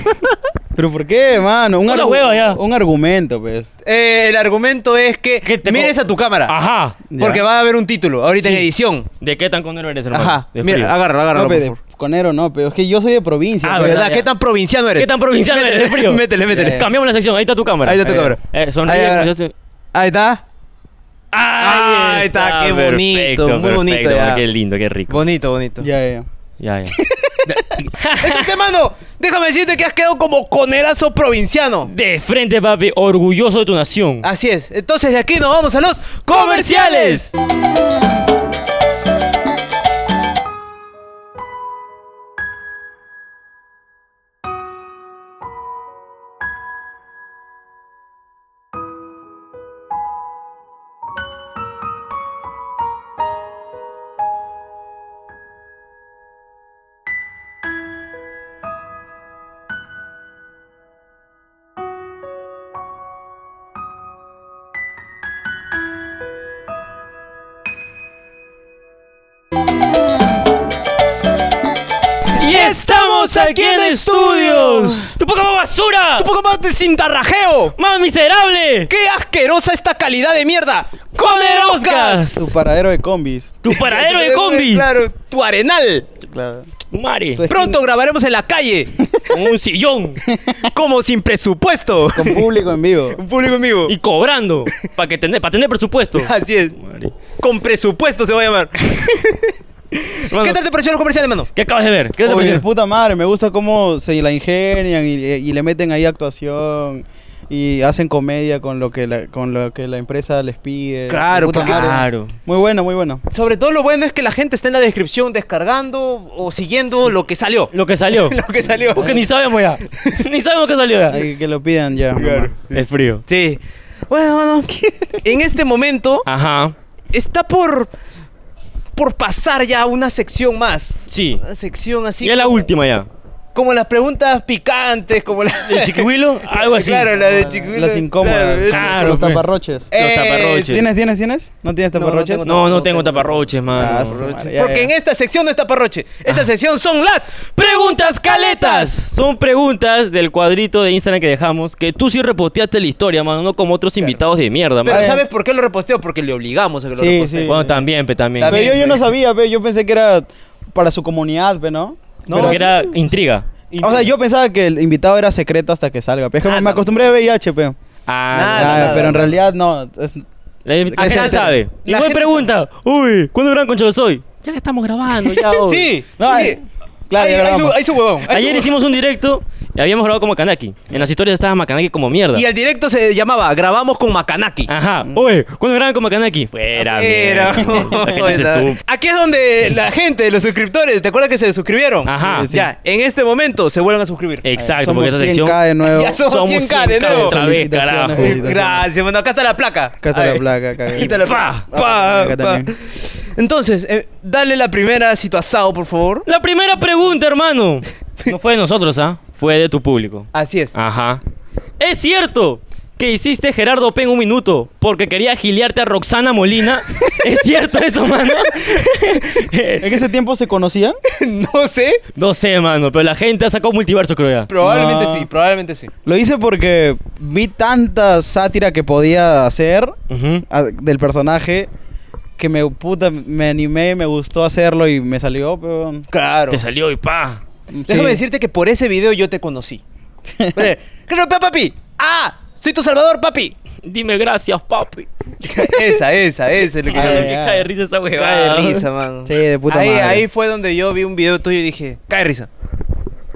[SPEAKER 3] Pero ¿por qué, mano? Un,
[SPEAKER 2] Una
[SPEAKER 3] argu-
[SPEAKER 2] hueva ya.
[SPEAKER 3] un argumento, pues.
[SPEAKER 1] Eh, el argumento es que,
[SPEAKER 2] Que te
[SPEAKER 1] mires
[SPEAKER 2] co- Ah,
[SPEAKER 1] a tu cámara.
[SPEAKER 2] Ajá.
[SPEAKER 1] Porque
[SPEAKER 3] Ya.
[SPEAKER 1] va a haber un título ahorita en edición.
[SPEAKER 2] ¿De qué tan conero eres, hermano?
[SPEAKER 1] Ajá.
[SPEAKER 2] De
[SPEAKER 1] Mira,
[SPEAKER 2] frío.
[SPEAKER 1] agárralo, agárralo.
[SPEAKER 3] No,
[SPEAKER 1] por
[SPEAKER 3] pe, de
[SPEAKER 1] favor.
[SPEAKER 3] conero no, pero es que yo soy de provincia.
[SPEAKER 2] Ah,
[SPEAKER 3] pe.
[SPEAKER 2] verdad,
[SPEAKER 1] ¿Verdad? ¿Qué
[SPEAKER 2] ya.
[SPEAKER 1] tan provinciano eres?
[SPEAKER 2] ¿Qué tan provincial eres? De frío.
[SPEAKER 1] [LAUGHS] Métele, métele.
[SPEAKER 3] Eh.
[SPEAKER 2] Cambiamos la sección. Ahí está tu cámara.
[SPEAKER 1] Ahí está tu cámara.
[SPEAKER 2] Eh, sonríe.
[SPEAKER 5] Ahí, ahí,
[SPEAKER 2] pues, hace-
[SPEAKER 5] Ahí está.
[SPEAKER 2] Ahí
[SPEAKER 1] Ahí está, qué
[SPEAKER 2] perfecto,
[SPEAKER 1] bonito, muy bonito
[SPEAKER 2] perfecto,
[SPEAKER 1] ya.
[SPEAKER 2] man, Qué lindo, qué rico.
[SPEAKER 5] Bonito, bonito.
[SPEAKER 3] Ya, ya, ya.
[SPEAKER 2] Ya, [LAUGHS] ya.
[SPEAKER 1] [LAUGHS] Este mano, déjame decirte que has quedado como conerazo provinciano.
[SPEAKER 2] De frente, papi. Orgulloso de tu nación.
[SPEAKER 1] Así es. Entonces de aquí nos vamos a los comerciales.
[SPEAKER 2] ¡Comerciales! estamos aquí en estudios. ¡Tu poca más basura!
[SPEAKER 4] ¡Un poco más de cintarrajeo!
[SPEAKER 2] ¡Más miserable!
[SPEAKER 4] ¡Qué asquerosa esta calidad de mierda!
[SPEAKER 2] ¡Con el Oscar!
[SPEAKER 3] Tu paradero de combis.
[SPEAKER 2] ¡Tu
[SPEAKER 1] [LAUGHS]
[SPEAKER 2] paradero
[SPEAKER 1] Eh,
[SPEAKER 2] de combis!
[SPEAKER 4] Claro, tu arenal.
[SPEAKER 3] Claro.
[SPEAKER 2] Mari,
[SPEAKER 3] Tu-
[SPEAKER 4] Pronto grabaremos en la calle,
[SPEAKER 2] con un sillón
[SPEAKER 1] [LAUGHS]
[SPEAKER 4] como sin presupuesto.
[SPEAKER 3] Con público en vivo.
[SPEAKER 4] Un público amigo.
[SPEAKER 2] [LAUGHS] y cobrando para que tener, para tener
[SPEAKER 1] [LAUGHS]
[SPEAKER 2] presupuesto.
[SPEAKER 4] Así es.
[SPEAKER 2] Mari.
[SPEAKER 4] Con presupuesto se va a llamar.
[SPEAKER 2] Hermano,
[SPEAKER 1] ¿Qué tal te pareció los comerciales, mano?
[SPEAKER 2] ¿Qué acabas de ver? ¿Qué te
[SPEAKER 3] Oye, de
[SPEAKER 2] pareció?
[SPEAKER 3] puta madre, me gusta cómo se la ingenian y, y le meten ahí actuación y hacen comedia con lo que la, con lo que la empresa les pide.
[SPEAKER 1] Claro,
[SPEAKER 3] De puta
[SPEAKER 1] porque-
[SPEAKER 3] madre.
[SPEAKER 2] Claro.
[SPEAKER 3] Muy bueno, muy bueno.
[SPEAKER 1] Sobre todo lo bueno es que la gente está en la descripción descargando o siguiendo lo que salió.
[SPEAKER 2] [LAUGHS] Lo que salió.
[SPEAKER 1] [LAUGHS] Lo que salió.
[SPEAKER 2] Porque ni
[SPEAKER 1] [LAUGHS]
[SPEAKER 2] sabemos ya. ni sabemos qué salió ya.
[SPEAKER 3] Hay que lo pidan ya. mamá.
[SPEAKER 2] Es frío.
[SPEAKER 1] Sí. Bueno, mano, en este momento
[SPEAKER 2] Ajá.
[SPEAKER 1] está por por pasar ya una sección más.
[SPEAKER 2] Sí.
[SPEAKER 1] Una sección así.
[SPEAKER 2] y es la
[SPEAKER 1] como-
[SPEAKER 2] última ya.
[SPEAKER 1] Como las preguntas picantes, como la [LAUGHS]
[SPEAKER 2] ¿El chiquihuilo? Algo así.
[SPEAKER 1] Claro, la de Chiquihuilo.
[SPEAKER 3] Las incómodas.
[SPEAKER 1] Claro.
[SPEAKER 2] Claro,
[SPEAKER 3] los
[SPEAKER 2] pues.
[SPEAKER 3] taparroches.
[SPEAKER 1] Eh,
[SPEAKER 2] taparroches.
[SPEAKER 3] ¿Tienes, tienes, tienes? ¿No tienes
[SPEAKER 1] No, no
[SPEAKER 3] taparroches?
[SPEAKER 1] tengo
[SPEAKER 2] No, no tengo taparroches, mano.
[SPEAKER 3] Ah, su madre, ya,
[SPEAKER 1] Porque
[SPEAKER 3] ya.
[SPEAKER 1] en esta sección no está parroche. Esta sección son las
[SPEAKER 2] Preguntas caletas. Son preguntas del cuadrito de Instagram que dejamos. Que tú sí reposteaste la historia, mano. No como otros invitados de mierda,
[SPEAKER 1] Pero
[SPEAKER 2] mano.
[SPEAKER 3] Ay,
[SPEAKER 1] ¿sabes por qué lo reposteó? Porque le obligamos a que lo
[SPEAKER 3] Eh. Sí,
[SPEAKER 1] repostee.
[SPEAKER 3] sí.
[SPEAKER 2] Bueno, también, pe, también.
[SPEAKER 3] Pero yo, yo
[SPEAKER 1] También,
[SPEAKER 3] no
[SPEAKER 1] pe.
[SPEAKER 3] sabía, pe, yo pensé que era para su comunidad, pe, ¿no?
[SPEAKER 2] No, porque era intriga.
[SPEAKER 3] O sea, yo pensaba que el invitado era secreto hasta que salga. pe. Es que
[SPEAKER 1] Ah,
[SPEAKER 3] me
[SPEAKER 1] no.
[SPEAKER 3] acostumbré a VIH, pe.
[SPEAKER 2] Ah,
[SPEAKER 1] Nada,
[SPEAKER 3] Ah,
[SPEAKER 1] nada,
[SPEAKER 3] pero en
[SPEAKER 1] nada.
[SPEAKER 3] realidad no. es-
[SPEAKER 2] la
[SPEAKER 3] gente
[SPEAKER 2] gente sabe.
[SPEAKER 1] sabe.
[SPEAKER 2] Y
[SPEAKER 1] La
[SPEAKER 2] buena
[SPEAKER 1] gente
[SPEAKER 2] pregunta. Uy, ¿cuándo gran concha los hoy? Ya la estamos grabando,
[SPEAKER 3] [LAUGHS]
[SPEAKER 2] ya. hoy.
[SPEAKER 1] Sí.
[SPEAKER 3] No,
[SPEAKER 1] sí.
[SPEAKER 3] hay- claro,
[SPEAKER 1] hay,
[SPEAKER 3] ya
[SPEAKER 1] hay su,
[SPEAKER 3] grabamos.
[SPEAKER 1] hay su huevón. hay su
[SPEAKER 2] Ayer
[SPEAKER 1] huevón.
[SPEAKER 2] hicimos un directo y habíamos grabado con Macanaki. En las historias estaba Macanaki como mierda.
[SPEAKER 1] Y el directo se llamaba Grabamos con Makanaki.
[SPEAKER 2] Ajá. Oye, ¿cuándo graban con Macanaki? Fuera, [LAUGHS]
[SPEAKER 1] Era-
[SPEAKER 2] mierda. La gente es estúpida.
[SPEAKER 1] Aquí es donde la gente, los suscriptores, ¿te acuerdas que se suscribieron?
[SPEAKER 2] Ajá.
[SPEAKER 3] Sí, sí.
[SPEAKER 1] Ya, en este momento se vuelven a suscribir.
[SPEAKER 2] Exacto,
[SPEAKER 3] Somos
[SPEAKER 2] porque esa sección.
[SPEAKER 3] 100K de nuevo.
[SPEAKER 1] [LAUGHS] Ya somos, 100K de
[SPEAKER 2] 100K
[SPEAKER 1] nuevo.
[SPEAKER 2] otra vez,
[SPEAKER 3] Felicitaciones,
[SPEAKER 2] carajo.
[SPEAKER 3] felicitaciones.
[SPEAKER 1] Gracias, bueno, acá está la placa.
[SPEAKER 3] Acá está
[SPEAKER 1] Ay.
[SPEAKER 3] la placa, acá.
[SPEAKER 1] Ahí está la
[SPEAKER 2] Pa,
[SPEAKER 1] placa. Pa,
[SPEAKER 3] acá
[SPEAKER 1] pa.
[SPEAKER 3] también.
[SPEAKER 1] Entonces, eh, dale la primera situación, por favor.
[SPEAKER 2] La primera
[SPEAKER 1] [LAUGHS]
[SPEAKER 2] pregunta, hermano. No fue de nosotros, ¿ah? Fue de tu público.
[SPEAKER 1] Así es.
[SPEAKER 2] Ajá. Es cierto que hiciste Gerardo P en un minuto porque quería giliarte a Roxana Molina. ¿Es cierto eso, mano? [LAUGHS]
[SPEAKER 3] ¿En ese tiempo se conocían?
[SPEAKER 1] [LAUGHS] no sé.
[SPEAKER 2] no sé, mano, pero la gente ha sacado multiverso, creo ya.
[SPEAKER 1] Probablemente
[SPEAKER 3] No.
[SPEAKER 1] sí, probablemente sí.
[SPEAKER 3] Lo hice porque vi tanta sátira que podía hacer
[SPEAKER 2] Ujú.
[SPEAKER 3] a- del personaje que me puta, me animé, me gustó hacerlo y me salió, pero...
[SPEAKER 1] Claro.
[SPEAKER 2] Te salió y pa.
[SPEAKER 3] Mm, sí.
[SPEAKER 1] Déjame decirte que por ese video yo te
[SPEAKER 3] [LAUGHS]
[SPEAKER 1] conocí. Oye, Claro, pa- papi. Ah, soy tu salvador, papi. [LAUGHS]
[SPEAKER 2] Dime gracias, papi.
[SPEAKER 1] esa, esa, esa es lo que
[SPEAKER 3] Ay,
[SPEAKER 2] Cae
[SPEAKER 3] ay, ay.
[SPEAKER 2] de risa esa
[SPEAKER 1] Cae
[SPEAKER 2] huevada.
[SPEAKER 1] de risa, mano.
[SPEAKER 3] Sí, de puta
[SPEAKER 1] ahí,
[SPEAKER 3] madre.
[SPEAKER 1] ahí fue donde yo vi un video tuyo y dije, cae de risa.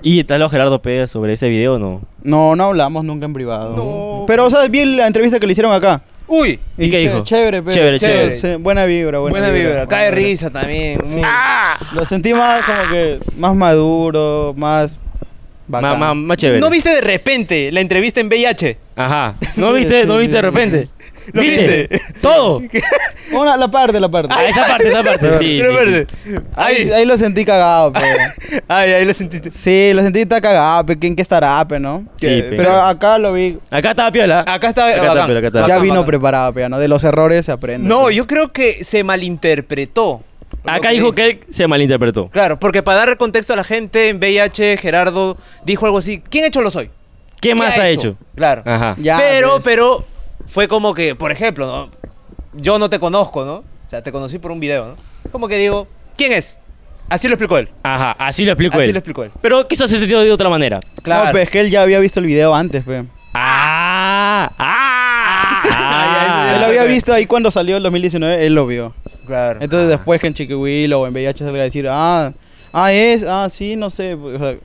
[SPEAKER 2] ¿Y te habló Gerardo P sobre ese video o no?
[SPEAKER 3] No, no hablamos nunca en privado.
[SPEAKER 1] No.
[SPEAKER 3] Pero, o sea, vi la entrevista que le hicieron acá.
[SPEAKER 1] Uy,
[SPEAKER 2] ¿Y qué
[SPEAKER 3] ché-
[SPEAKER 2] dijo?
[SPEAKER 3] Chévere, pero-
[SPEAKER 2] Chévere,
[SPEAKER 1] chévere.
[SPEAKER 3] sí, buena vibra, buena,
[SPEAKER 1] buena vibra. Cae de
[SPEAKER 3] buena
[SPEAKER 1] risa también.
[SPEAKER 3] Sí. Ah, Lo sentí más como que más maduro, más bacán.
[SPEAKER 2] Más, más, más chévere.
[SPEAKER 1] ¿No viste de repente la entrevista en VIH?
[SPEAKER 2] Ajá. ¿No
[SPEAKER 3] Sí,
[SPEAKER 2] viste?
[SPEAKER 3] sí,
[SPEAKER 2] ¿No
[SPEAKER 3] sí,
[SPEAKER 2] viste de
[SPEAKER 3] sí.
[SPEAKER 2] repente?
[SPEAKER 1] ¿Lo viste? [LAUGHS]
[SPEAKER 2] Todo.
[SPEAKER 3] Una, la parte, la parte.
[SPEAKER 2] Ah, esa parte, esa parte. Sí, sí,
[SPEAKER 1] Pero
[SPEAKER 2] sí.
[SPEAKER 1] verde.
[SPEAKER 3] Ahí,
[SPEAKER 1] Ahí,
[SPEAKER 3] ahí lo sentí
[SPEAKER 1] [LAUGHS]
[SPEAKER 3] cagado, pero.
[SPEAKER 1] ahí, ahí lo sentiste.
[SPEAKER 3] Sí, lo sentí está cagado, pero ¿quién que estará, pe, no?
[SPEAKER 2] Sí, pe.
[SPEAKER 3] Pero acá lo vi,
[SPEAKER 2] Acá estaba Piola.
[SPEAKER 1] Acá está.
[SPEAKER 2] Acá está,
[SPEAKER 1] bacán.
[SPEAKER 2] pero acá está.
[SPEAKER 1] Bacán,
[SPEAKER 3] ya vino
[SPEAKER 1] bacán.
[SPEAKER 3] preparado, pe, ¿no? De los errores se aprende.
[SPEAKER 1] No,
[SPEAKER 3] pe.
[SPEAKER 1] yo creo que se malinterpretó.
[SPEAKER 2] Acá dijo que él se malinterpretó.
[SPEAKER 1] Claro, porque para dar contexto a la gente, en VIH Gerardo dijo algo así. ¿Quién hecho lo soy?
[SPEAKER 2] ¿Qué más ha hecho?
[SPEAKER 1] Claro.
[SPEAKER 2] Ajá.
[SPEAKER 3] Ya,
[SPEAKER 1] pero,
[SPEAKER 3] pues.
[SPEAKER 1] pero, fue como que, por ejemplo, ¿no? Yo no te conozco, ¿no? O sea, te conocí por un video, ¿no? Como que digo, ¿quién es? Así lo explicó él.
[SPEAKER 2] Ajá, así lo explicó
[SPEAKER 1] Así
[SPEAKER 2] él.
[SPEAKER 1] lo explicó él.
[SPEAKER 2] Pero quizás se entendió de otra manera.
[SPEAKER 3] No,
[SPEAKER 1] Claro.
[SPEAKER 3] pe, es que él ya había visto el video antes, pe.
[SPEAKER 2] Ah, ah, [LAUGHS]
[SPEAKER 1] Ah,
[SPEAKER 3] él
[SPEAKER 2] ah.
[SPEAKER 3] lo
[SPEAKER 1] ya,
[SPEAKER 3] había
[SPEAKER 1] pe.
[SPEAKER 3] visto ahí cuando salió el 2019, él lo vio.
[SPEAKER 1] claro.
[SPEAKER 3] Entonces después que en Chiquihuilo o en VIH salga a decir, ah, ah, es, ah, sí, no sé. pues, o sea,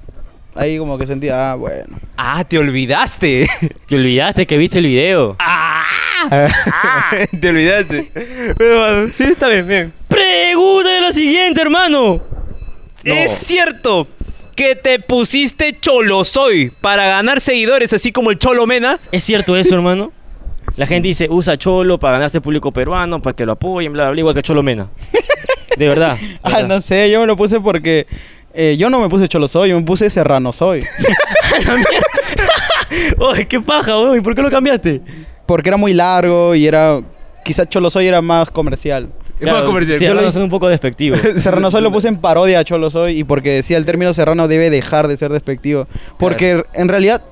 [SPEAKER 3] ahí como que sentía, ah, bueno. [LAUGHS]
[SPEAKER 1] Ah, te olvidaste.
[SPEAKER 2] Te olvidaste que viste el video.
[SPEAKER 1] [LAUGHS] te olvidaste. Pero, bueno, sí, está bien, bien.
[SPEAKER 2] Pregúntale lo siguiente, hermano.
[SPEAKER 1] Es cierto que te pusiste Cholosoy para ganar seguidores, así como el Cholo Mena.
[SPEAKER 2] ¿Es cierto eso, hermano? La gente dice, usa Cholo para ganarse público peruano, para que lo apoyen, bla, bla, bla, igual que Cholo Mena. De verdad. de [LAUGHS]
[SPEAKER 3] Ah,
[SPEAKER 2] verdad.
[SPEAKER 3] no sé, yo me lo puse porque eh, yo no me puse cholo soy, yo me puse serrano soy.
[SPEAKER 2] [LAUGHS] Oye, qué paja, weón. ¿Y por qué lo cambiaste?
[SPEAKER 3] porque era muy largo y era, quizás cholo soy era más comercial.
[SPEAKER 4] Más comercial.
[SPEAKER 2] Sí,
[SPEAKER 4] Yo
[SPEAKER 2] ahora
[SPEAKER 4] le-
[SPEAKER 2] son un poco despectivos.
[SPEAKER 3] [LAUGHS] Serrano Soy lo puse en parodia a Cholo Soy y porque decía el término serrano debe dejar de ser despectivo. Porque en realidad,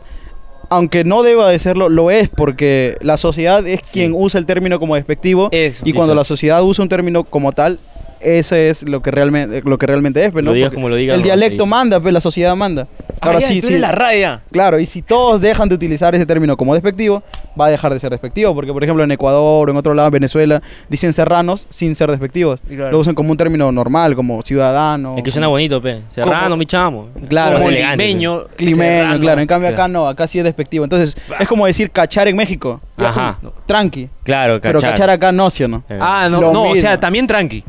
[SPEAKER 3] aunque no deba de serlo, lo es porque la sociedad es quien usa el término como despectivo
[SPEAKER 6] Eso.
[SPEAKER 3] y cuando
[SPEAKER 2] Quizás.
[SPEAKER 3] la sociedad usa un término como tal, ese es lo que realmente, lo que realmente es. pues,
[SPEAKER 2] Lo
[SPEAKER 3] ¿no?
[SPEAKER 2] digas
[SPEAKER 3] Porque
[SPEAKER 2] como lo digas,
[SPEAKER 3] El
[SPEAKER 2] ¿no?
[SPEAKER 3] dialecto
[SPEAKER 2] Sí.
[SPEAKER 3] manda, pues, la sociedad manda.
[SPEAKER 2] Ah,
[SPEAKER 3] Ahora sí, sí.
[SPEAKER 6] la raya.
[SPEAKER 3] Claro, y si todos dejan de utilizar ese término como despectivo, va a dejar de ser despectivo, porque por ejemplo en Ecuador o en otro lado, en Venezuela, dicen serranos sin ser despectivos.
[SPEAKER 6] Claro.
[SPEAKER 3] Lo usan como un término normal, como ciudadano.
[SPEAKER 2] Es que suena bonito, pe. Serrano, mi chamo.
[SPEAKER 3] Claro,
[SPEAKER 2] Es
[SPEAKER 3] como
[SPEAKER 2] elegante, pe.
[SPEAKER 1] limeño,
[SPEAKER 3] Climeño,
[SPEAKER 1] serrano.
[SPEAKER 3] claro. En cambio acá
[SPEAKER 2] Claro.
[SPEAKER 3] no, acá sí es despectivo. Entonces, es como decir cachar en México.
[SPEAKER 2] Ajá.
[SPEAKER 3] Tranqui.
[SPEAKER 2] Claro,
[SPEAKER 3] Pero cachar acá no, ¿sí o no?
[SPEAKER 2] Eh,
[SPEAKER 1] Ah, no,
[SPEAKER 3] Lo
[SPEAKER 1] no, o
[SPEAKER 3] mismo.
[SPEAKER 1] sea, también tranqui.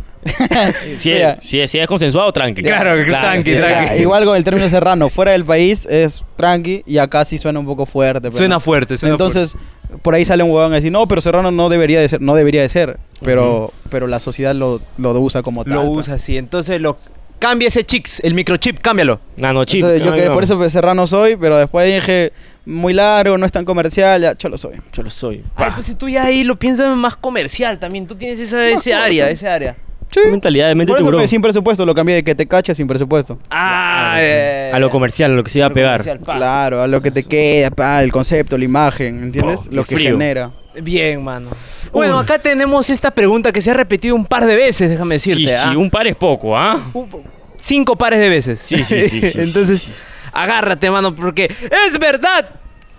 [SPEAKER 2] si,
[SPEAKER 3] mira.
[SPEAKER 2] es, si, es, si es consensuado, tranqui.
[SPEAKER 4] Claro, tranqui,
[SPEAKER 2] sí,
[SPEAKER 4] tranqui.
[SPEAKER 3] Ya, igual con el término serrano, fuera del país es tranqui y acá sí suena un poco fuerte. pero
[SPEAKER 4] Suena
[SPEAKER 3] no.
[SPEAKER 4] fuerte, suena
[SPEAKER 3] Entonces, por ahí sale un huevón a decir, no, pero serrano no debería de ser, no debería de ser. Pero, pero la sociedad lo, lo usa como tal.
[SPEAKER 4] Lo
[SPEAKER 3] pues.
[SPEAKER 4] usa así. Entonces lo cambia ese chicks, el microchip, cámbialo.
[SPEAKER 2] Nanochip.
[SPEAKER 3] Entonces, yo
[SPEAKER 2] Ah,
[SPEAKER 3] quedé
[SPEAKER 2] no.
[SPEAKER 3] por eso pues, serrano soy, pero después dije, muy largo, no es tan comercial, ya, cholo soy.
[SPEAKER 2] Yo lo soy.
[SPEAKER 1] Ah, entonces tú ya ahí lo piensas más comercial también. Tú tienes esa, ese área, ese área.
[SPEAKER 3] Sí.
[SPEAKER 2] Tu mentalidad de mente
[SPEAKER 3] Por eso
[SPEAKER 2] tiburón.
[SPEAKER 3] pues, sin presupuesto, lo cambié de que te caches sin presupuesto.
[SPEAKER 1] Ah, eh,
[SPEAKER 2] A lo comercial, a lo que se iba a
[SPEAKER 1] lo
[SPEAKER 2] pegar.
[SPEAKER 1] comercial, pa.
[SPEAKER 3] Claro, a lo que te queda, pa, el concepto, la imagen, ¿entiendes?
[SPEAKER 2] Oh,
[SPEAKER 3] lo
[SPEAKER 2] qué
[SPEAKER 3] que
[SPEAKER 2] frío.
[SPEAKER 3] genera.
[SPEAKER 1] Bien, mano. Bueno, acá tenemos esta pregunta que se ha repetido un par de veces, déjame
[SPEAKER 2] Sí,
[SPEAKER 1] decirte. ¿ah?
[SPEAKER 2] sí, un par es poco, ¿ah?
[SPEAKER 1] Un- cinco pares de veces.
[SPEAKER 2] Sí, sí,
[SPEAKER 1] [LAUGHS]
[SPEAKER 2] sí, sí,
[SPEAKER 1] Entonces,
[SPEAKER 2] sí,
[SPEAKER 1] agárrate, mano, porque es verdad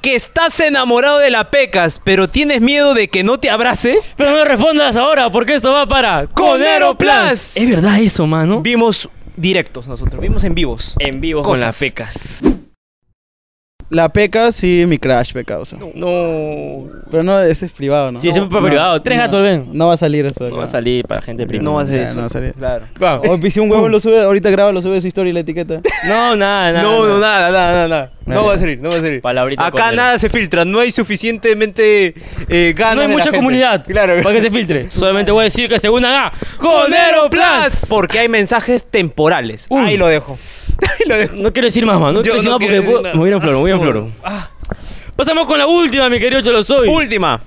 [SPEAKER 1] que estás enamorado de la pecas, pero tienes miedo de que no te abrace.
[SPEAKER 2] Pero no respondas ahora, porque esto va para
[SPEAKER 1] Con Aeroplast.
[SPEAKER 2] Es verdad eso, mano.
[SPEAKER 1] Vimos directos nosotros, vimos en vivos.
[SPEAKER 2] en vivo
[SPEAKER 1] Cosas.
[SPEAKER 2] con las pecas.
[SPEAKER 3] La peca, sí, mi crash me causa.
[SPEAKER 2] No.
[SPEAKER 3] Pero no, este es privado, ¿no?
[SPEAKER 2] Sí, ese es para privado. Tres gatos, ven.
[SPEAKER 3] No va a salir esto. de
[SPEAKER 2] No
[SPEAKER 3] acá.
[SPEAKER 2] va a salir para gente prima.
[SPEAKER 1] No va a ser
[SPEAKER 3] Ya,
[SPEAKER 1] eso.
[SPEAKER 3] no va a salir.
[SPEAKER 1] Claro.
[SPEAKER 2] Va.
[SPEAKER 3] O si un huevo lo sube, ahorita graba, lo sube a su historia y
[SPEAKER 2] [LAUGHS]
[SPEAKER 3] la etiqueta.
[SPEAKER 2] No, nada, nada.
[SPEAKER 4] No, no, nada, nada, nada. nada. No
[SPEAKER 3] Nada.
[SPEAKER 4] va a salir, no va a salir.
[SPEAKER 2] Palabrita
[SPEAKER 4] Acá
[SPEAKER 2] con él.
[SPEAKER 4] nada se filtra, no hay suficientemente eh, ganas.
[SPEAKER 2] Ah, No hay
[SPEAKER 4] de la
[SPEAKER 2] mucha
[SPEAKER 4] gente.
[SPEAKER 2] comunidad
[SPEAKER 4] Claro.
[SPEAKER 1] [LAUGHS]
[SPEAKER 2] para que se filtre. Solamente voy a decir que se unan a
[SPEAKER 1] Con
[SPEAKER 2] Conero Plus.
[SPEAKER 1] Aeroplast, Porque hay mensajes temporales. [LAUGHS]
[SPEAKER 2] Uy.
[SPEAKER 1] Ahí lo dejo.
[SPEAKER 2] No quiero decir más, man. No
[SPEAKER 1] Yo
[SPEAKER 2] quiero decir
[SPEAKER 1] no
[SPEAKER 2] más porque
[SPEAKER 1] quiero decir
[SPEAKER 2] puedo-
[SPEAKER 1] nada.
[SPEAKER 2] me voy a ir en floro, me voy a ir en
[SPEAKER 1] Ah,
[SPEAKER 2] floro. Pasamos con la última, mi querido Cholo Soy.
[SPEAKER 1] Última.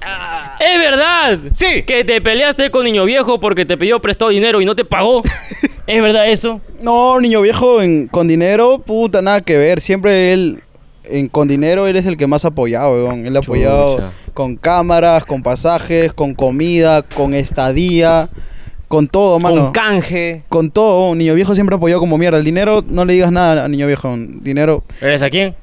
[SPEAKER 2] ¿Es verdad?
[SPEAKER 4] Sí.
[SPEAKER 2] Que te peleaste con Niño Viejo porque te pidió prestado dinero y no te pagó. ¿Es verdad eso?
[SPEAKER 3] No, niño viejo en- con dinero, puta, nada que ver. Siempre él, en, con dinero, él es el que más ha apoyado, weón. Él ha apoyado
[SPEAKER 2] Chucha.
[SPEAKER 3] con cámaras, con pasajes, con comida, con estadía, con todo, mano.
[SPEAKER 1] Con canje.
[SPEAKER 3] Con todo, niño viejo siempre ha apoyado como mierda. El dinero, no le digas nada a niño viejo. Dinero,
[SPEAKER 2] ¿Eres a quién?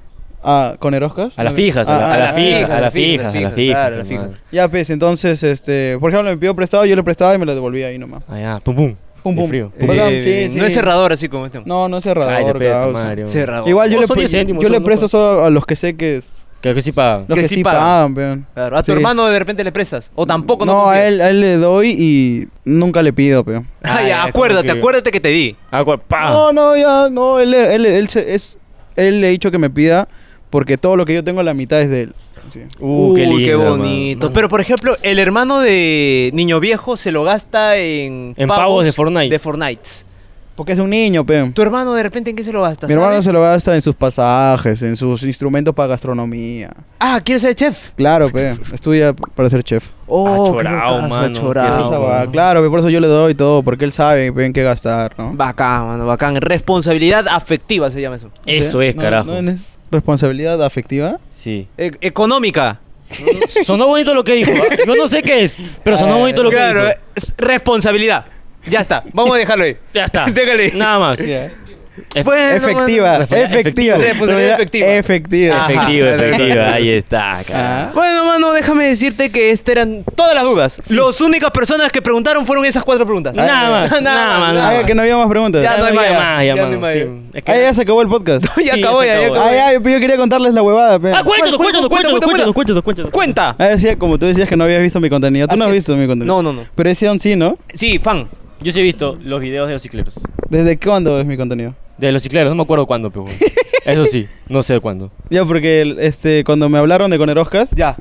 [SPEAKER 3] ah, ¿con Eroscas?
[SPEAKER 2] A las fijas, a,
[SPEAKER 3] Ah,
[SPEAKER 2] la- a
[SPEAKER 3] ah,
[SPEAKER 2] las
[SPEAKER 3] ah,
[SPEAKER 2] fijas, a
[SPEAKER 1] la
[SPEAKER 2] las
[SPEAKER 1] fija,
[SPEAKER 2] fijas, a
[SPEAKER 1] la
[SPEAKER 2] las
[SPEAKER 1] fija,
[SPEAKER 2] fijas.
[SPEAKER 1] claro, la fija.
[SPEAKER 2] hermano.
[SPEAKER 3] Ya, pues, entonces, este, por ejemplo, me pidió prestado, yo le prestaba y me lo devolvía ahí nomás.
[SPEAKER 2] Allá, ah, pum pum.
[SPEAKER 3] Pum,
[SPEAKER 2] De
[SPEAKER 3] pum.
[SPEAKER 2] frío.
[SPEAKER 3] Eh, Bacán,
[SPEAKER 1] Eh,
[SPEAKER 3] sí,
[SPEAKER 1] No
[SPEAKER 3] sí.
[SPEAKER 1] es cerrador así como este.
[SPEAKER 3] No, no es cerrador,
[SPEAKER 2] Ay, te pedo,
[SPEAKER 3] causa.
[SPEAKER 2] Mario.
[SPEAKER 1] Cerrador.
[SPEAKER 3] Igual yo
[SPEAKER 2] Oh,
[SPEAKER 3] le,
[SPEAKER 2] son
[SPEAKER 3] pre-
[SPEAKER 2] 10 céntimos,
[SPEAKER 3] yo le
[SPEAKER 2] son unos
[SPEAKER 3] presto solo a los que sé que es
[SPEAKER 2] Creo que sí paga.
[SPEAKER 3] Los que, sí pagan, peón.
[SPEAKER 1] Claro, a tu
[SPEAKER 3] Sí.
[SPEAKER 1] hermano de repente le prestas. O tampoco no.
[SPEAKER 3] No, a
[SPEAKER 1] confías.
[SPEAKER 3] él, a él le doy y nunca le pido, peón.
[SPEAKER 1] Ah,
[SPEAKER 2] Ah,
[SPEAKER 1] ya,
[SPEAKER 2] ya,
[SPEAKER 1] acuérdate,
[SPEAKER 2] como que-
[SPEAKER 1] acuérdate que te di.
[SPEAKER 2] Ah, cual- pa.
[SPEAKER 3] No, no, ya, no, él, él, él, se- es, él le he dicho que me pida porque todo lo que yo tengo, la mitad es de él. Sí.
[SPEAKER 2] Uh, qué, lindo, hermano.
[SPEAKER 1] bonito. Pero por ejemplo, el hermano de Niño Viejo se lo gasta en,
[SPEAKER 2] En pavos de Fortnite.
[SPEAKER 1] De Fortnite.
[SPEAKER 3] Porque es un niño, peón.
[SPEAKER 1] Tu hermano de repente en qué se lo gasta?
[SPEAKER 3] Mi hermano
[SPEAKER 1] sabes?
[SPEAKER 3] se lo gasta en sus pasajes, en sus instrumentos para gastronomía.
[SPEAKER 1] Ah, ¿quieres ser chef?
[SPEAKER 3] Claro, peón. Estudia para ser chef.
[SPEAKER 1] Oh, qué
[SPEAKER 2] Ah, chorao,
[SPEAKER 1] locazo,
[SPEAKER 2] mano, qué
[SPEAKER 1] chorao.
[SPEAKER 2] Ah,
[SPEAKER 3] Esa
[SPEAKER 2] bueno.
[SPEAKER 3] va, Claro, pe, por eso yo le doy todo, porque él sabe, peón, qué gastar, ¿no?
[SPEAKER 1] Bacán, mano, bacán. Responsabilidad afectiva se llama eso.
[SPEAKER 2] Eso es,
[SPEAKER 3] No,
[SPEAKER 2] carajo.
[SPEAKER 3] no es responsabilidad afectiva.
[SPEAKER 2] Sí.
[SPEAKER 1] E- económica.
[SPEAKER 2] Sonó bonito lo que dijo. ¿ah? Yo no sé qué es, pero sonó bonito lo que
[SPEAKER 1] claro,
[SPEAKER 2] dijo.
[SPEAKER 1] es responsabilidad. Ya está, vamos a dejarlo ahí.
[SPEAKER 2] Ya está.
[SPEAKER 1] Déjale.
[SPEAKER 2] Nada más.
[SPEAKER 3] Sí, eh.
[SPEAKER 2] Efe-
[SPEAKER 1] Bueno,
[SPEAKER 3] Efectiva,
[SPEAKER 2] mano.
[SPEAKER 3] efectiva.
[SPEAKER 1] Responsabilidad efectiva.
[SPEAKER 3] Efectiva.
[SPEAKER 1] Ajá.
[SPEAKER 2] Efectiva, efectiva. Ahí está,
[SPEAKER 3] Ah.
[SPEAKER 2] carajo.
[SPEAKER 1] Bueno, mano, déjame decirte que estas eran todas las dudas. Las únicas personas que preguntaron fueron esas cuatro preguntas. [LAUGHS]
[SPEAKER 2] Nada más,
[SPEAKER 1] Nada
[SPEAKER 2] nada
[SPEAKER 1] más,
[SPEAKER 2] más,
[SPEAKER 1] nada
[SPEAKER 2] nada
[SPEAKER 3] Ah,
[SPEAKER 2] más.
[SPEAKER 3] que no había más preguntas.
[SPEAKER 1] Ya, no hay más,
[SPEAKER 2] ya,
[SPEAKER 1] ya no
[SPEAKER 2] mano,
[SPEAKER 1] hay más.
[SPEAKER 2] sí. Es que-
[SPEAKER 3] Ah, ya se acabó el podcast.
[SPEAKER 1] [LAUGHS]
[SPEAKER 3] [LAUGHS]
[SPEAKER 1] ya
[SPEAKER 2] Sí,
[SPEAKER 1] acabó,
[SPEAKER 2] se
[SPEAKER 1] ya, ya
[SPEAKER 2] acabó.
[SPEAKER 1] acabó.
[SPEAKER 3] Ay, ay, yo quería contarles la huevada, pe.
[SPEAKER 2] Ah, cuéntanos,
[SPEAKER 1] Cuéntanos,
[SPEAKER 2] cuéntanos, cuéntanos,
[SPEAKER 1] cuéntanos,
[SPEAKER 2] cuéntanos, cuéntanos, cuéntanos.
[SPEAKER 1] Cuenta.
[SPEAKER 3] Ah, decía, como tú decías que no habías visto mi contenido. Tú no has
[SPEAKER 1] Así es.
[SPEAKER 3] visto mi contenido.
[SPEAKER 1] No, no, no.
[SPEAKER 3] Pero ese aún sí, ¿no?
[SPEAKER 1] Sí, fan.
[SPEAKER 2] Yo sí he visto los videos de los cicleros.
[SPEAKER 3] ¿Desde cuándo es mi contenido?
[SPEAKER 2] De los cicleros, no me acuerdo cuándo, pero
[SPEAKER 3] [LAUGHS]
[SPEAKER 2] bueno. Eso sí, no sé cuándo.
[SPEAKER 3] Ya, porque el- este, cuando me hablaron de Coneroscas,
[SPEAKER 1] Ya.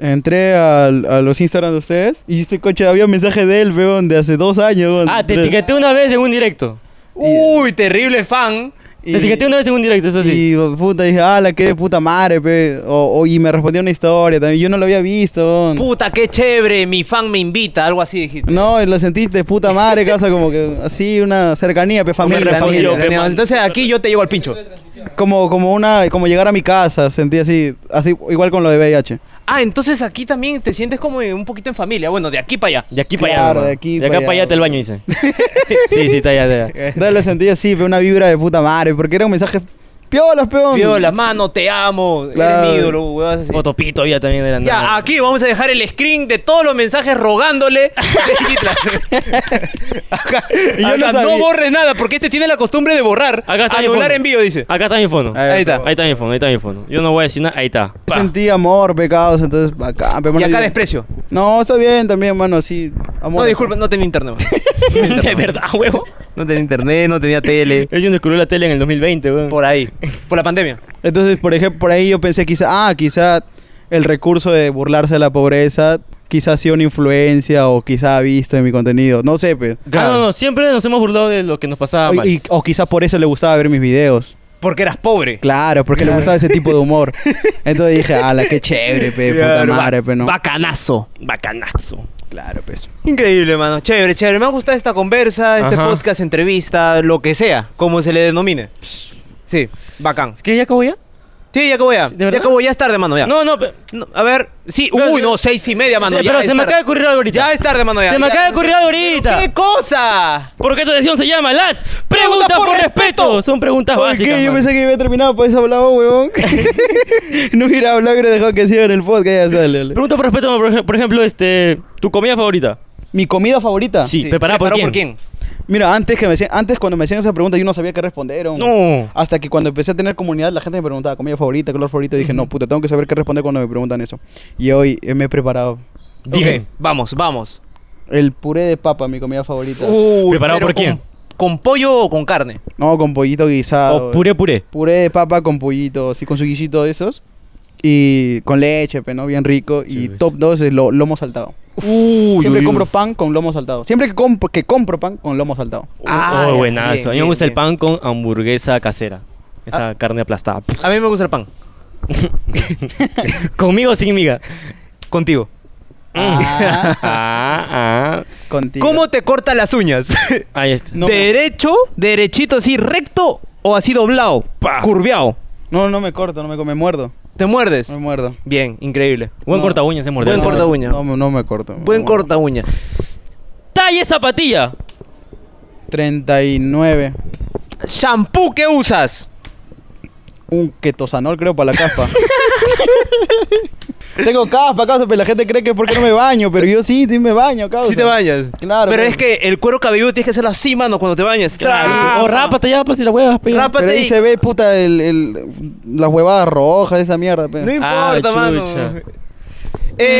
[SPEAKER 3] entré al- a los Instagram de ustedes y este coche había un mensaje de él, weón, de hace dos años. weón.
[SPEAKER 2] Ah, te
[SPEAKER 3] Tres.
[SPEAKER 1] Uh,
[SPEAKER 2] etiqueté una vez en un directo.
[SPEAKER 1] Uy, terrible fan.
[SPEAKER 2] Te etiqueté una vez en un directo, eso sí.
[SPEAKER 3] Y puta, dije, ala, qué de puta madre, pe. O, o- y me respondió una historia también. Yo no lo había visto.
[SPEAKER 1] Puta, qué chévere, mi fan me invita, algo así dijiste.
[SPEAKER 3] No, y lo sentiste de puta madre, casa, como que así, una cercanía, pe, familia.
[SPEAKER 1] respondió,
[SPEAKER 3] familia.
[SPEAKER 1] pe,
[SPEAKER 6] Daniel,
[SPEAKER 1] man.
[SPEAKER 6] entonces aquí yo te llego al pincho.
[SPEAKER 3] Como, como una, como llegar a mi casa, sentí así, así, igual con lo de VIH.
[SPEAKER 1] Ah, entonces aquí también te sientes como un poquito en familia. Bueno, de aquí para allá.
[SPEAKER 2] De aquí para allá.
[SPEAKER 3] Claro,
[SPEAKER 2] nomás.
[SPEAKER 3] de aquí
[SPEAKER 2] de acá
[SPEAKER 3] para
[SPEAKER 2] para allá
[SPEAKER 3] allá.
[SPEAKER 2] está el baño,
[SPEAKER 3] [LAUGHS]
[SPEAKER 2] dice. sí, sí, está allá, está allá.
[SPEAKER 3] Entonces lo sentí así, pe, una vibra de puta madre, porque era un mensaje piolas, peón.
[SPEAKER 1] Viola, mano, te amo.
[SPEAKER 3] Claro.
[SPEAKER 1] Eres mi ídolo, huevas así.
[SPEAKER 2] O Topito había también de la
[SPEAKER 1] Ya,
[SPEAKER 2] nada.
[SPEAKER 1] aquí vamos a dejar el screen de todos los mensajes
[SPEAKER 2] [LAUGHS]
[SPEAKER 1] rogándole. Acá,
[SPEAKER 3] yo
[SPEAKER 1] acá,
[SPEAKER 3] no
[SPEAKER 1] no,
[SPEAKER 3] sabía.
[SPEAKER 1] borres nada, porque este tiene la costumbre de borrar.
[SPEAKER 2] Acá está mi
[SPEAKER 1] anular
[SPEAKER 2] fono.
[SPEAKER 1] envío, dice.
[SPEAKER 2] Acá está mi fono.
[SPEAKER 3] Ahí
[SPEAKER 2] Ahí
[SPEAKER 3] está.
[SPEAKER 2] está. Ahí está mi fono, ahí está mi fono. Yo no voy a decir nada, ahí está. Pa.
[SPEAKER 3] Sentí amor, pecados, entonces acá, pe,
[SPEAKER 1] Y
[SPEAKER 3] mano,
[SPEAKER 1] acá
[SPEAKER 3] yo-
[SPEAKER 1] desprecio.
[SPEAKER 3] No, está bien también, mano, así.
[SPEAKER 1] No,
[SPEAKER 3] Amor.
[SPEAKER 1] disculpen, no tenía internet.
[SPEAKER 2] [LAUGHS]
[SPEAKER 1] pues.
[SPEAKER 2] de verdad, huevo.
[SPEAKER 1] No tenía internet, no tenía tele.
[SPEAKER 2] Ellos no descubrió la tele en el 2020, weón.
[SPEAKER 1] Por ahí. Por la pandemia.
[SPEAKER 3] Entonces, por ejemplo, por ahí yo pensé quizá, ah, quizá el recurso de burlarse de la pobreza quizá ha sido una influencia o quizá ha visto en mi contenido, no sé, pero...
[SPEAKER 2] Ah, no, no, siempre nos hemos burlado de lo que nos pasaba
[SPEAKER 3] O,
[SPEAKER 2] mal.
[SPEAKER 3] y- o quizá por eso le gustaba ver mis videos.
[SPEAKER 1] Porque eras pobre.
[SPEAKER 3] Claro, porque le gustaba ese tipo de humor. Entonces dije, ala, qué chévere, pe, puta madre, pe, no.
[SPEAKER 1] Bacanazo.
[SPEAKER 2] Bacanazo.
[SPEAKER 3] Claro, pues.
[SPEAKER 1] Increíble, mano. Chévere, chévere. Me ha gustado esta conversa, este
[SPEAKER 2] Ajá.
[SPEAKER 1] podcast, entrevista, lo que sea, como se le denomine. Sí, bacán.
[SPEAKER 2] ¿Qué ya acabó ya?
[SPEAKER 1] Sí, ya acabo ya.
[SPEAKER 2] ¿De
[SPEAKER 1] Ya
[SPEAKER 2] verdad?
[SPEAKER 1] acabo, ya es tarde, mano, ya.
[SPEAKER 2] No, no, pe-
[SPEAKER 1] No, a ver, sí,
[SPEAKER 2] Pero
[SPEAKER 1] uy,
[SPEAKER 2] se-
[SPEAKER 1] no, seis y media, mano.
[SPEAKER 2] se-
[SPEAKER 1] ya
[SPEAKER 2] pero
[SPEAKER 1] es
[SPEAKER 2] se me
[SPEAKER 1] tarde.
[SPEAKER 2] acaba de ocurrir algo ahorita.
[SPEAKER 1] Ya es tarde, mano, ya.
[SPEAKER 2] Se me
[SPEAKER 1] Ya.
[SPEAKER 2] acaba de ocurrir algo ahorita.
[SPEAKER 1] ¿Qué cosa?
[SPEAKER 2] Porque esta sesión se llama las preguntas por,
[SPEAKER 1] por
[SPEAKER 2] respeto.
[SPEAKER 1] respeto.
[SPEAKER 2] Son preguntas
[SPEAKER 3] ¿Por
[SPEAKER 2] básicas.
[SPEAKER 3] qué? Yo
[SPEAKER 2] man.
[SPEAKER 3] pensé que había terminado, por eso hablaba, huevón. [LAUGHS] no hubiera hablado, hubiera dejado que siga en el podcast, ya sale. dale.
[SPEAKER 2] Pregunta por respeto, man, por ej- por ejemplo, este, tu comida favorita.
[SPEAKER 3] ¿Mi comida favorita?
[SPEAKER 2] Sí, preparada por quién.
[SPEAKER 1] por quién.
[SPEAKER 3] Mira, antes que me hacían- antes cuando me hacían esa pregunta yo no sabía qué responder. hombre.
[SPEAKER 2] No.
[SPEAKER 3] Hasta que cuando empecé a tener comunidad la gente me preguntaba comida favorita, color favorito, y dije, "No, puta, tengo que saber qué responder cuando me preguntan eso." Y hoy eh, me he preparado
[SPEAKER 2] Bien.
[SPEAKER 1] Ok, vamos, vamos.
[SPEAKER 3] el puré de papa, mi comida favorita.
[SPEAKER 1] Uy,
[SPEAKER 2] ¿Preparado
[SPEAKER 1] pero
[SPEAKER 2] por quién?
[SPEAKER 1] ¿Con, con pollo o con carne?
[SPEAKER 3] No, con pollito guisado.
[SPEAKER 2] O Oh, puré puré.
[SPEAKER 3] Puré de papa con pollito, así con su guisito de esos. Y con leche, pero bien rico. Y top 2 es lo- lomo saltado. Siempre
[SPEAKER 2] Oh,
[SPEAKER 3] compro pan con lomo saltado. Siempre que compro, que compro pan con lomo saltado.
[SPEAKER 1] Ah,
[SPEAKER 2] oh,
[SPEAKER 1] ya,
[SPEAKER 2] buenazo.
[SPEAKER 1] bien,
[SPEAKER 2] A mí me
[SPEAKER 1] bien,
[SPEAKER 2] gusta el
[SPEAKER 1] bien. Ah.
[SPEAKER 2] pan con hamburguesa casera. Esa carne aplastada.
[SPEAKER 1] A mí me gusta el pan.
[SPEAKER 2] [LAUGHS] Conmigo o sin miga.
[SPEAKER 1] Contigo.
[SPEAKER 3] Ah,
[SPEAKER 2] [LAUGHS] Ah, ah.
[SPEAKER 3] contigo.
[SPEAKER 1] ¿Cómo te corta las
[SPEAKER 2] [LAUGHS]
[SPEAKER 1] uñas?
[SPEAKER 2] Ahí está.
[SPEAKER 1] ¿Derecho? ¿Derechito así recto? ¿O así doblado? ¿Curviado?
[SPEAKER 3] No, no me corto, no me, co- me muerdo.
[SPEAKER 1] ¿Te muerdes?
[SPEAKER 3] Me muerdo.
[SPEAKER 1] Bien, increíble.
[SPEAKER 2] Buen
[SPEAKER 3] No.
[SPEAKER 2] corta uñas, se mordió.
[SPEAKER 1] Buen
[SPEAKER 2] ese
[SPEAKER 1] corta
[SPEAKER 2] man.
[SPEAKER 1] uña.
[SPEAKER 3] No, no me corto. me
[SPEAKER 1] Buen
[SPEAKER 3] muerdo.
[SPEAKER 1] corta uña.
[SPEAKER 2] Talle zapatilla.
[SPEAKER 3] 39.
[SPEAKER 1] ¿Shampoo que usas?
[SPEAKER 3] Un ketosanol, creo, para
[SPEAKER 1] [LAUGHS]
[SPEAKER 3] la caspa. Tengo caspa, causa, pero la gente cree que es porque no me baño, pero yo sí, sí me baño, causa.
[SPEAKER 1] Si te bañas.
[SPEAKER 3] Claro,
[SPEAKER 1] Pero
[SPEAKER 3] claro.
[SPEAKER 1] es que el cuero cabelludo tienes que hacerlo así, mano, cuando te bañas. Tra-
[SPEAKER 2] O rápate ya, pues si la huevas, pe.
[SPEAKER 1] Rapa-
[SPEAKER 3] Pero ahí se ve, puta, el, el, las huevadas rojas, esa mierda. pe.
[SPEAKER 1] No
[SPEAKER 2] Ah,
[SPEAKER 1] importa, mano.
[SPEAKER 2] chucha.
[SPEAKER 1] Eh...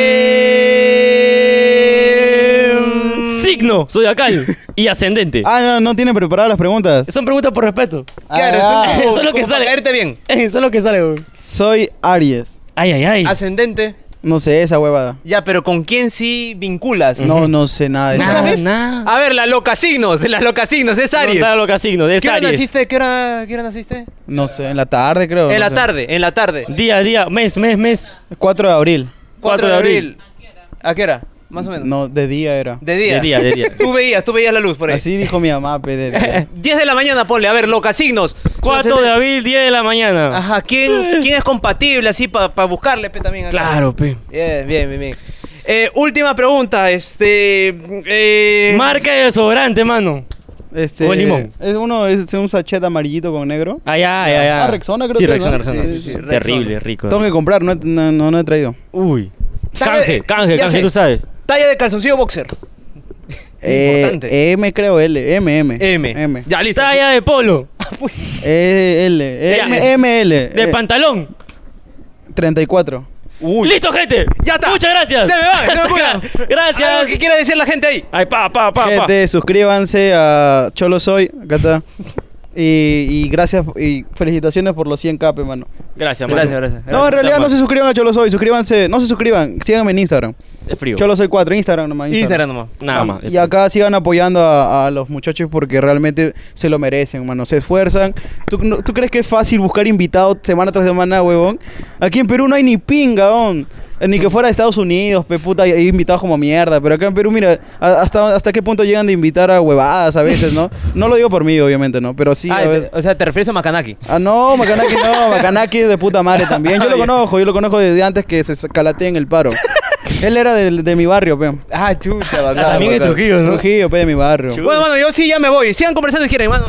[SPEAKER 2] Signo,
[SPEAKER 1] [LAUGHS]
[SPEAKER 2] zodiacal y ascendente.
[SPEAKER 3] Ah, no, no tienen preparadas las preguntas.
[SPEAKER 2] Son preguntas por respeto.
[SPEAKER 1] Claro,
[SPEAKER 3] Ah,
[SPEAKER 1] [LAUGHS] es un-
[SPEAKER 2] Eso es lo que
[SPEAKER 1] Oh, como para
[SPEAKER 2] sale.
[SPEAKER 1] caerte bien.
[SPEAKER 2] [LAUGHS] Eso es lo que sale, weón.
[SPEAKER 3] Soy Aries.
[SPEAKER 2] Ay, ay, ay.
[SPEAKER 1] Ascendente.
[SPEAKER 3] No sé, esa huevada.
[SPEAKER 1] Ya, pero ¿con quién sí vinculas?
[SPEAKER 3] No, no sé nada de
[SPEAKER 2] ¿No
[SPEAKER 3] eso.
[SPEAKER 2] sabes?
[SPEAKER 1] A ver, la loca signos, la loca signos, es Ah, Aries.
[SPEAKER 2] Pregunta lo que signo, de
[SPEAKER 1] ¿Qué hora
[SPEAKER 2] Aries.
[SPEAKER 1] naciste? ¿Qué hora, qué hora naciste?
[SPEAKER 3] No sé, en la tarde, creo.
[SPEAKER 1] en
[SPEAKER 3] no
[SPEAKER 1] la
[SPEAKER 3] sé.
[SPEAKER 1] tarde, en la tarde.
[SPEAKER 2] Día, día, mes, mes, mes.
[SPEAKER 3] 4 de abril.
[SPEAKER 1] 4 de
[SPEAKER 2] de
[SPEAKER 1] abril. ¿A qué hora? Más o menos.
[SPEAKER 3] No, de día era.
[SPEAKER 1] De día.
[SPEAKER 2] De día, de día.
[SPEAKER 1] [LAUGHS] Tú veías, tú veías la luz por ahí. [LAUGHS]
[SPEAKER 3] Así dijo mi mamá, pe, de día.
[SPEAKER 1] 10 de la mañana, ponle. A ver, loca signos.
[SPEAKER 2] 4 de abril, 10 de la mañana.
[SPEAKER 1] Ajá, ¿quién, quién es compatible así para buscarle pe, también? acá?
[SPEAKER 2] Claro, pe.
[SPEAKER 1] Bien, bien, bien. bien. Eh, última pregunta, este... eh,
[SPEAKER 2] Marca de desodorante, mano.
[SPEAKER 3] Este,
[SPEAKER 2] O limón.
[SPEAKER 3] Es uno, es un sachet amarillito con negro.
[SPEAKER 2] Ay, ay, ay. ay.
[SPEAKER 3] Ah, Rexona, creo
[SPEAKER 2] Sí,
[SPEAKER 3] que era,
[SPEAKER 2] Rexona,
[SPEAKER 3] ¿no?
[SPEAKER 2] Rexona.
[SPEAKER 3] Sí, sí, sí,
[SPEAKER 2] Terrible, rico.
[SPEAKER 3] Tengo que comprar, no, he- no, no, no he traído.
[SPEAKER 2] Uy.
[SPEAKER 1] Sabe-
[SPEAKER 2] Canje, canje,
[SPEAKER 1] ya
[SPEAKER 2] canje,
[SPEAKER 1] sé.
[SPEAKER 2] tú sabes.
[SPEAKER 1] Talla de calzoncillo boxer. Importante.
[SPEAKER 3] Eh, M creo L, M, M.
[SPEAKER 1] M.
[SPEAKER 3] M.
[SPEAKER 1] Ya, listo.
[SPEAKER 2] Talla de polo,
[SPEAKER 3] Eh, L,
[SPEAKER 2] Ya.
[SPEAKER 3] M, M, L.
[SPEAKER 2] de
[SPEAKER 3] eh,
[SPEAKER 2] pantalón.
[SPEAKER 3] 34.
[SPEAKER 1] Uy.
[SPEAKER 2] ¡Listo, gente!
[SPEAKER 1] Ya está.
[SPEAKER 2] ¡Muchas gracias!
[SPEAKER 1] Se me va,
[SPEAKER 2] [LAUGHS]
[SPEAKER 1] se me cura.
[SPEAKER 2] ¡Gracias!
[SPEAKER 1] Algo que quiera decir la gente ahí.
[SPEAKER 2] Ay, pa, pa, pa, pa.
[SPEAKER 3] Gente, suscríbanse a Cholo Soy, acá está. Y, y gracias y felicitaciones por los 100k, pe, mano.
[SPEAKER 2] Gracias, mano.
[SPEAKER 6] Gracias, gracias.
[SPEAKER 3] No, en realidad no se suscriban a Cholo Soy, suscríbanse, no se suscriban, síganme en Instagram.
[SPEAKER 2] Es frío.
[SPEAKER 3] Cholo Soy 4, Instagram nomás.
[SPEAKER 6] Instagram nomás.
[SPEAKER 2] Nada más.
[SPEAKER 3] Y acá sigan apoyando a, a los muchachos porque realmente se lo merecen, mano. Se esfuerzan. ¿Tú, no- tú crees que es fácil buscar invitados semana tras semana, huevón? Aquí en Perú no hay ni pinga, huevón. Eh, Ni que fuera de Estados Unidos, pe puta, hay invitados como mierda. Pero acá en Perú, mira, a- hasta, hasta qué punto llegan de invitar a huevadas a veces, ¿no? No lo digo por mí, obviamente, ¿no? Pero sí,
[SPEAKER 6] Ah,
[SPEAKER 3] a veces.
[SPEAKER 6] te- o sea, te refieres a Macanaki.
[SPEAKER 3] Ah, no, Macanaki no, Macanaki es de puta madre también. Yo lo conozco, yo lo conozco desde antes que se calateen el paro. Él era del- de mi barrio, pe.
[SPEAKER 6] Ah,
[SPEAKER 1] [LAUGHS]
[SPEAKER 6] chucha, bacán.
[SPEAKER 3] Claro,
[SPEAKER 6] También es
[SPEAKER 3] claro.
[SPEAKER 6] Trujillo, ¿no?
[SPEAKER 3] Trujillo, pe, de mi barrio.
[SPEAKER 6] Bueno, mano, yo sí ya me voy. Sigan conversando si quieren, mano.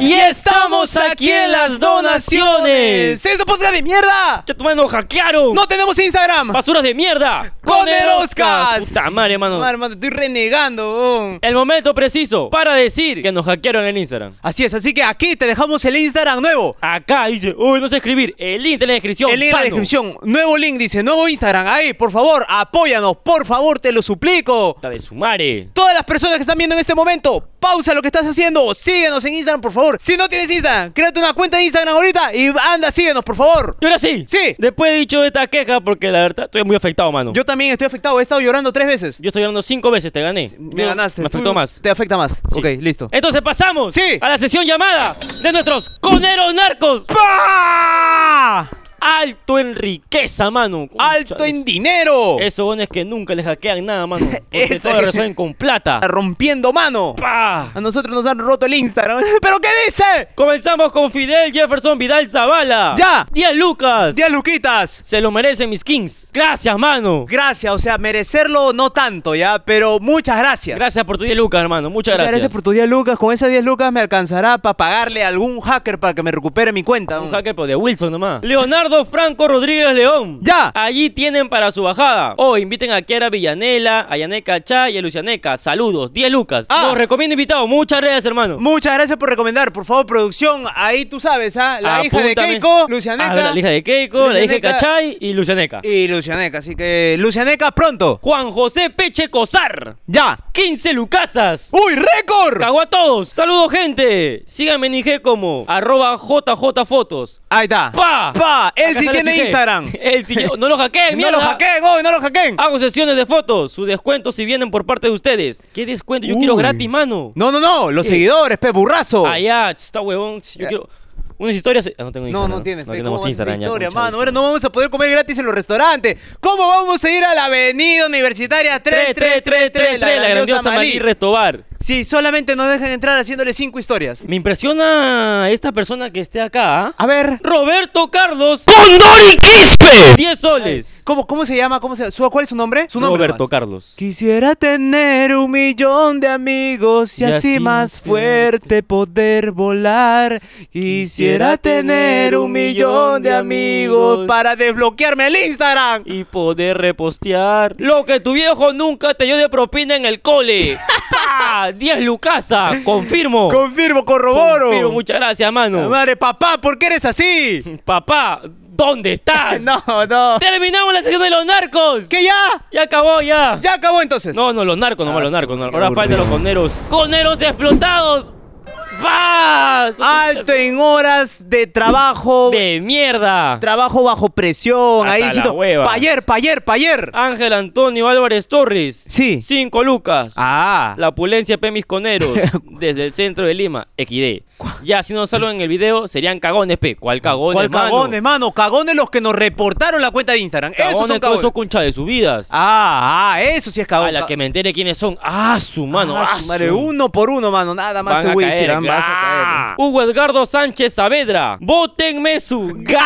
[SPEAKER 2] Y estamos aquí en las donaciones.
[SPEAKER 6] ¡Es un podcast de mierda!
[SPEAKER 2] ¡Que tu mano hackearon!
[SPEAKER 6] ¡No tenemos Instagram!
[SPEAKER 2] ¡Basuras de mierda!
[SPEAKER 6] ¡Con el Oscar!
[SPEAKER 2] ¡Puta madre, mano!
[SPEAKER 6] Madre, mano, estoy renegando, huevón.
[SPEAKER 2] El momento preciso para decir que nos hackearon el Instagram.
[SPEAKER 1] Así es, así que aquí te dejamos el Instagram nuevo.
[SPEAKER 2] Acá dice, uy, no sé escribir. El link en la descripción.
[SPEAKER 1] El link en la
[SPEAKER 2] sano.
[SPEAKER 1] descripción. Nuevo link, dice, nuevo Instagram. Ahí, por favor, apóyanos, por favor, te lo suplico.
[SPEAKER 2] Puta de su madre.
[SPEAKER 1] Todas las personas que están viendo en este momento, pausa lo que estás haciendo, síguenos en Instagram, por favor. Si no tienes Instagram, créate una cuenta de Instagram ahorita y anda, síguenos, por favor.
[SPEAKER 2] Y ahora sí.
[SPEAKER 1] Sí.
[SPEAKER 2] Después he dicho esta queja porque la verdad estoy muy afectado, mano.
[SPEAKER 1] Yo también estoy afectado, he estado llorando tres veces.
[SPEAKER 2] Yo estoy ganando cinco veces, te gané.
[SPEAKER 1] Me
[SPEAKER 2] Tú-
[SPEAKER 1] ganaste.
[SPEAKER 2] Me afectó
[SPEAKER 1] Tú
[SPEAKER 2] más.
[SPEAKER 1] Te afecta más.
[SPEAKER 2] Sí.
[SPEAKER 1] Ok, listo.
[SPEAKER 2] Entonces pasamos
[SPEAKER 1] Sí.
[SPEAKER 2] a la sesión llamada de nuestros coneros narcos.
[SPEAKER 1] ¡Pah!
[SPEAKER 2] Alto en riqueza, mano.
[SPEAKER 1] ¡Alto
[SPEAKER 2] Concha
[SPEAKER 1] en
[SPEAKER 2] de
[SPEAKER 1] dinero!
[SPEAKER 2] su- Esos gones que nunca les hackean
[SPEAKER 1] [LAUGHS]
[SPEAKER 2] nada, mano. Porque
[SPEAKER 1] Ese-
[SPEAKER 2] todo lo resuelven
[SPEAKER 1] [LAUGHS]
[SPEAKER 2] con plata.
[SPEAKER 1] Está rompiendo mano.
[SPEAKER 2] ¡Pah!
[SPEAKER 1] A nosotros nos han roto el Instagram. [LAUGHS] ¿Pero qué dice?
[SPEAKER 2] Comenzamos con Fidel Jefferson Vidal Zavala.
[SPEAKER 1] Ya.
[SPEAKER 2] 10 lucas.
[SPEAKER 1] Día Luquitas.
[SPEAKER 2] Se lo merecen mis kings. Gracias, mano.
[SPEAKER 1] Gracias, o sea, merecerlo no tanto, ¿ya? Pero muchas gracias.
[SPEAKER 2] Gracias por tu 10 lucas, hermano. Muchas
[SPEAKER 1] Muchas
[SPEAKER 2] gracias.
[SPEAKER 1] gracias por tu 10 lucas. Con esas 10 lucas me alcanzará para pagarle a algún hacker para que me recupere mi cuenta.
[SPEAKER 2] Un hacker pero de Wilson nomás. Leonardo Franco Rodríguez León.
[SPEAKER 1] ¡Ya!
[SPEAKER 2] Allí tienen para su bajada. O Oh, inviten a Kiara Villanela, a Yaneca Chá y a Lucianeca. Saludos. 10 lucas.
[SPEAKER 1] Ah.
[SPEAKER 2] Los recomiendo invitados. Muchas gracias, hermano.
[SPEAKER 1] Muchas gracias por recomendar. Por favor, producción, ahí tú sabes, ¿ah? La hija de
[SPEAKER 2] Apúntame.
[SPEAKER 1] Keiko,
[SPEAKER 2] Ah, la
[SPEAKER 1] Lucianeca.
[SPEAKER 2] hija de Keiko, la hija de
[SPEAKER 1] Lucianeca.
[SPEAKER 2] Cachay y Lucianeca.
[SPEAKER 1] Y Lucianeca, así que Lucianeca pronto.
[SPEAKER 2] Juan José Peche Cosar.
[SPEAKER 1] Ya.
[SPEAKER 2] 15 lucasas.
[SPEAKER 1] ¡Uy, récord!
[SPEAKER 2] Cagó a todos. Saludos, gente. Síganme en IG como arroba JJFotos.
[SPEAKER 1] Ahí está.
[SPEAKER 2] ¡Pa!
[SPEAKER 1] ¡Pa! Él
[SPEAKER 2] Acá
[SPEAKER 1] sí
[SPEAKER 2] está
[SPEAKER 1] tiene
[SPEAKER 2] su IG.
[SPEAKER 1] Instagram.
[SPEAKER 2] [LAUGHS] Él sí tiene- No lo
[SPEAKER 1] [LAUGHS]
[SPEAKER 2] hackeen,
[SPEAKER 1] no
[SPEAKER 2] mierda. Ah.
[SPEAKER 1] lo hackeen, hoy no lo hackeen.
[SPEAKER 2] Hago sesiones de fotos. Su descuento si vienen por parte de ustedes. ¿Qué descuento? Yo quiero
[SPEAKER 1] Uy.
[SPEAKER 2] gratis, mano.
[SPEAKER 1] No, no, no, los seguidores, pe, burrazo.
[SPEAKER 2] Ah, ya. Está huevón. Yo quiero... Unas historias... Ah, no tengo
[SPEAKER 1] No,
[SPEAKER 2] Instagram.
[SPEAKER 1] no tienes.
[SPEAKER 2] No
[SPEAKER 1] pe,
[SPEAKER 2] tenemos
[SPEAKER 1] ¿cómo vas a hacer
[SPEAKER 2] Instagram ya,
[SPEAKER 1] historia,
[SPEAKER 2] concha de
[SPEAKER 1] mano.
[SPEAKER 2] su
[SPEAKER 1] Ahora no
[SPEAKER 2] madre.
[SPEAKER 1] vamos a poder comer gratis en los restaurantes. ¿Cómo vamos a ir a la avenida universitaria
[SPEAKER 2] 3333,
[SPEAKER 1] 3333,
[SPEAKER 2] la, grandiosa Malí Restobar.
[SPEAKER 1] Sí, solamente nos dejan entrar haciéndole cinco historias.
[SPEAKER 2] Me impresiona esta persona que esté acá. ¿ah?
[SPEAKER 1] A ver,
[SPEAKER 2] Roberto Carlos. ¡Condori! 10 soles.
[SPEAKER 1] ¿cómo, cómo se llama? ¿Cómo se, su- ¿Cuál es su nombre? Su nombre.
[SPEAKER 2] Roberto
[SPEAKER 1] nomás.
[SPEAKER 2] Carlos.
[SPEAKER 1] Quisiera tener un millón de amigos y,
[SPEAKER 2] Y
[SPEAKER 1] así,
[SPEAKER 2] así
[SPEAKER 1] más
[SPEAKER 2] fuerte
[SPEAKER 1] fuerte poder volar. Quisiera tener un millón de amigos para desbloquearme el Instagram.
[SPEAKER 2] y poder repostear lo que tu viejo nunca te dio de propina en
[SPEAKER 1] [LAUGHS]
[SPEAKER 2] el cole. ¡Pah! 10 Lucasa, confirmo.
[SPEAKER 1] Confirmo, corroboro.
[SPEAKER 2] Confirmo, muchas gracias, mano.
[SPEAKER 1] Madre, papá, ¿por qué eres así?
[SPEAKER 2] Papá, ¿dónde estás?
[SPEAKER 1] no, no.
[SPEAKER 2] Terminamos la sesión de los narcos.
[SPEAKER 1] ¿Que ya?
[SPEAKER 2] Ya acabó ya.
[SPEAKER 1] Ya acabó entonces.
[SPEAKER 2] No, no, los narcos, nomás
[SPEAKER 1] Ah,
[SPEAKER 2] los
[SPEAKER 1] sí,
[SPEAKER 2] narcos. no.
[SPEAKER 1] qué
[SPEAKER 2] Ahora faltan los coneros. ¡Coneros explotados! ¡Vas!
[SPEAKER 1] Alto en horas de trabajo.
[SPEAKER 2] de mierda.
[SPEAKER 1] Trabajo bajo presión.
[SPEAKER 2] Hasta
[SPEAKER 1] Ahí,
[SPEAKER 2] las
[SPEAKER 1] cito.
[SPEAKER 2] huevas.
[SPEAKER 1] Payer, payer, payer.
[SPEAKER 2] Ángel Antonio Álvarez Torres.
[SPEAKER 1] Sí.
[SPEAKER 2] 5 lucas.
[SPEAKER 1] Ah.
[SPEAKER 2] La opulencia P.
[SPEAKER 1] [LAUGHS]
[SPEAKER 2] Mis Coneros, desde el centro de Lima, XD. Ya, si no salgo en el video, serían cagones, P. ¿Cuál cagones,
[SPEAKER 1] ¿Cuál
[SPEAKER 2] mano?
[SPEAKER 1] cagones, mano? Cagones los que nos reportaron la cuenta de Instagram. esos son
[SPEAKER 2] Cagones, todos
[SPEAKER 1] cagones.
[SPEAKER 2] esos concha de sus vidas.
[SPEAKER 1] Ah, ah, eso sí es cagón.
[SPEAKER 2] a la que me entere quiénes son. ¡Ah, su mano!
[SPEAKER 1] Ah,
[SPEAKER 2] ¡Ah,
[SPEAKER 1] su
[SPEAKER 2] su-
[SPEAKER 1] madre, uno por uno, mano. Nada más
[SPEAKER 2] Van
[SPEAKER 1] te
[SPEAKER 2] a
[SPEAKER 1] voy a
[SPEAKER 2] caer,
[SPEAKER 1] decir. ah, vas
[SPEAKER 2] ¡ah!
[SPEAKER 1] a
[SPEAKER 2] Hugo Edgardo Sánchez Saavedra. ¡Vótenme su
[SPEAKER 1] [LAUGHS]
[SPEAKER 2] ga!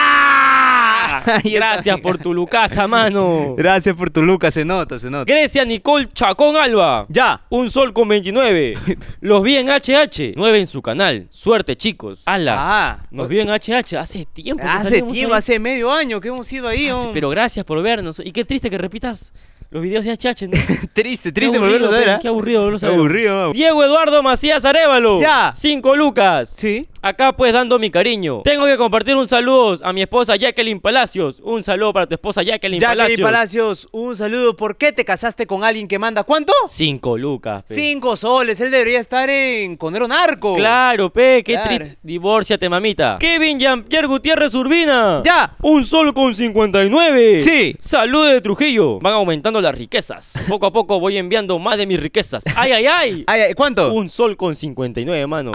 [SPEAKER 2] Gracias por tu lucasa, mano.
[SPEAKER 1] caer. [LAUGHS] Gracias por tu Lucas, se nota, se nota.
[SPEAKER 2] Grecia Nicole Chacón Alba.
[SPEAKER 1] Ya.
[SPEAKER 2] Un sol
[SPEAKER 1] [LAUGHS]
[SPEAKER 2] con 29. Los vi en HH. 9 en su canal. Suerte, chicos. Ala.
[SPEAKER 1] Ah,
[SPEAKER 2] Nos vio en HH hace tiempo. que
[SPEAKER 1] hace
[SPEAKER 2] salimos
[SPEAKER 1] tiempo,
[SPEAKER 2] ahí.
[SPEAKER 1] hace medio año que hemos ido ahí.
[SPEAKER 2] Hace-
[SPEAKER 1] hom.
[SPEAKER 2] Pero [LAUGHS] gracias por vernos. Y qué triste que repitas los videos
[SPEAKER 1] [LAUGHS]
[SPEAKER 2] de HH. ¿no? Qué
[SPEAKER 1] triste, triste
[SPEAKER 2] aburrido,
[SPEAKER 1] volverlo a ver.
[SPEAKER 2] pe,
[SPEAKER 1] ¿ah?
[SPEAKER 2] Qué aburrido volverlos a
[SPEAKER 1] Qué
[SPEAKER 2] ver.
[SPEAKER 1] aburrido. ah.
[SPEAKER 2] Diego Eduardo Macías Arevalo.
[SPEAKER 1] Ya.
[SPEAKER 2] 5 lucas.
[SPEAKER 1] Sí.
[SPEAKER 2] Acá pues dando mi cariño. Tengo que compartir un saludo a mi esposa Jacqueline Palacios. Un saludo para tu esposa Jacqueline,
[SPEAKER 1] Jacqueline
[SPEAKER 2] Palacios.
[SPEAKER 1] Palacios, un saludo. ¿Por qué te casaste con alguien que manda cuánto?
[SPEAKER 2] Cinco lucas. pe.
[SPEAKER 1] Cinco soles. Él debería estar en Conero Narco.
[SPEAKER 2] Claro, pe, qué
[SPEAKER 1] Claro.
[SPEAKER 2] triste. Divórciate, mamita. Kevin Jean-Pierre Gutiérrez Urbina.
[SPEAKER 1] Ya.
[SPEAKER 2] Un sol con 59.
[SPEAKER 1] Sí.
[SPEAKER 2] Salud de Trujillo. Van aumentando las riquezas. Poco a poco voy enviando más de
[SPEAKER 1] [LAUGHS]
[SPEAKER 2] mis riquezas. ¡Ay, ay, ay!
[SPEAKER 1] Ay, ay, ¿Cuánto?
[SPEAKER 2] Un sol con 59, mano.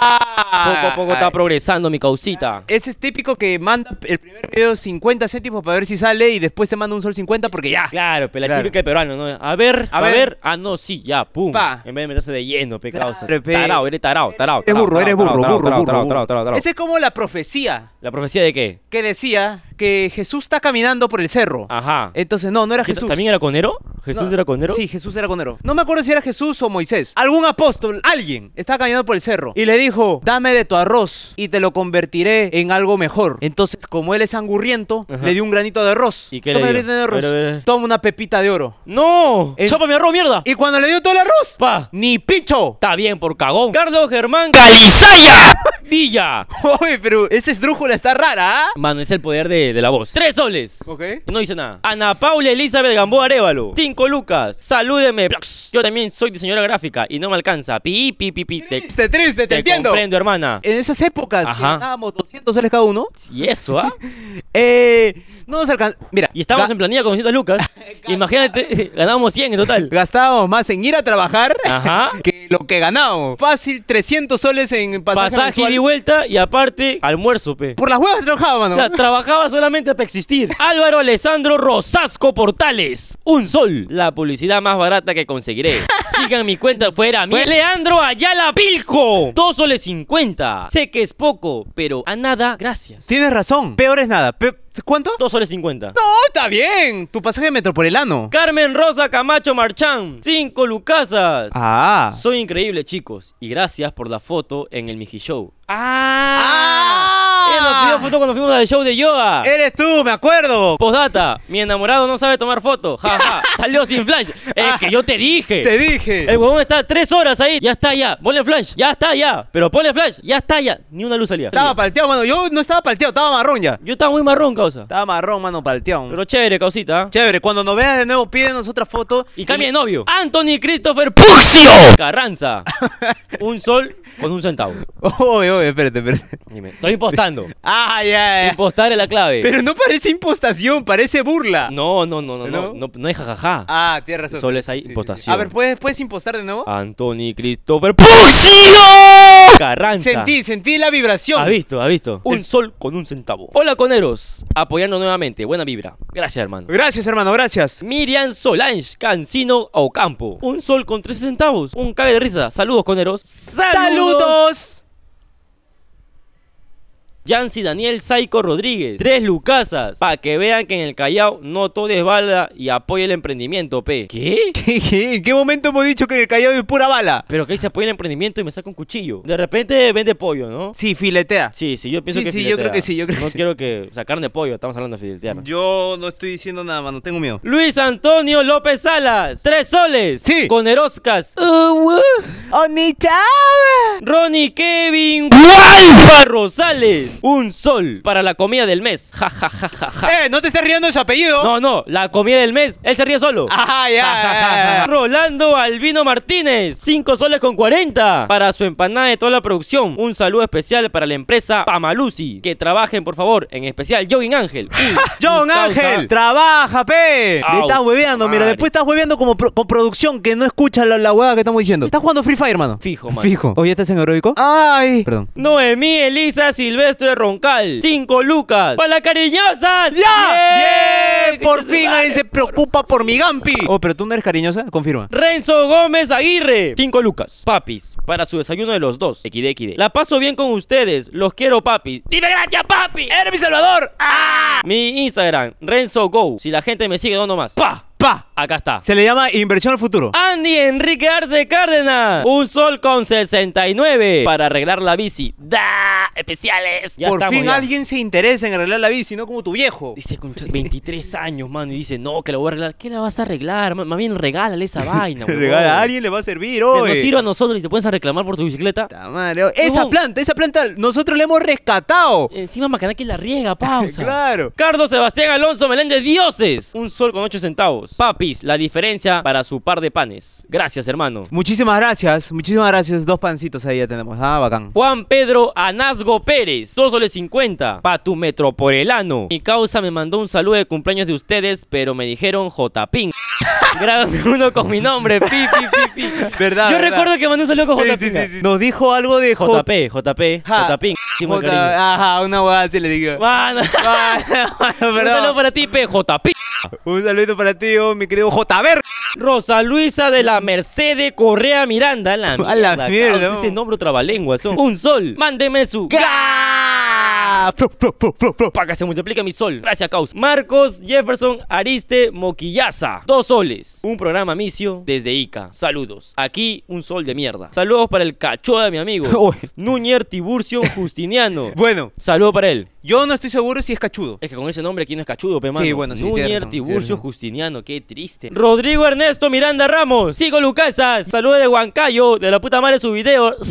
[SPEAKER 1] Ah.
[SPEAKER 2] poco a poco
[SPEAKER 1] Ay. Ah,
[SPEAKER 2] está progresando mi causita.
[SPEAKER 1] Ese es típico que manda el primer video 50 céntimos para ver si sale y después te manda un sol 50 porque ya.
[SPEAKER 2] Claro, pe, la
[SPEAKER 1] Claro.
[SPEAKER 2] típica de peruano, ¿no? A ver, a, ver.
[SPEAKER 1] ver.
[SPEAKER 2] Ah, no, sí, ya, pum.
[SPEAKER 1] Pa.
[SPEAKER 2] En vez de meterse de lleno, pe, causa.
[SPEAKER 1] Claro, pe.
[SPEAKER 2] Tarao, eres tarao, tarao.
[SPEAKER 1] Eres burro, eres burro, burro, burro, burro.
[SPEAKER 2] burro.
[SPEAKER 1] Ese es como la profecía
[SPEAKER 2] ¿La profecía de qué?
[SPEAKER 1] que decía que Jesús está caminando por el cerro.
[SPEAKER 2] Ajá.
[SPEAKER 1] Entonces, no, no era Jesús.
[SPEAKER 2] Ah. ¿También era conero? ¿Jesús
[SPEAKER 1] No,
[SPEAKER 2] era conero?
[SPEAKER 1] Sí, Jesús era conero. No me acuerdo si era Jesús o Moisés. Algún apóstol, alguien, estaba caminando por el cerro y le dijo, dame de tu arroz y te lo convertiré en algo mejor. Entonces, como él es angurriento,
[SPEAKER 2] Ajá.
[SPEAKER 1] le dio un granito de arroz.
[SPEAKER 2] ¿Y qué le
[SPEAKER 1] Toma el
[SPEAKER 2] dio?
[SPEAKER 1] granito de arroz.
[SPEAKER 2] A ver, a ver.
[SPEAKER 1] Toma una pepita de oro.
[SPEAKER 2] ¡No!
[SPEAKER 1] El-
[SPEAKER 2] ¡Chapa mi arroz, mierda!
[SPEAKER 1] Y cuando le dio todo el arroz,
[SPEAKER 2] ¡Pa!
[SPEAKER 1] ni picho.
[SPEAKER 2] Está bien, por cagón. Carlos Germán [LAUGHS] Villa.
[SPEAKER 1] [LAUGHS] Oye, pero esa esdrújula está rara, ¿ah?
[SPEAKER 2] Mano, es el poder de, de la voz. Tres soles.
[SPEAKER 1] Ok.
[SPEAKER 2] No dice nada. Ana Paula Elizabeth Gamboa Arevalo. Cinco lucas. Salúdeme. Plax. Yo también soy diseñadora gráfica y no me alcanza. Pi, pi, pi, pi. Te,
[SPEAKER 1] Triste, triste, te,
[SPEAKER 2] te
[SPEAKER 1] entiendo.
[SPEAKER 2] comprendo, hermana.
[SPEAKER 1] En esas épocas que
[SPEAKER 2] Ajá.
[SPEAKER 1] ganábamos 200 soles cada uno,
[SPEAKER 2] Y eso, [LAUGHS] ¿ah?
[SPEAKER 1] eh, no nos alcanza. Mira,
[SPEAKER 2] Y estábamos
[SPEAKER 1] ga-
[SPEAKER 2] en planilla con 200 [LAUGHS] lucas. Imagínate, [LAUGHS] ganábamos 100 en total.
[SPEAKER 1] gastábamos más en ir a trabajar
[SPEAKER 2] [LAUGHS] Ajá.
[SPEAKER 1] que lo que ganábamos. Fácil, 300 soles en pasaje,
[SPEAKER 2] Pasaje y
[SPEAKER 1] mensual.
[SPEAKER 2] de vuelta y aparte almuerzo, pe.
[SPEAKER 1] Por las huevas trabajaba, mano.
[SPEAKER 2] O sea, trabajaba solamente para existir. Álvaro Alessandro Rosasco Portales. Un sol. La publicidad más barata que
[SPEAKER 1] [LAUGHS]
[SPEAKER 2] conseguiré. Sigan mi cuenta fuera. Fue Leandro Ayala Pilco. Dos soles 50. Sé que es poco, pero a nada, gracias.
[SPEAKER 1] Tienes razón. Peor es nada. Pe- ¿Cuánto?
[SPEAKER 2] Dos soles 50.
[SPEAKER 1] No, está bien. Tu pasaje metropolitano.
[SPEAKER 2] Carmen Rosa Camacho Marchán. Cinco lucasas.
[SPEAKER 1] Ah.
[SPEAKER 2] Soy increíble, chicos. Y gracias por la foto en el Miji Show.
[SPEAKER 1] Ah.
[SPEAKER 2] Él nos pidió foto cuando fuimos al show de yoga.
[SPEAKER 1] Eres tú, me acuerdo.
[SPEAKER 2] Postdata, mi enamorado no sabe tomar fotos. Jaja, salió sin
[SPEAKER 1] [LAUGHS]
[SPEAKER 2] flash. Es que yo te dije.
[SPEAKER 1] Te dije.
[SPEAKER 2] El huevón está tres horas ahí. Ya está ya. Ponle flash. Ya está ya. Pero ponle flash. Ya está ya. Ni una luz salía.
[SPEAKER 1] Estaba palteado, mano. Yo no estaba palteado, estaba marrón ya.
[SPEAKER 2] Yo estaba muy marrón, causa.
[SPEAKER 1] Estaba marrón, mano, palteado.
[SPEAKER 2] Pero chévere, causita. ¿ah?
[SPEAKER 1] Chévere, cuando nos veas de nuevo, pídenos otra foto. [LAUGHS]
[SPEAKER 2] Y cambia de novio. Anthony Christopher Pugio
[SPEAKER 1] [LAUGHS]
[SPEAKER 2] Carranza. Un sol con un centavo.
[SPEAKER 1] Oye, oye, espérate, espérate.
[SPEAKER 2] Dime.
[SPEAKER 1] [LAUGHS]
[SPEAKER 2] Estoy impostando.
[SPEAKER 1] Ah, ya, ya.
[SPEAKER 2] Impostar es la clave.
[SPEAKER 1] Pero no parece impostación, parece burla.
[SPEAKER 2] No, no, no, no, no.
[SPEAKER 1] ¿No?
[SPEAKER 2] No, no es jajaja.
[SPEAKER 1] Ah, tienes razón.
[SPEAKER 2] Solo es ahí impostación.
[SPEAKER 1] A ver, ¿puedes, ¿puedes impostar de nuevo?
[SPEAKER 2] Anthony Christopher Pugio Carranza.
[SPEAKER 1] Sentí, sentí la vibración.
[SPEAKER 2] ¿Has visto? ¿Has visto? Un sol con un centavo. Hola, coneros. Apoyando nuevamente. Buena vibra. Gracias, hermano.
[SPEAKER 1] Gracias, hermano, gracias.
[SPEAKER 2] Miriam Solange, Cancino Ocampo. Un sol con tres centavos. Un cague de risa. Saludos, coneros.
[SPEAKER 1] ¡Saludos! [LAUGHS]
[SPEAKER 2] Yancy Daniel Saico Rodríguez. Tres lucasas. Para que vean que en el Callao no todo es bala y apoya el emprendimiento, P. ¿Qué?
[SPEAKER 1] ¿Qué, qué? en qué momento hemos dicho que en el Callao es pura bala?
[SPEAKER 2] Pero que ahí se apoya el emprendimiento y me saca un cuchillo. De repente vende pollo, ¿no?
[SPEAKER 1] Sí, filetea.
[SPEAKER 2] Sí, sí, yo pienso
[SPEAKER 1] Sí,
[SPEAKER 2] que
[SPEAKER 1] sí, yo creo
[SPEAKER 2] filetea.
[SPEAKER 1] que sí, yo creo
[SPEAKER 2] No
[SPEAKER 1] que sí.
[SPEAKER 2] quiero que sacar de pollo, estamos hablando de filetear.
[SPEAKER 1] Yo no estoy diciendo nada, mano, tengo miedo.
[SPEAKER 2] Luis Antonio López Salas, tres soles.
[SPEAKER 1] Sí. Ah,
[SPEAKER 2] Con Eroscas. Ronnie Kevin Rosales, un sol para la comida del mes. Ja, ja, ja, ja, ja.
[SPEAKER 1] ¡Eh! ¡No te estés riendo de su apellido!
[SPEAKER 2] No, no, la comida del mes. Él se ríe solo.
[SPEAKER 1] ¡Ah, ya!
[SPEAKER 2] Ja, ja,
[SPEAKER 1] ya,
[SPEAKER 2] ja,
[SPEAKER 1] ya,
[SPEAKER 2] ja.
[SPEAKER 1] ya.
[SPEAKER 2] Rolando Albino Martínez, 5 soles con 40 para su empanada de toda la producción. Un saludo especial para la empresa Pamalusi. Que trabajen, por favor, en especial
[SPEAKER 1] [LAUGHS]
[SPEAKER 2] Jogin Ángel. Uy,
[SPEAKER 1] John
[SPEAKER 2] causa.
[SPEAKER 1] Ángel, trabaja, pe.
[SPEAKER 2] Au,
[SPEAKER 1] Le estás hueveando, mira,
[SPEAKER 2] madre.
[SPEAKER 1] después estás hueveando como pro- con producción que no escucha la, la hueva que estamos diciendo. Estás jugando Free Fire, mano.
[SPEAKER 2] Fijo, mano.
[SPEAKER 1] Fijo. Oye, ¿estás en aeróbico? Ay. Perdón.
[SPEAKER 2] Noemí Elisa Silvestre Roncal. 5 lucas. ¡Para las cariñosas!
[SPEAKER 1] ¡Ya! ¡Bien!
[SPEAKER 2] [LAUGHS]
[SPEAKER 1] Por fin
[SPEAKER 2] Vale.
[SPEAKER 1] alguien se preocupa por mi Gampi. Oh, pero tú no eres cariñosa, confirma.
[SPEAKER 2] Renzo Gómez Aguirre. 5 lucas. Papis, para su desayuno de los dos. XD, XD. La paso bien con ustedes. Los quiero, papis. ¡Dime gracias, papi!
[SPEAKER 1] ¡Eres mi salvador! ¡Ah!
[SPEAKER 2] Mi Instagram, Renzo Go. Si la gente me sigue, no nomás. ¡Pa!
[SPEAKER 1] Pa.
[SPEAKER 2] Acá está.
[SPEAKER 1] Se le llama inversión al futuro.
[SPEAKER 2] Andy Enrique Arce Cárdenas. Un sol con 69 para arreglar la bici. ¡Da! Especiales. Ya
[SPEAKER 1] Por
[SPEAKER 2] estamos,
[SPEAKER 1] fin
[SPEAKER 2] ya.
[SPEAKER 1] alguien se interesa en arreglar la bici, no como tu viejo.
[SPEAKER 2] [LAUGHS] Dice, concha, 23 años, mano. Y dice, no, que la voy a arreglar. ¿Qué la vas a arreglar? Ma- Más bien
[SPEAKER 1] [LAUGHS]
[SPEAKER 2] regálale esa vaina, huevón.
[SPEAKER 1] Regala a alguien, le va a servir
[SPEAKER 2] Que nos
[SPEAKER 1] hoy.
[SPEAKER 2] sirva a nosotros y te puedes reclamar por tu bicicleta.
[SPEAKER 1] Esa
[SPEAKER 2] Huevón.
[SPEAKER 1] planta, esa planta, nosotros la hemos rescatado.
[SPEAKER 2] Encima Macanaki
[SPEAKER 1] [LAUGHS]
[SPEAKER 2] la riega, pausa.
[SPEAKER 1] Claro.
[SPEAKER 2] Carlos Sebastián Alonso Meléndez Dioses. Un sol con 8 centavos. Papis, la diferencia para su par de panes. Gracias, hermano.
[SPEAKER 6] Muchísimas gracias, muchísimas gracias. Dos pancitos ahí ya tenemos. Ah, bacán.
[SPEAKER 2] Juan Pedro Anasgo Pérez, 2 soles 50, pa' tu metropolitano. Mi causa me mandó un saludo de cumpleaños de ustedes, pero me dijeron JPIN.
[SPEAKER 1] [LAUGHS]
[SPEAKER 2] Grábame uno con mi nombre, pi, pi, pi, pi.
[SPEAKER 1] ¿Verdad?
[SPEAKER 2] Yo
[SPEAKER 1] verdad.
[SPEAKER 2] recuerdo que mandé un saludo con
[SPEAKER 1] Sí,
[SPEAKER 2] JPIN.
[SPEAKER 1] sí, sí, sí. Nos dijo algo de J.
[SPEAKER 2] JP, JP,
[SPEAKER 1] Ja. ah.
[SPEAKER 2] JPIN. Último
[SPEAKER 1] J-
[SPEAKER 2] cariño.
[SPEAKER 1] Ajá, una hueá así le digo.
[SPEAKER 2] Mano, un saludo para ti, pe, JPIN.
[SPEAKER 1] [LAUGHS] Un [LAUGHS] saludito para ti, oh, mi querido JB.
[SPEAKER 2] Rosa Luisa de la Mercedes Correa Miranda. La mierda,
[SPEAKER 1] la mierda,
[SPEAKER 2] causa,
[SPEAKER 1] no.
[SPEAKER 2] Ese nombre trabalengua, son. Un sol. Mándeme su. ga- Para que se multiplique mi sol. Gracias, Caus. Marcos Jefferson Ariste Moquillaza. Dos soles. Un programa misio desde Ica. Saludos. Aquí un sol de mierda. Saludos para el cachó de mi [LAUGHS] amigo.
[SPEAKER 1] Uy.
[SPEAKER 2] Núñer [LAUGHS] Tiburcio Justiniano.
[SPEAKER 1] Bueno,
[SPEAKER 2] Saludo para él.
[SPEAKER 1] yo no estoy seguro si es cachudo.
[SPEAKER 2] Es que con ese nombre, ¿quién es cachudo, pe, mano?
[SPEAKER 1] Sí, bueno, sí,
[SPEAKER 2] Núñer,
[SPEAKER 1] tienes razón, tienes
[SPEAKER 2] Tiburcio,
[SPEAKER 1] razón.
[SPEAKER 2] Justiniano, qué triste. Rodrigo Ernesto Miranda Ramos. Sigo Lucasas. Saludos de Huancayo. De la puta madre su video. [LAUGHS]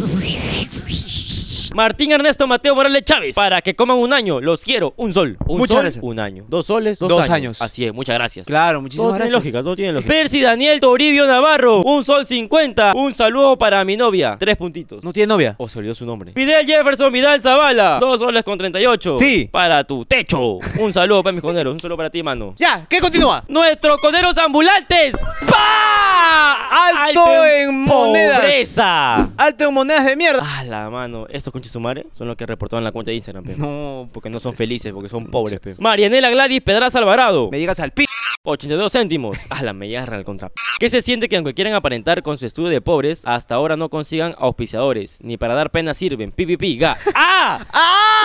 [SPEAKER 2] Martín Ernesto Mateo Morales Chávez. Para que coman un año. Los quiero. Un sol. Un
[SPEAKER 1] Muchas
[SPEAKER 2] sol,
[SPEAKER 1] gracias.
[SPEAKER 2] Un año. Dos soles. Dos,
[SPEAKER 1] Dos años.
[SPEAKER 2] años. Así es. Muchas gracias.
[SPEAKER 1] Claro, muchísimas
[SPEAKER 2] Todo tiene
[SPEAKER 1] gracias.
[SPEAKER 2] lógica, todo tiene lógica. Percy Daniel Toribio Navarro, un sol 50. Un saludo para mi novia. Tres puntitos.
[SPEAKER 1] ¿No tiene novia?
[SPEAKER 2] O se olvidó su nombre. Fidel Jefferson Vidal Zavala. Dos soles con 38.
[SPEAKER 1] Sí.
[SPEAKER 2] Para tu techo. Un saludo para mis coneros. Un saludo para ti, mano.
[SPEAKER 1] Ya, ¿qué continúa?
[SPEAKER 2] Nuestros coneros ambulantes. ¡Pa!
[SPEAKER 1] [LAUGHS] Alto en monedas.
[SPEAKER 2] Pobreza.
[SPEAKER 1] Alto en monedas de mierda.
[SPEAKER 2] Ah, la mano. Esos conches sumares son los que reportaban la cuenta de Instagram, pe.
[SPEAKER 1] No,
[SPEAKER 2] Porque no son felices, porque son pobres, pe. Marianela Gladys Pedraza Alvarado.
[SPEAKER 1] me llegas al pi.
[SPEAKER 2] 82 céntimos. A la mellarra al contra. ¿Qué se siente que aunque quieran aparentar con su estudio de pobres, hasta ahora no consigan auspiciadores? Ni para dar pena sirven. Pi, pi, pi, ga. ¡Ah!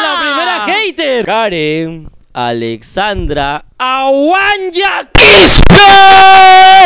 [SPEAKER 2] ¡La primera hater! Karen Alexandra Aguanya.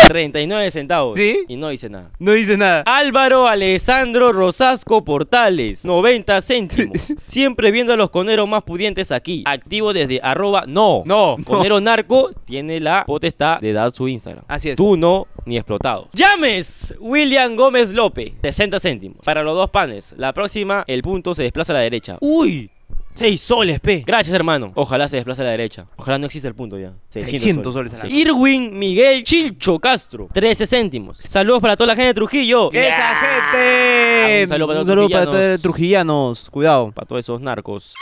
[SPEAKER 2] 39 centavos.
[SPEAKER 1] ¿Sí?
[SPEAKER 2] Y no hice nada.
[SPEAKER 1] No dice nada.
[SPEAKER 2] Álvaro Alessandro Rosasco Portales, 90
[SPEAKER 1] [LAUGHS]
[SPEAKER 2] céntimos. Siempre viendo a los coneros más pudientes aquí. Activo desde arroba no.
[SPEAKER 1] No.
[SPEAKER 2] Conero narco tiene la potestad de dar su Instagram.
[SPEAKER 1] Así es.
[SPEAKER 2] Tú no, ni explotado. Llames, William Gómez López, 60 céntimos. Para los dos panes, la próxima, el punto se desplaza a la derecha. ¡Uy! 6 soles, pe. Gracias, hermano. Ojalá se desplace a la derecha. Ojalá no exista el punto ya.
[SPEAKER 1] 600 soles a la-
[SPEAKER 2] Irwin Miguel Chilcho Castro, 13 céntimos. Saludos para toda la gente de Trujillo.
[SPEAKER 1] ¡Esa
[SPEAKER 2] Ah,
[SPEAKER 1] gente!
[SPEAKER 2] un saludo para los
[SPEAKER 6] Un saludo para
[SPEAKER 2] trujillanos.
[SPEAKER 6] todos trujillanos. Cuidado.
[SPEAKER 2] Para todos esos narcos.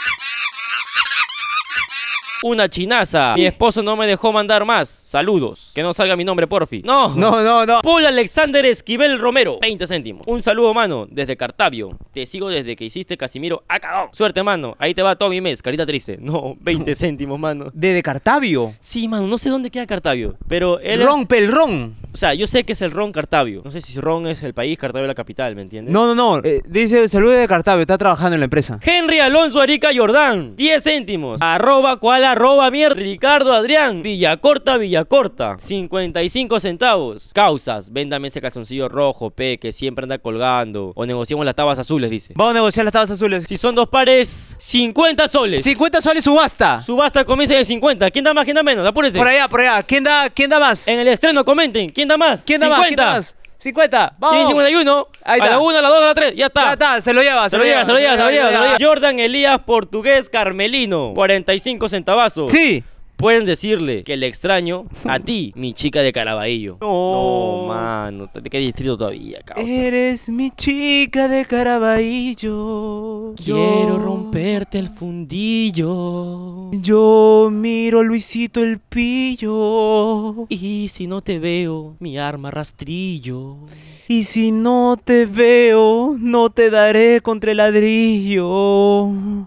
[SPEAKER 2] Una chinaza. Mi esposo no me dejó mandar más. Saludos. Que no salga mi nombre, porfi. No.
[SPEAKER 1] No, no, no.
[SPEAKER 2] Paul Alexander Esquivel Romero, 20 céntimos. Un saludo, mano, desde Cartavio. Te sigo desde que hiciste Casimiro acabó. Suerte, mano. Ahí te va todo mi mes, carita triste. No, [LAUGHS] 20 céntimos, mano.
[SPEAKER 6] Desde Cartavio.
[SPEAKER 2] Sí, mano, no sé dónde queda Cartavio. Pero él. es-
[SPEAKER 6] Ron Pelrón.
[SPEAKER 2] o sea, yo sé que es el Ron Cartavio. No sé si Ron es el país, Cartavio la capital, ¿me entiendes?
[SPEAKER 6] No, no, no. eh, dice saludo de Cartavio. Está trabajando en la empresa.
[SPEAKER 2] Henry Alonso Arica Jordán, 10 céntimos. Arroba cual arroba mierda. Ricardo Adrián, Villacorta, Villacorta, 55 centavos. Causas, véndame ese calzoncillo rojo, pe, que siempre anda colgando. O negociamos las tabas azules, dice.
[SPEAKER 1] Vamos a negociar las tablas azules.
[SPEAKER 2] Si son dos pares, 50 soles.
[SPEAKER 6] 50 soles subasta.
[SPEAKER 2] Subasta comienza en 50. ¿Quién da más? ¿Quién da menos? Apúrese.
[SPEAKER 1] Por allá, por allá. ¿Quién da, quién da más?
[SPEAKER 2] En el estreno comenten. ¿Quién da más?
[SPEAKER 1] ¿Quién da más? ¿Quién
[SPEAKER 2] 50.
[SPEAKER 1] da más? 50.
[SPEAKER 2] Tiene
[SPEAKER 1] Vamos.
[SPEAKER 2] 51.
[SPEAKER 1] Ahí
[SPEAKER 2] A
[SPEAKER 1] está.
[SPEAKER 2] la 1, a la 2, a la 3. Ya está.
[SPEAKER 1] Ya está, se lo lleva,
[SPEAKER 2] Se lo lleva, se lo lleva, se lo lleva, se lo
[SPEAKER 1] lleva.
[SPEAKER 2] lleva. Jordan Elías Portugués Carmelino, 45 centavazos.
[SPEAKER 1] Sí.
[SPEAKER 2] Pueden decirle que le extraño a ti, mi chica de Caraballo.
[SPEAKER 1] No.
[SPEAKER 2] mano, ¿de qué distrito todavía, causa?
[SPEAKER 1] Eres mi chica de Caraballo.
[SPEAKER 2] Quiero
[SPEAKER 1] Yo-
[SPEAKER 2] romperte el fundillo.
[SPEAKER 1] Yo miro a Luisito el pillo.
[SPEAKER 2] Y si no te veo, mi arma rastrillo.
[SPEAKER 1] Y si no te veo, no te daré contra el ladrillo.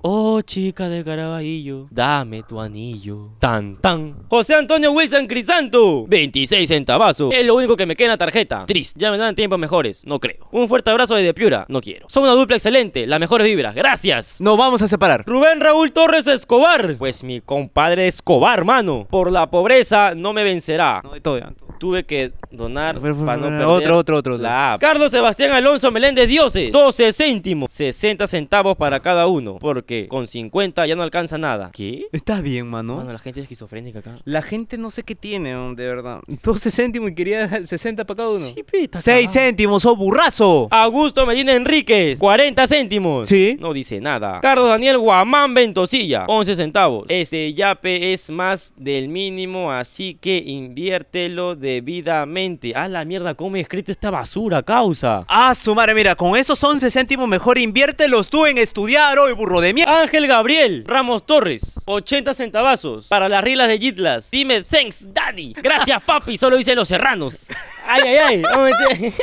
[SPEAKER 2] Oh, chica de Caraballo, dame tu anillo. Tan, tan. José Antonio Wilson Crisanto. 26 centavazos. Es lo único que me queda en la tarjeta. Tris, ya me dan tiempos mejores. No creo. Un fuerte abrazo desde Piura. No quiero. Son una dupla excelente. Las mejores vibras. Gracias.
[SPEAKER 1] Nos vamos a separar.
[SPEAKER 2] Rubén Raúl Torres Escobar. Pues mi compadre Escobar, mano. Por la pobreza no me vencerá.
[SPEAKER 6] No, de todo, ya.
[SPEAKER 2] tuve que donar
[SPEAKER 1] Fue- fue-
[SPEAKER 2] para no
[SPEAKER 1] fue-
[SPEAKER 2] perder
[SPEAKER 1] otro, otro, otro, otro.
[SPEAKER 2] la app. Carlos Sebastián Alonso Meléndez Dioses, 12 céntimos, 60 centavos para cada uno, porque con 50 ya no alcanza nada. ¿Qué?
[SPEAKER 1] Estás bien, mano.
[SPEAKER 2] Mano, la gente es esquizofrénica acá.
[SPEAKER 1] La gente no sé qué tiene, um, de verdad. 12 céntimos y quería [LAUGHS] 60 para cada uno.
[SPEAKER 2] Sí, pe, está
[SPEAKER 1] 6
[SPEAKER 2] cagado.
[SPEAKER 1] céntimos, oh burrazo.
[SPEAKER 2] Augusto Medina Enríquez, 40 céntimos.
[SPEAKER 1] Sí.
[SPEAKER 2] No dice nada. Carlos Daniel Guamán Ventosilla, 11 centavos. Este yape es más del mínimo, así que inviértelo debidamente. A la mierda, ¿cómo he escrito esta basura, causa?
[SPEAKER 1] Ah, su madre, mira, con esos 11 céntimos mejor inviértelos tú en estudiar hoy, burro de mierda.
[SPEAKER 2] Ángel Gabriel Ramos Torres, 80 centavazos para las reglas de Gitlas. Dime thanks, daddy. Gracias, papi. Solo dicen los serranos. Ay, ay, ay. No
[SPEAKER 1] [LAUGHS]
[SPEAKER 2] me entiendes.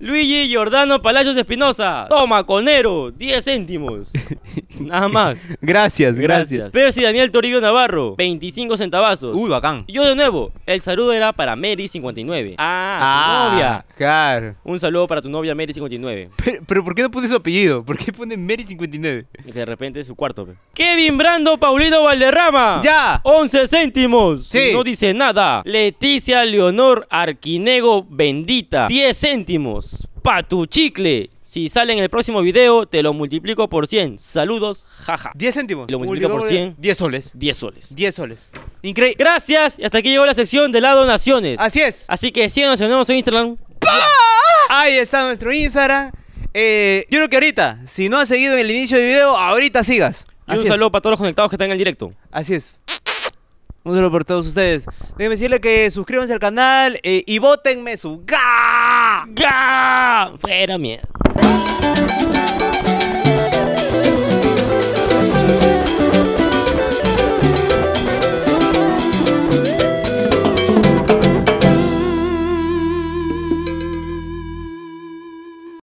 [SPEAKER 2] Luigi Giordano Palacios Espinosa. Toma, conero. 10 céntimos. Nada más.
[SPEAKER 1] Gracias,
[SPEAKER 2] Percy Daniel Toribio Navarro, 25 centavazos.
[SPEAKER 1] Uy, bacán.
[SPEAKER 2] Yo de nuevo, el saludo era para Mary59. Ah, su novia.
[SPEAKER 1] Claro.
[SPEAKER 2] Un saludo para tu novia Mary59.
[SPEAKER 1] Pero, pero ¿por qué no pone su apellido? ¿Por qué pone Mary59?
[SPEAKER 2] Y de repente es su cuarto. pe. Kevin Brando Paulino Valderrama.
[SPEAKER 1] ¡Ya!
[SPEAKER 2] 11 céntimos.
[SPEAKER 1] Sí.
[SPEAKER 2] No dice nada. Leticia Leonor Arquinego Bendita. 10 céntimos. Pa' tu chicle. Si sale en el próximo video, te lo multiplico por 100. Saludos, jaja.
[SPEAKER 1] 10 céntimos.
[SPEAKER 2] Lo multiplica por 100.
[SPEAKER 1] 10 soles.
[SPEAKER 2] 10 soles.
[SPEAKER 1] 10 soles. Increíble.
[SPEAKER 2] Gracias. Y hasta aquí llegó la sección de las donaciones.
[SPEAKER 1] Así es.
[SPEAKER 2] Así que síganos en nuestro Instagram.
[SPEAKER 1] Ahí está nuestro Instagram. Eh, yo creo que ahorita, si no has seguido en el inicio del video, ahorita sigas.
[SPEAKER 2] Y un saludo para todos los conectados que están en el directo.
[SPEAKER 1] Así es. Un saludo por todos ustedes. Déjenme decirle que suscríbanse al canal eh, y votenme su ga.
[SPEAKER 2] ¡Ga! Fuera mierda.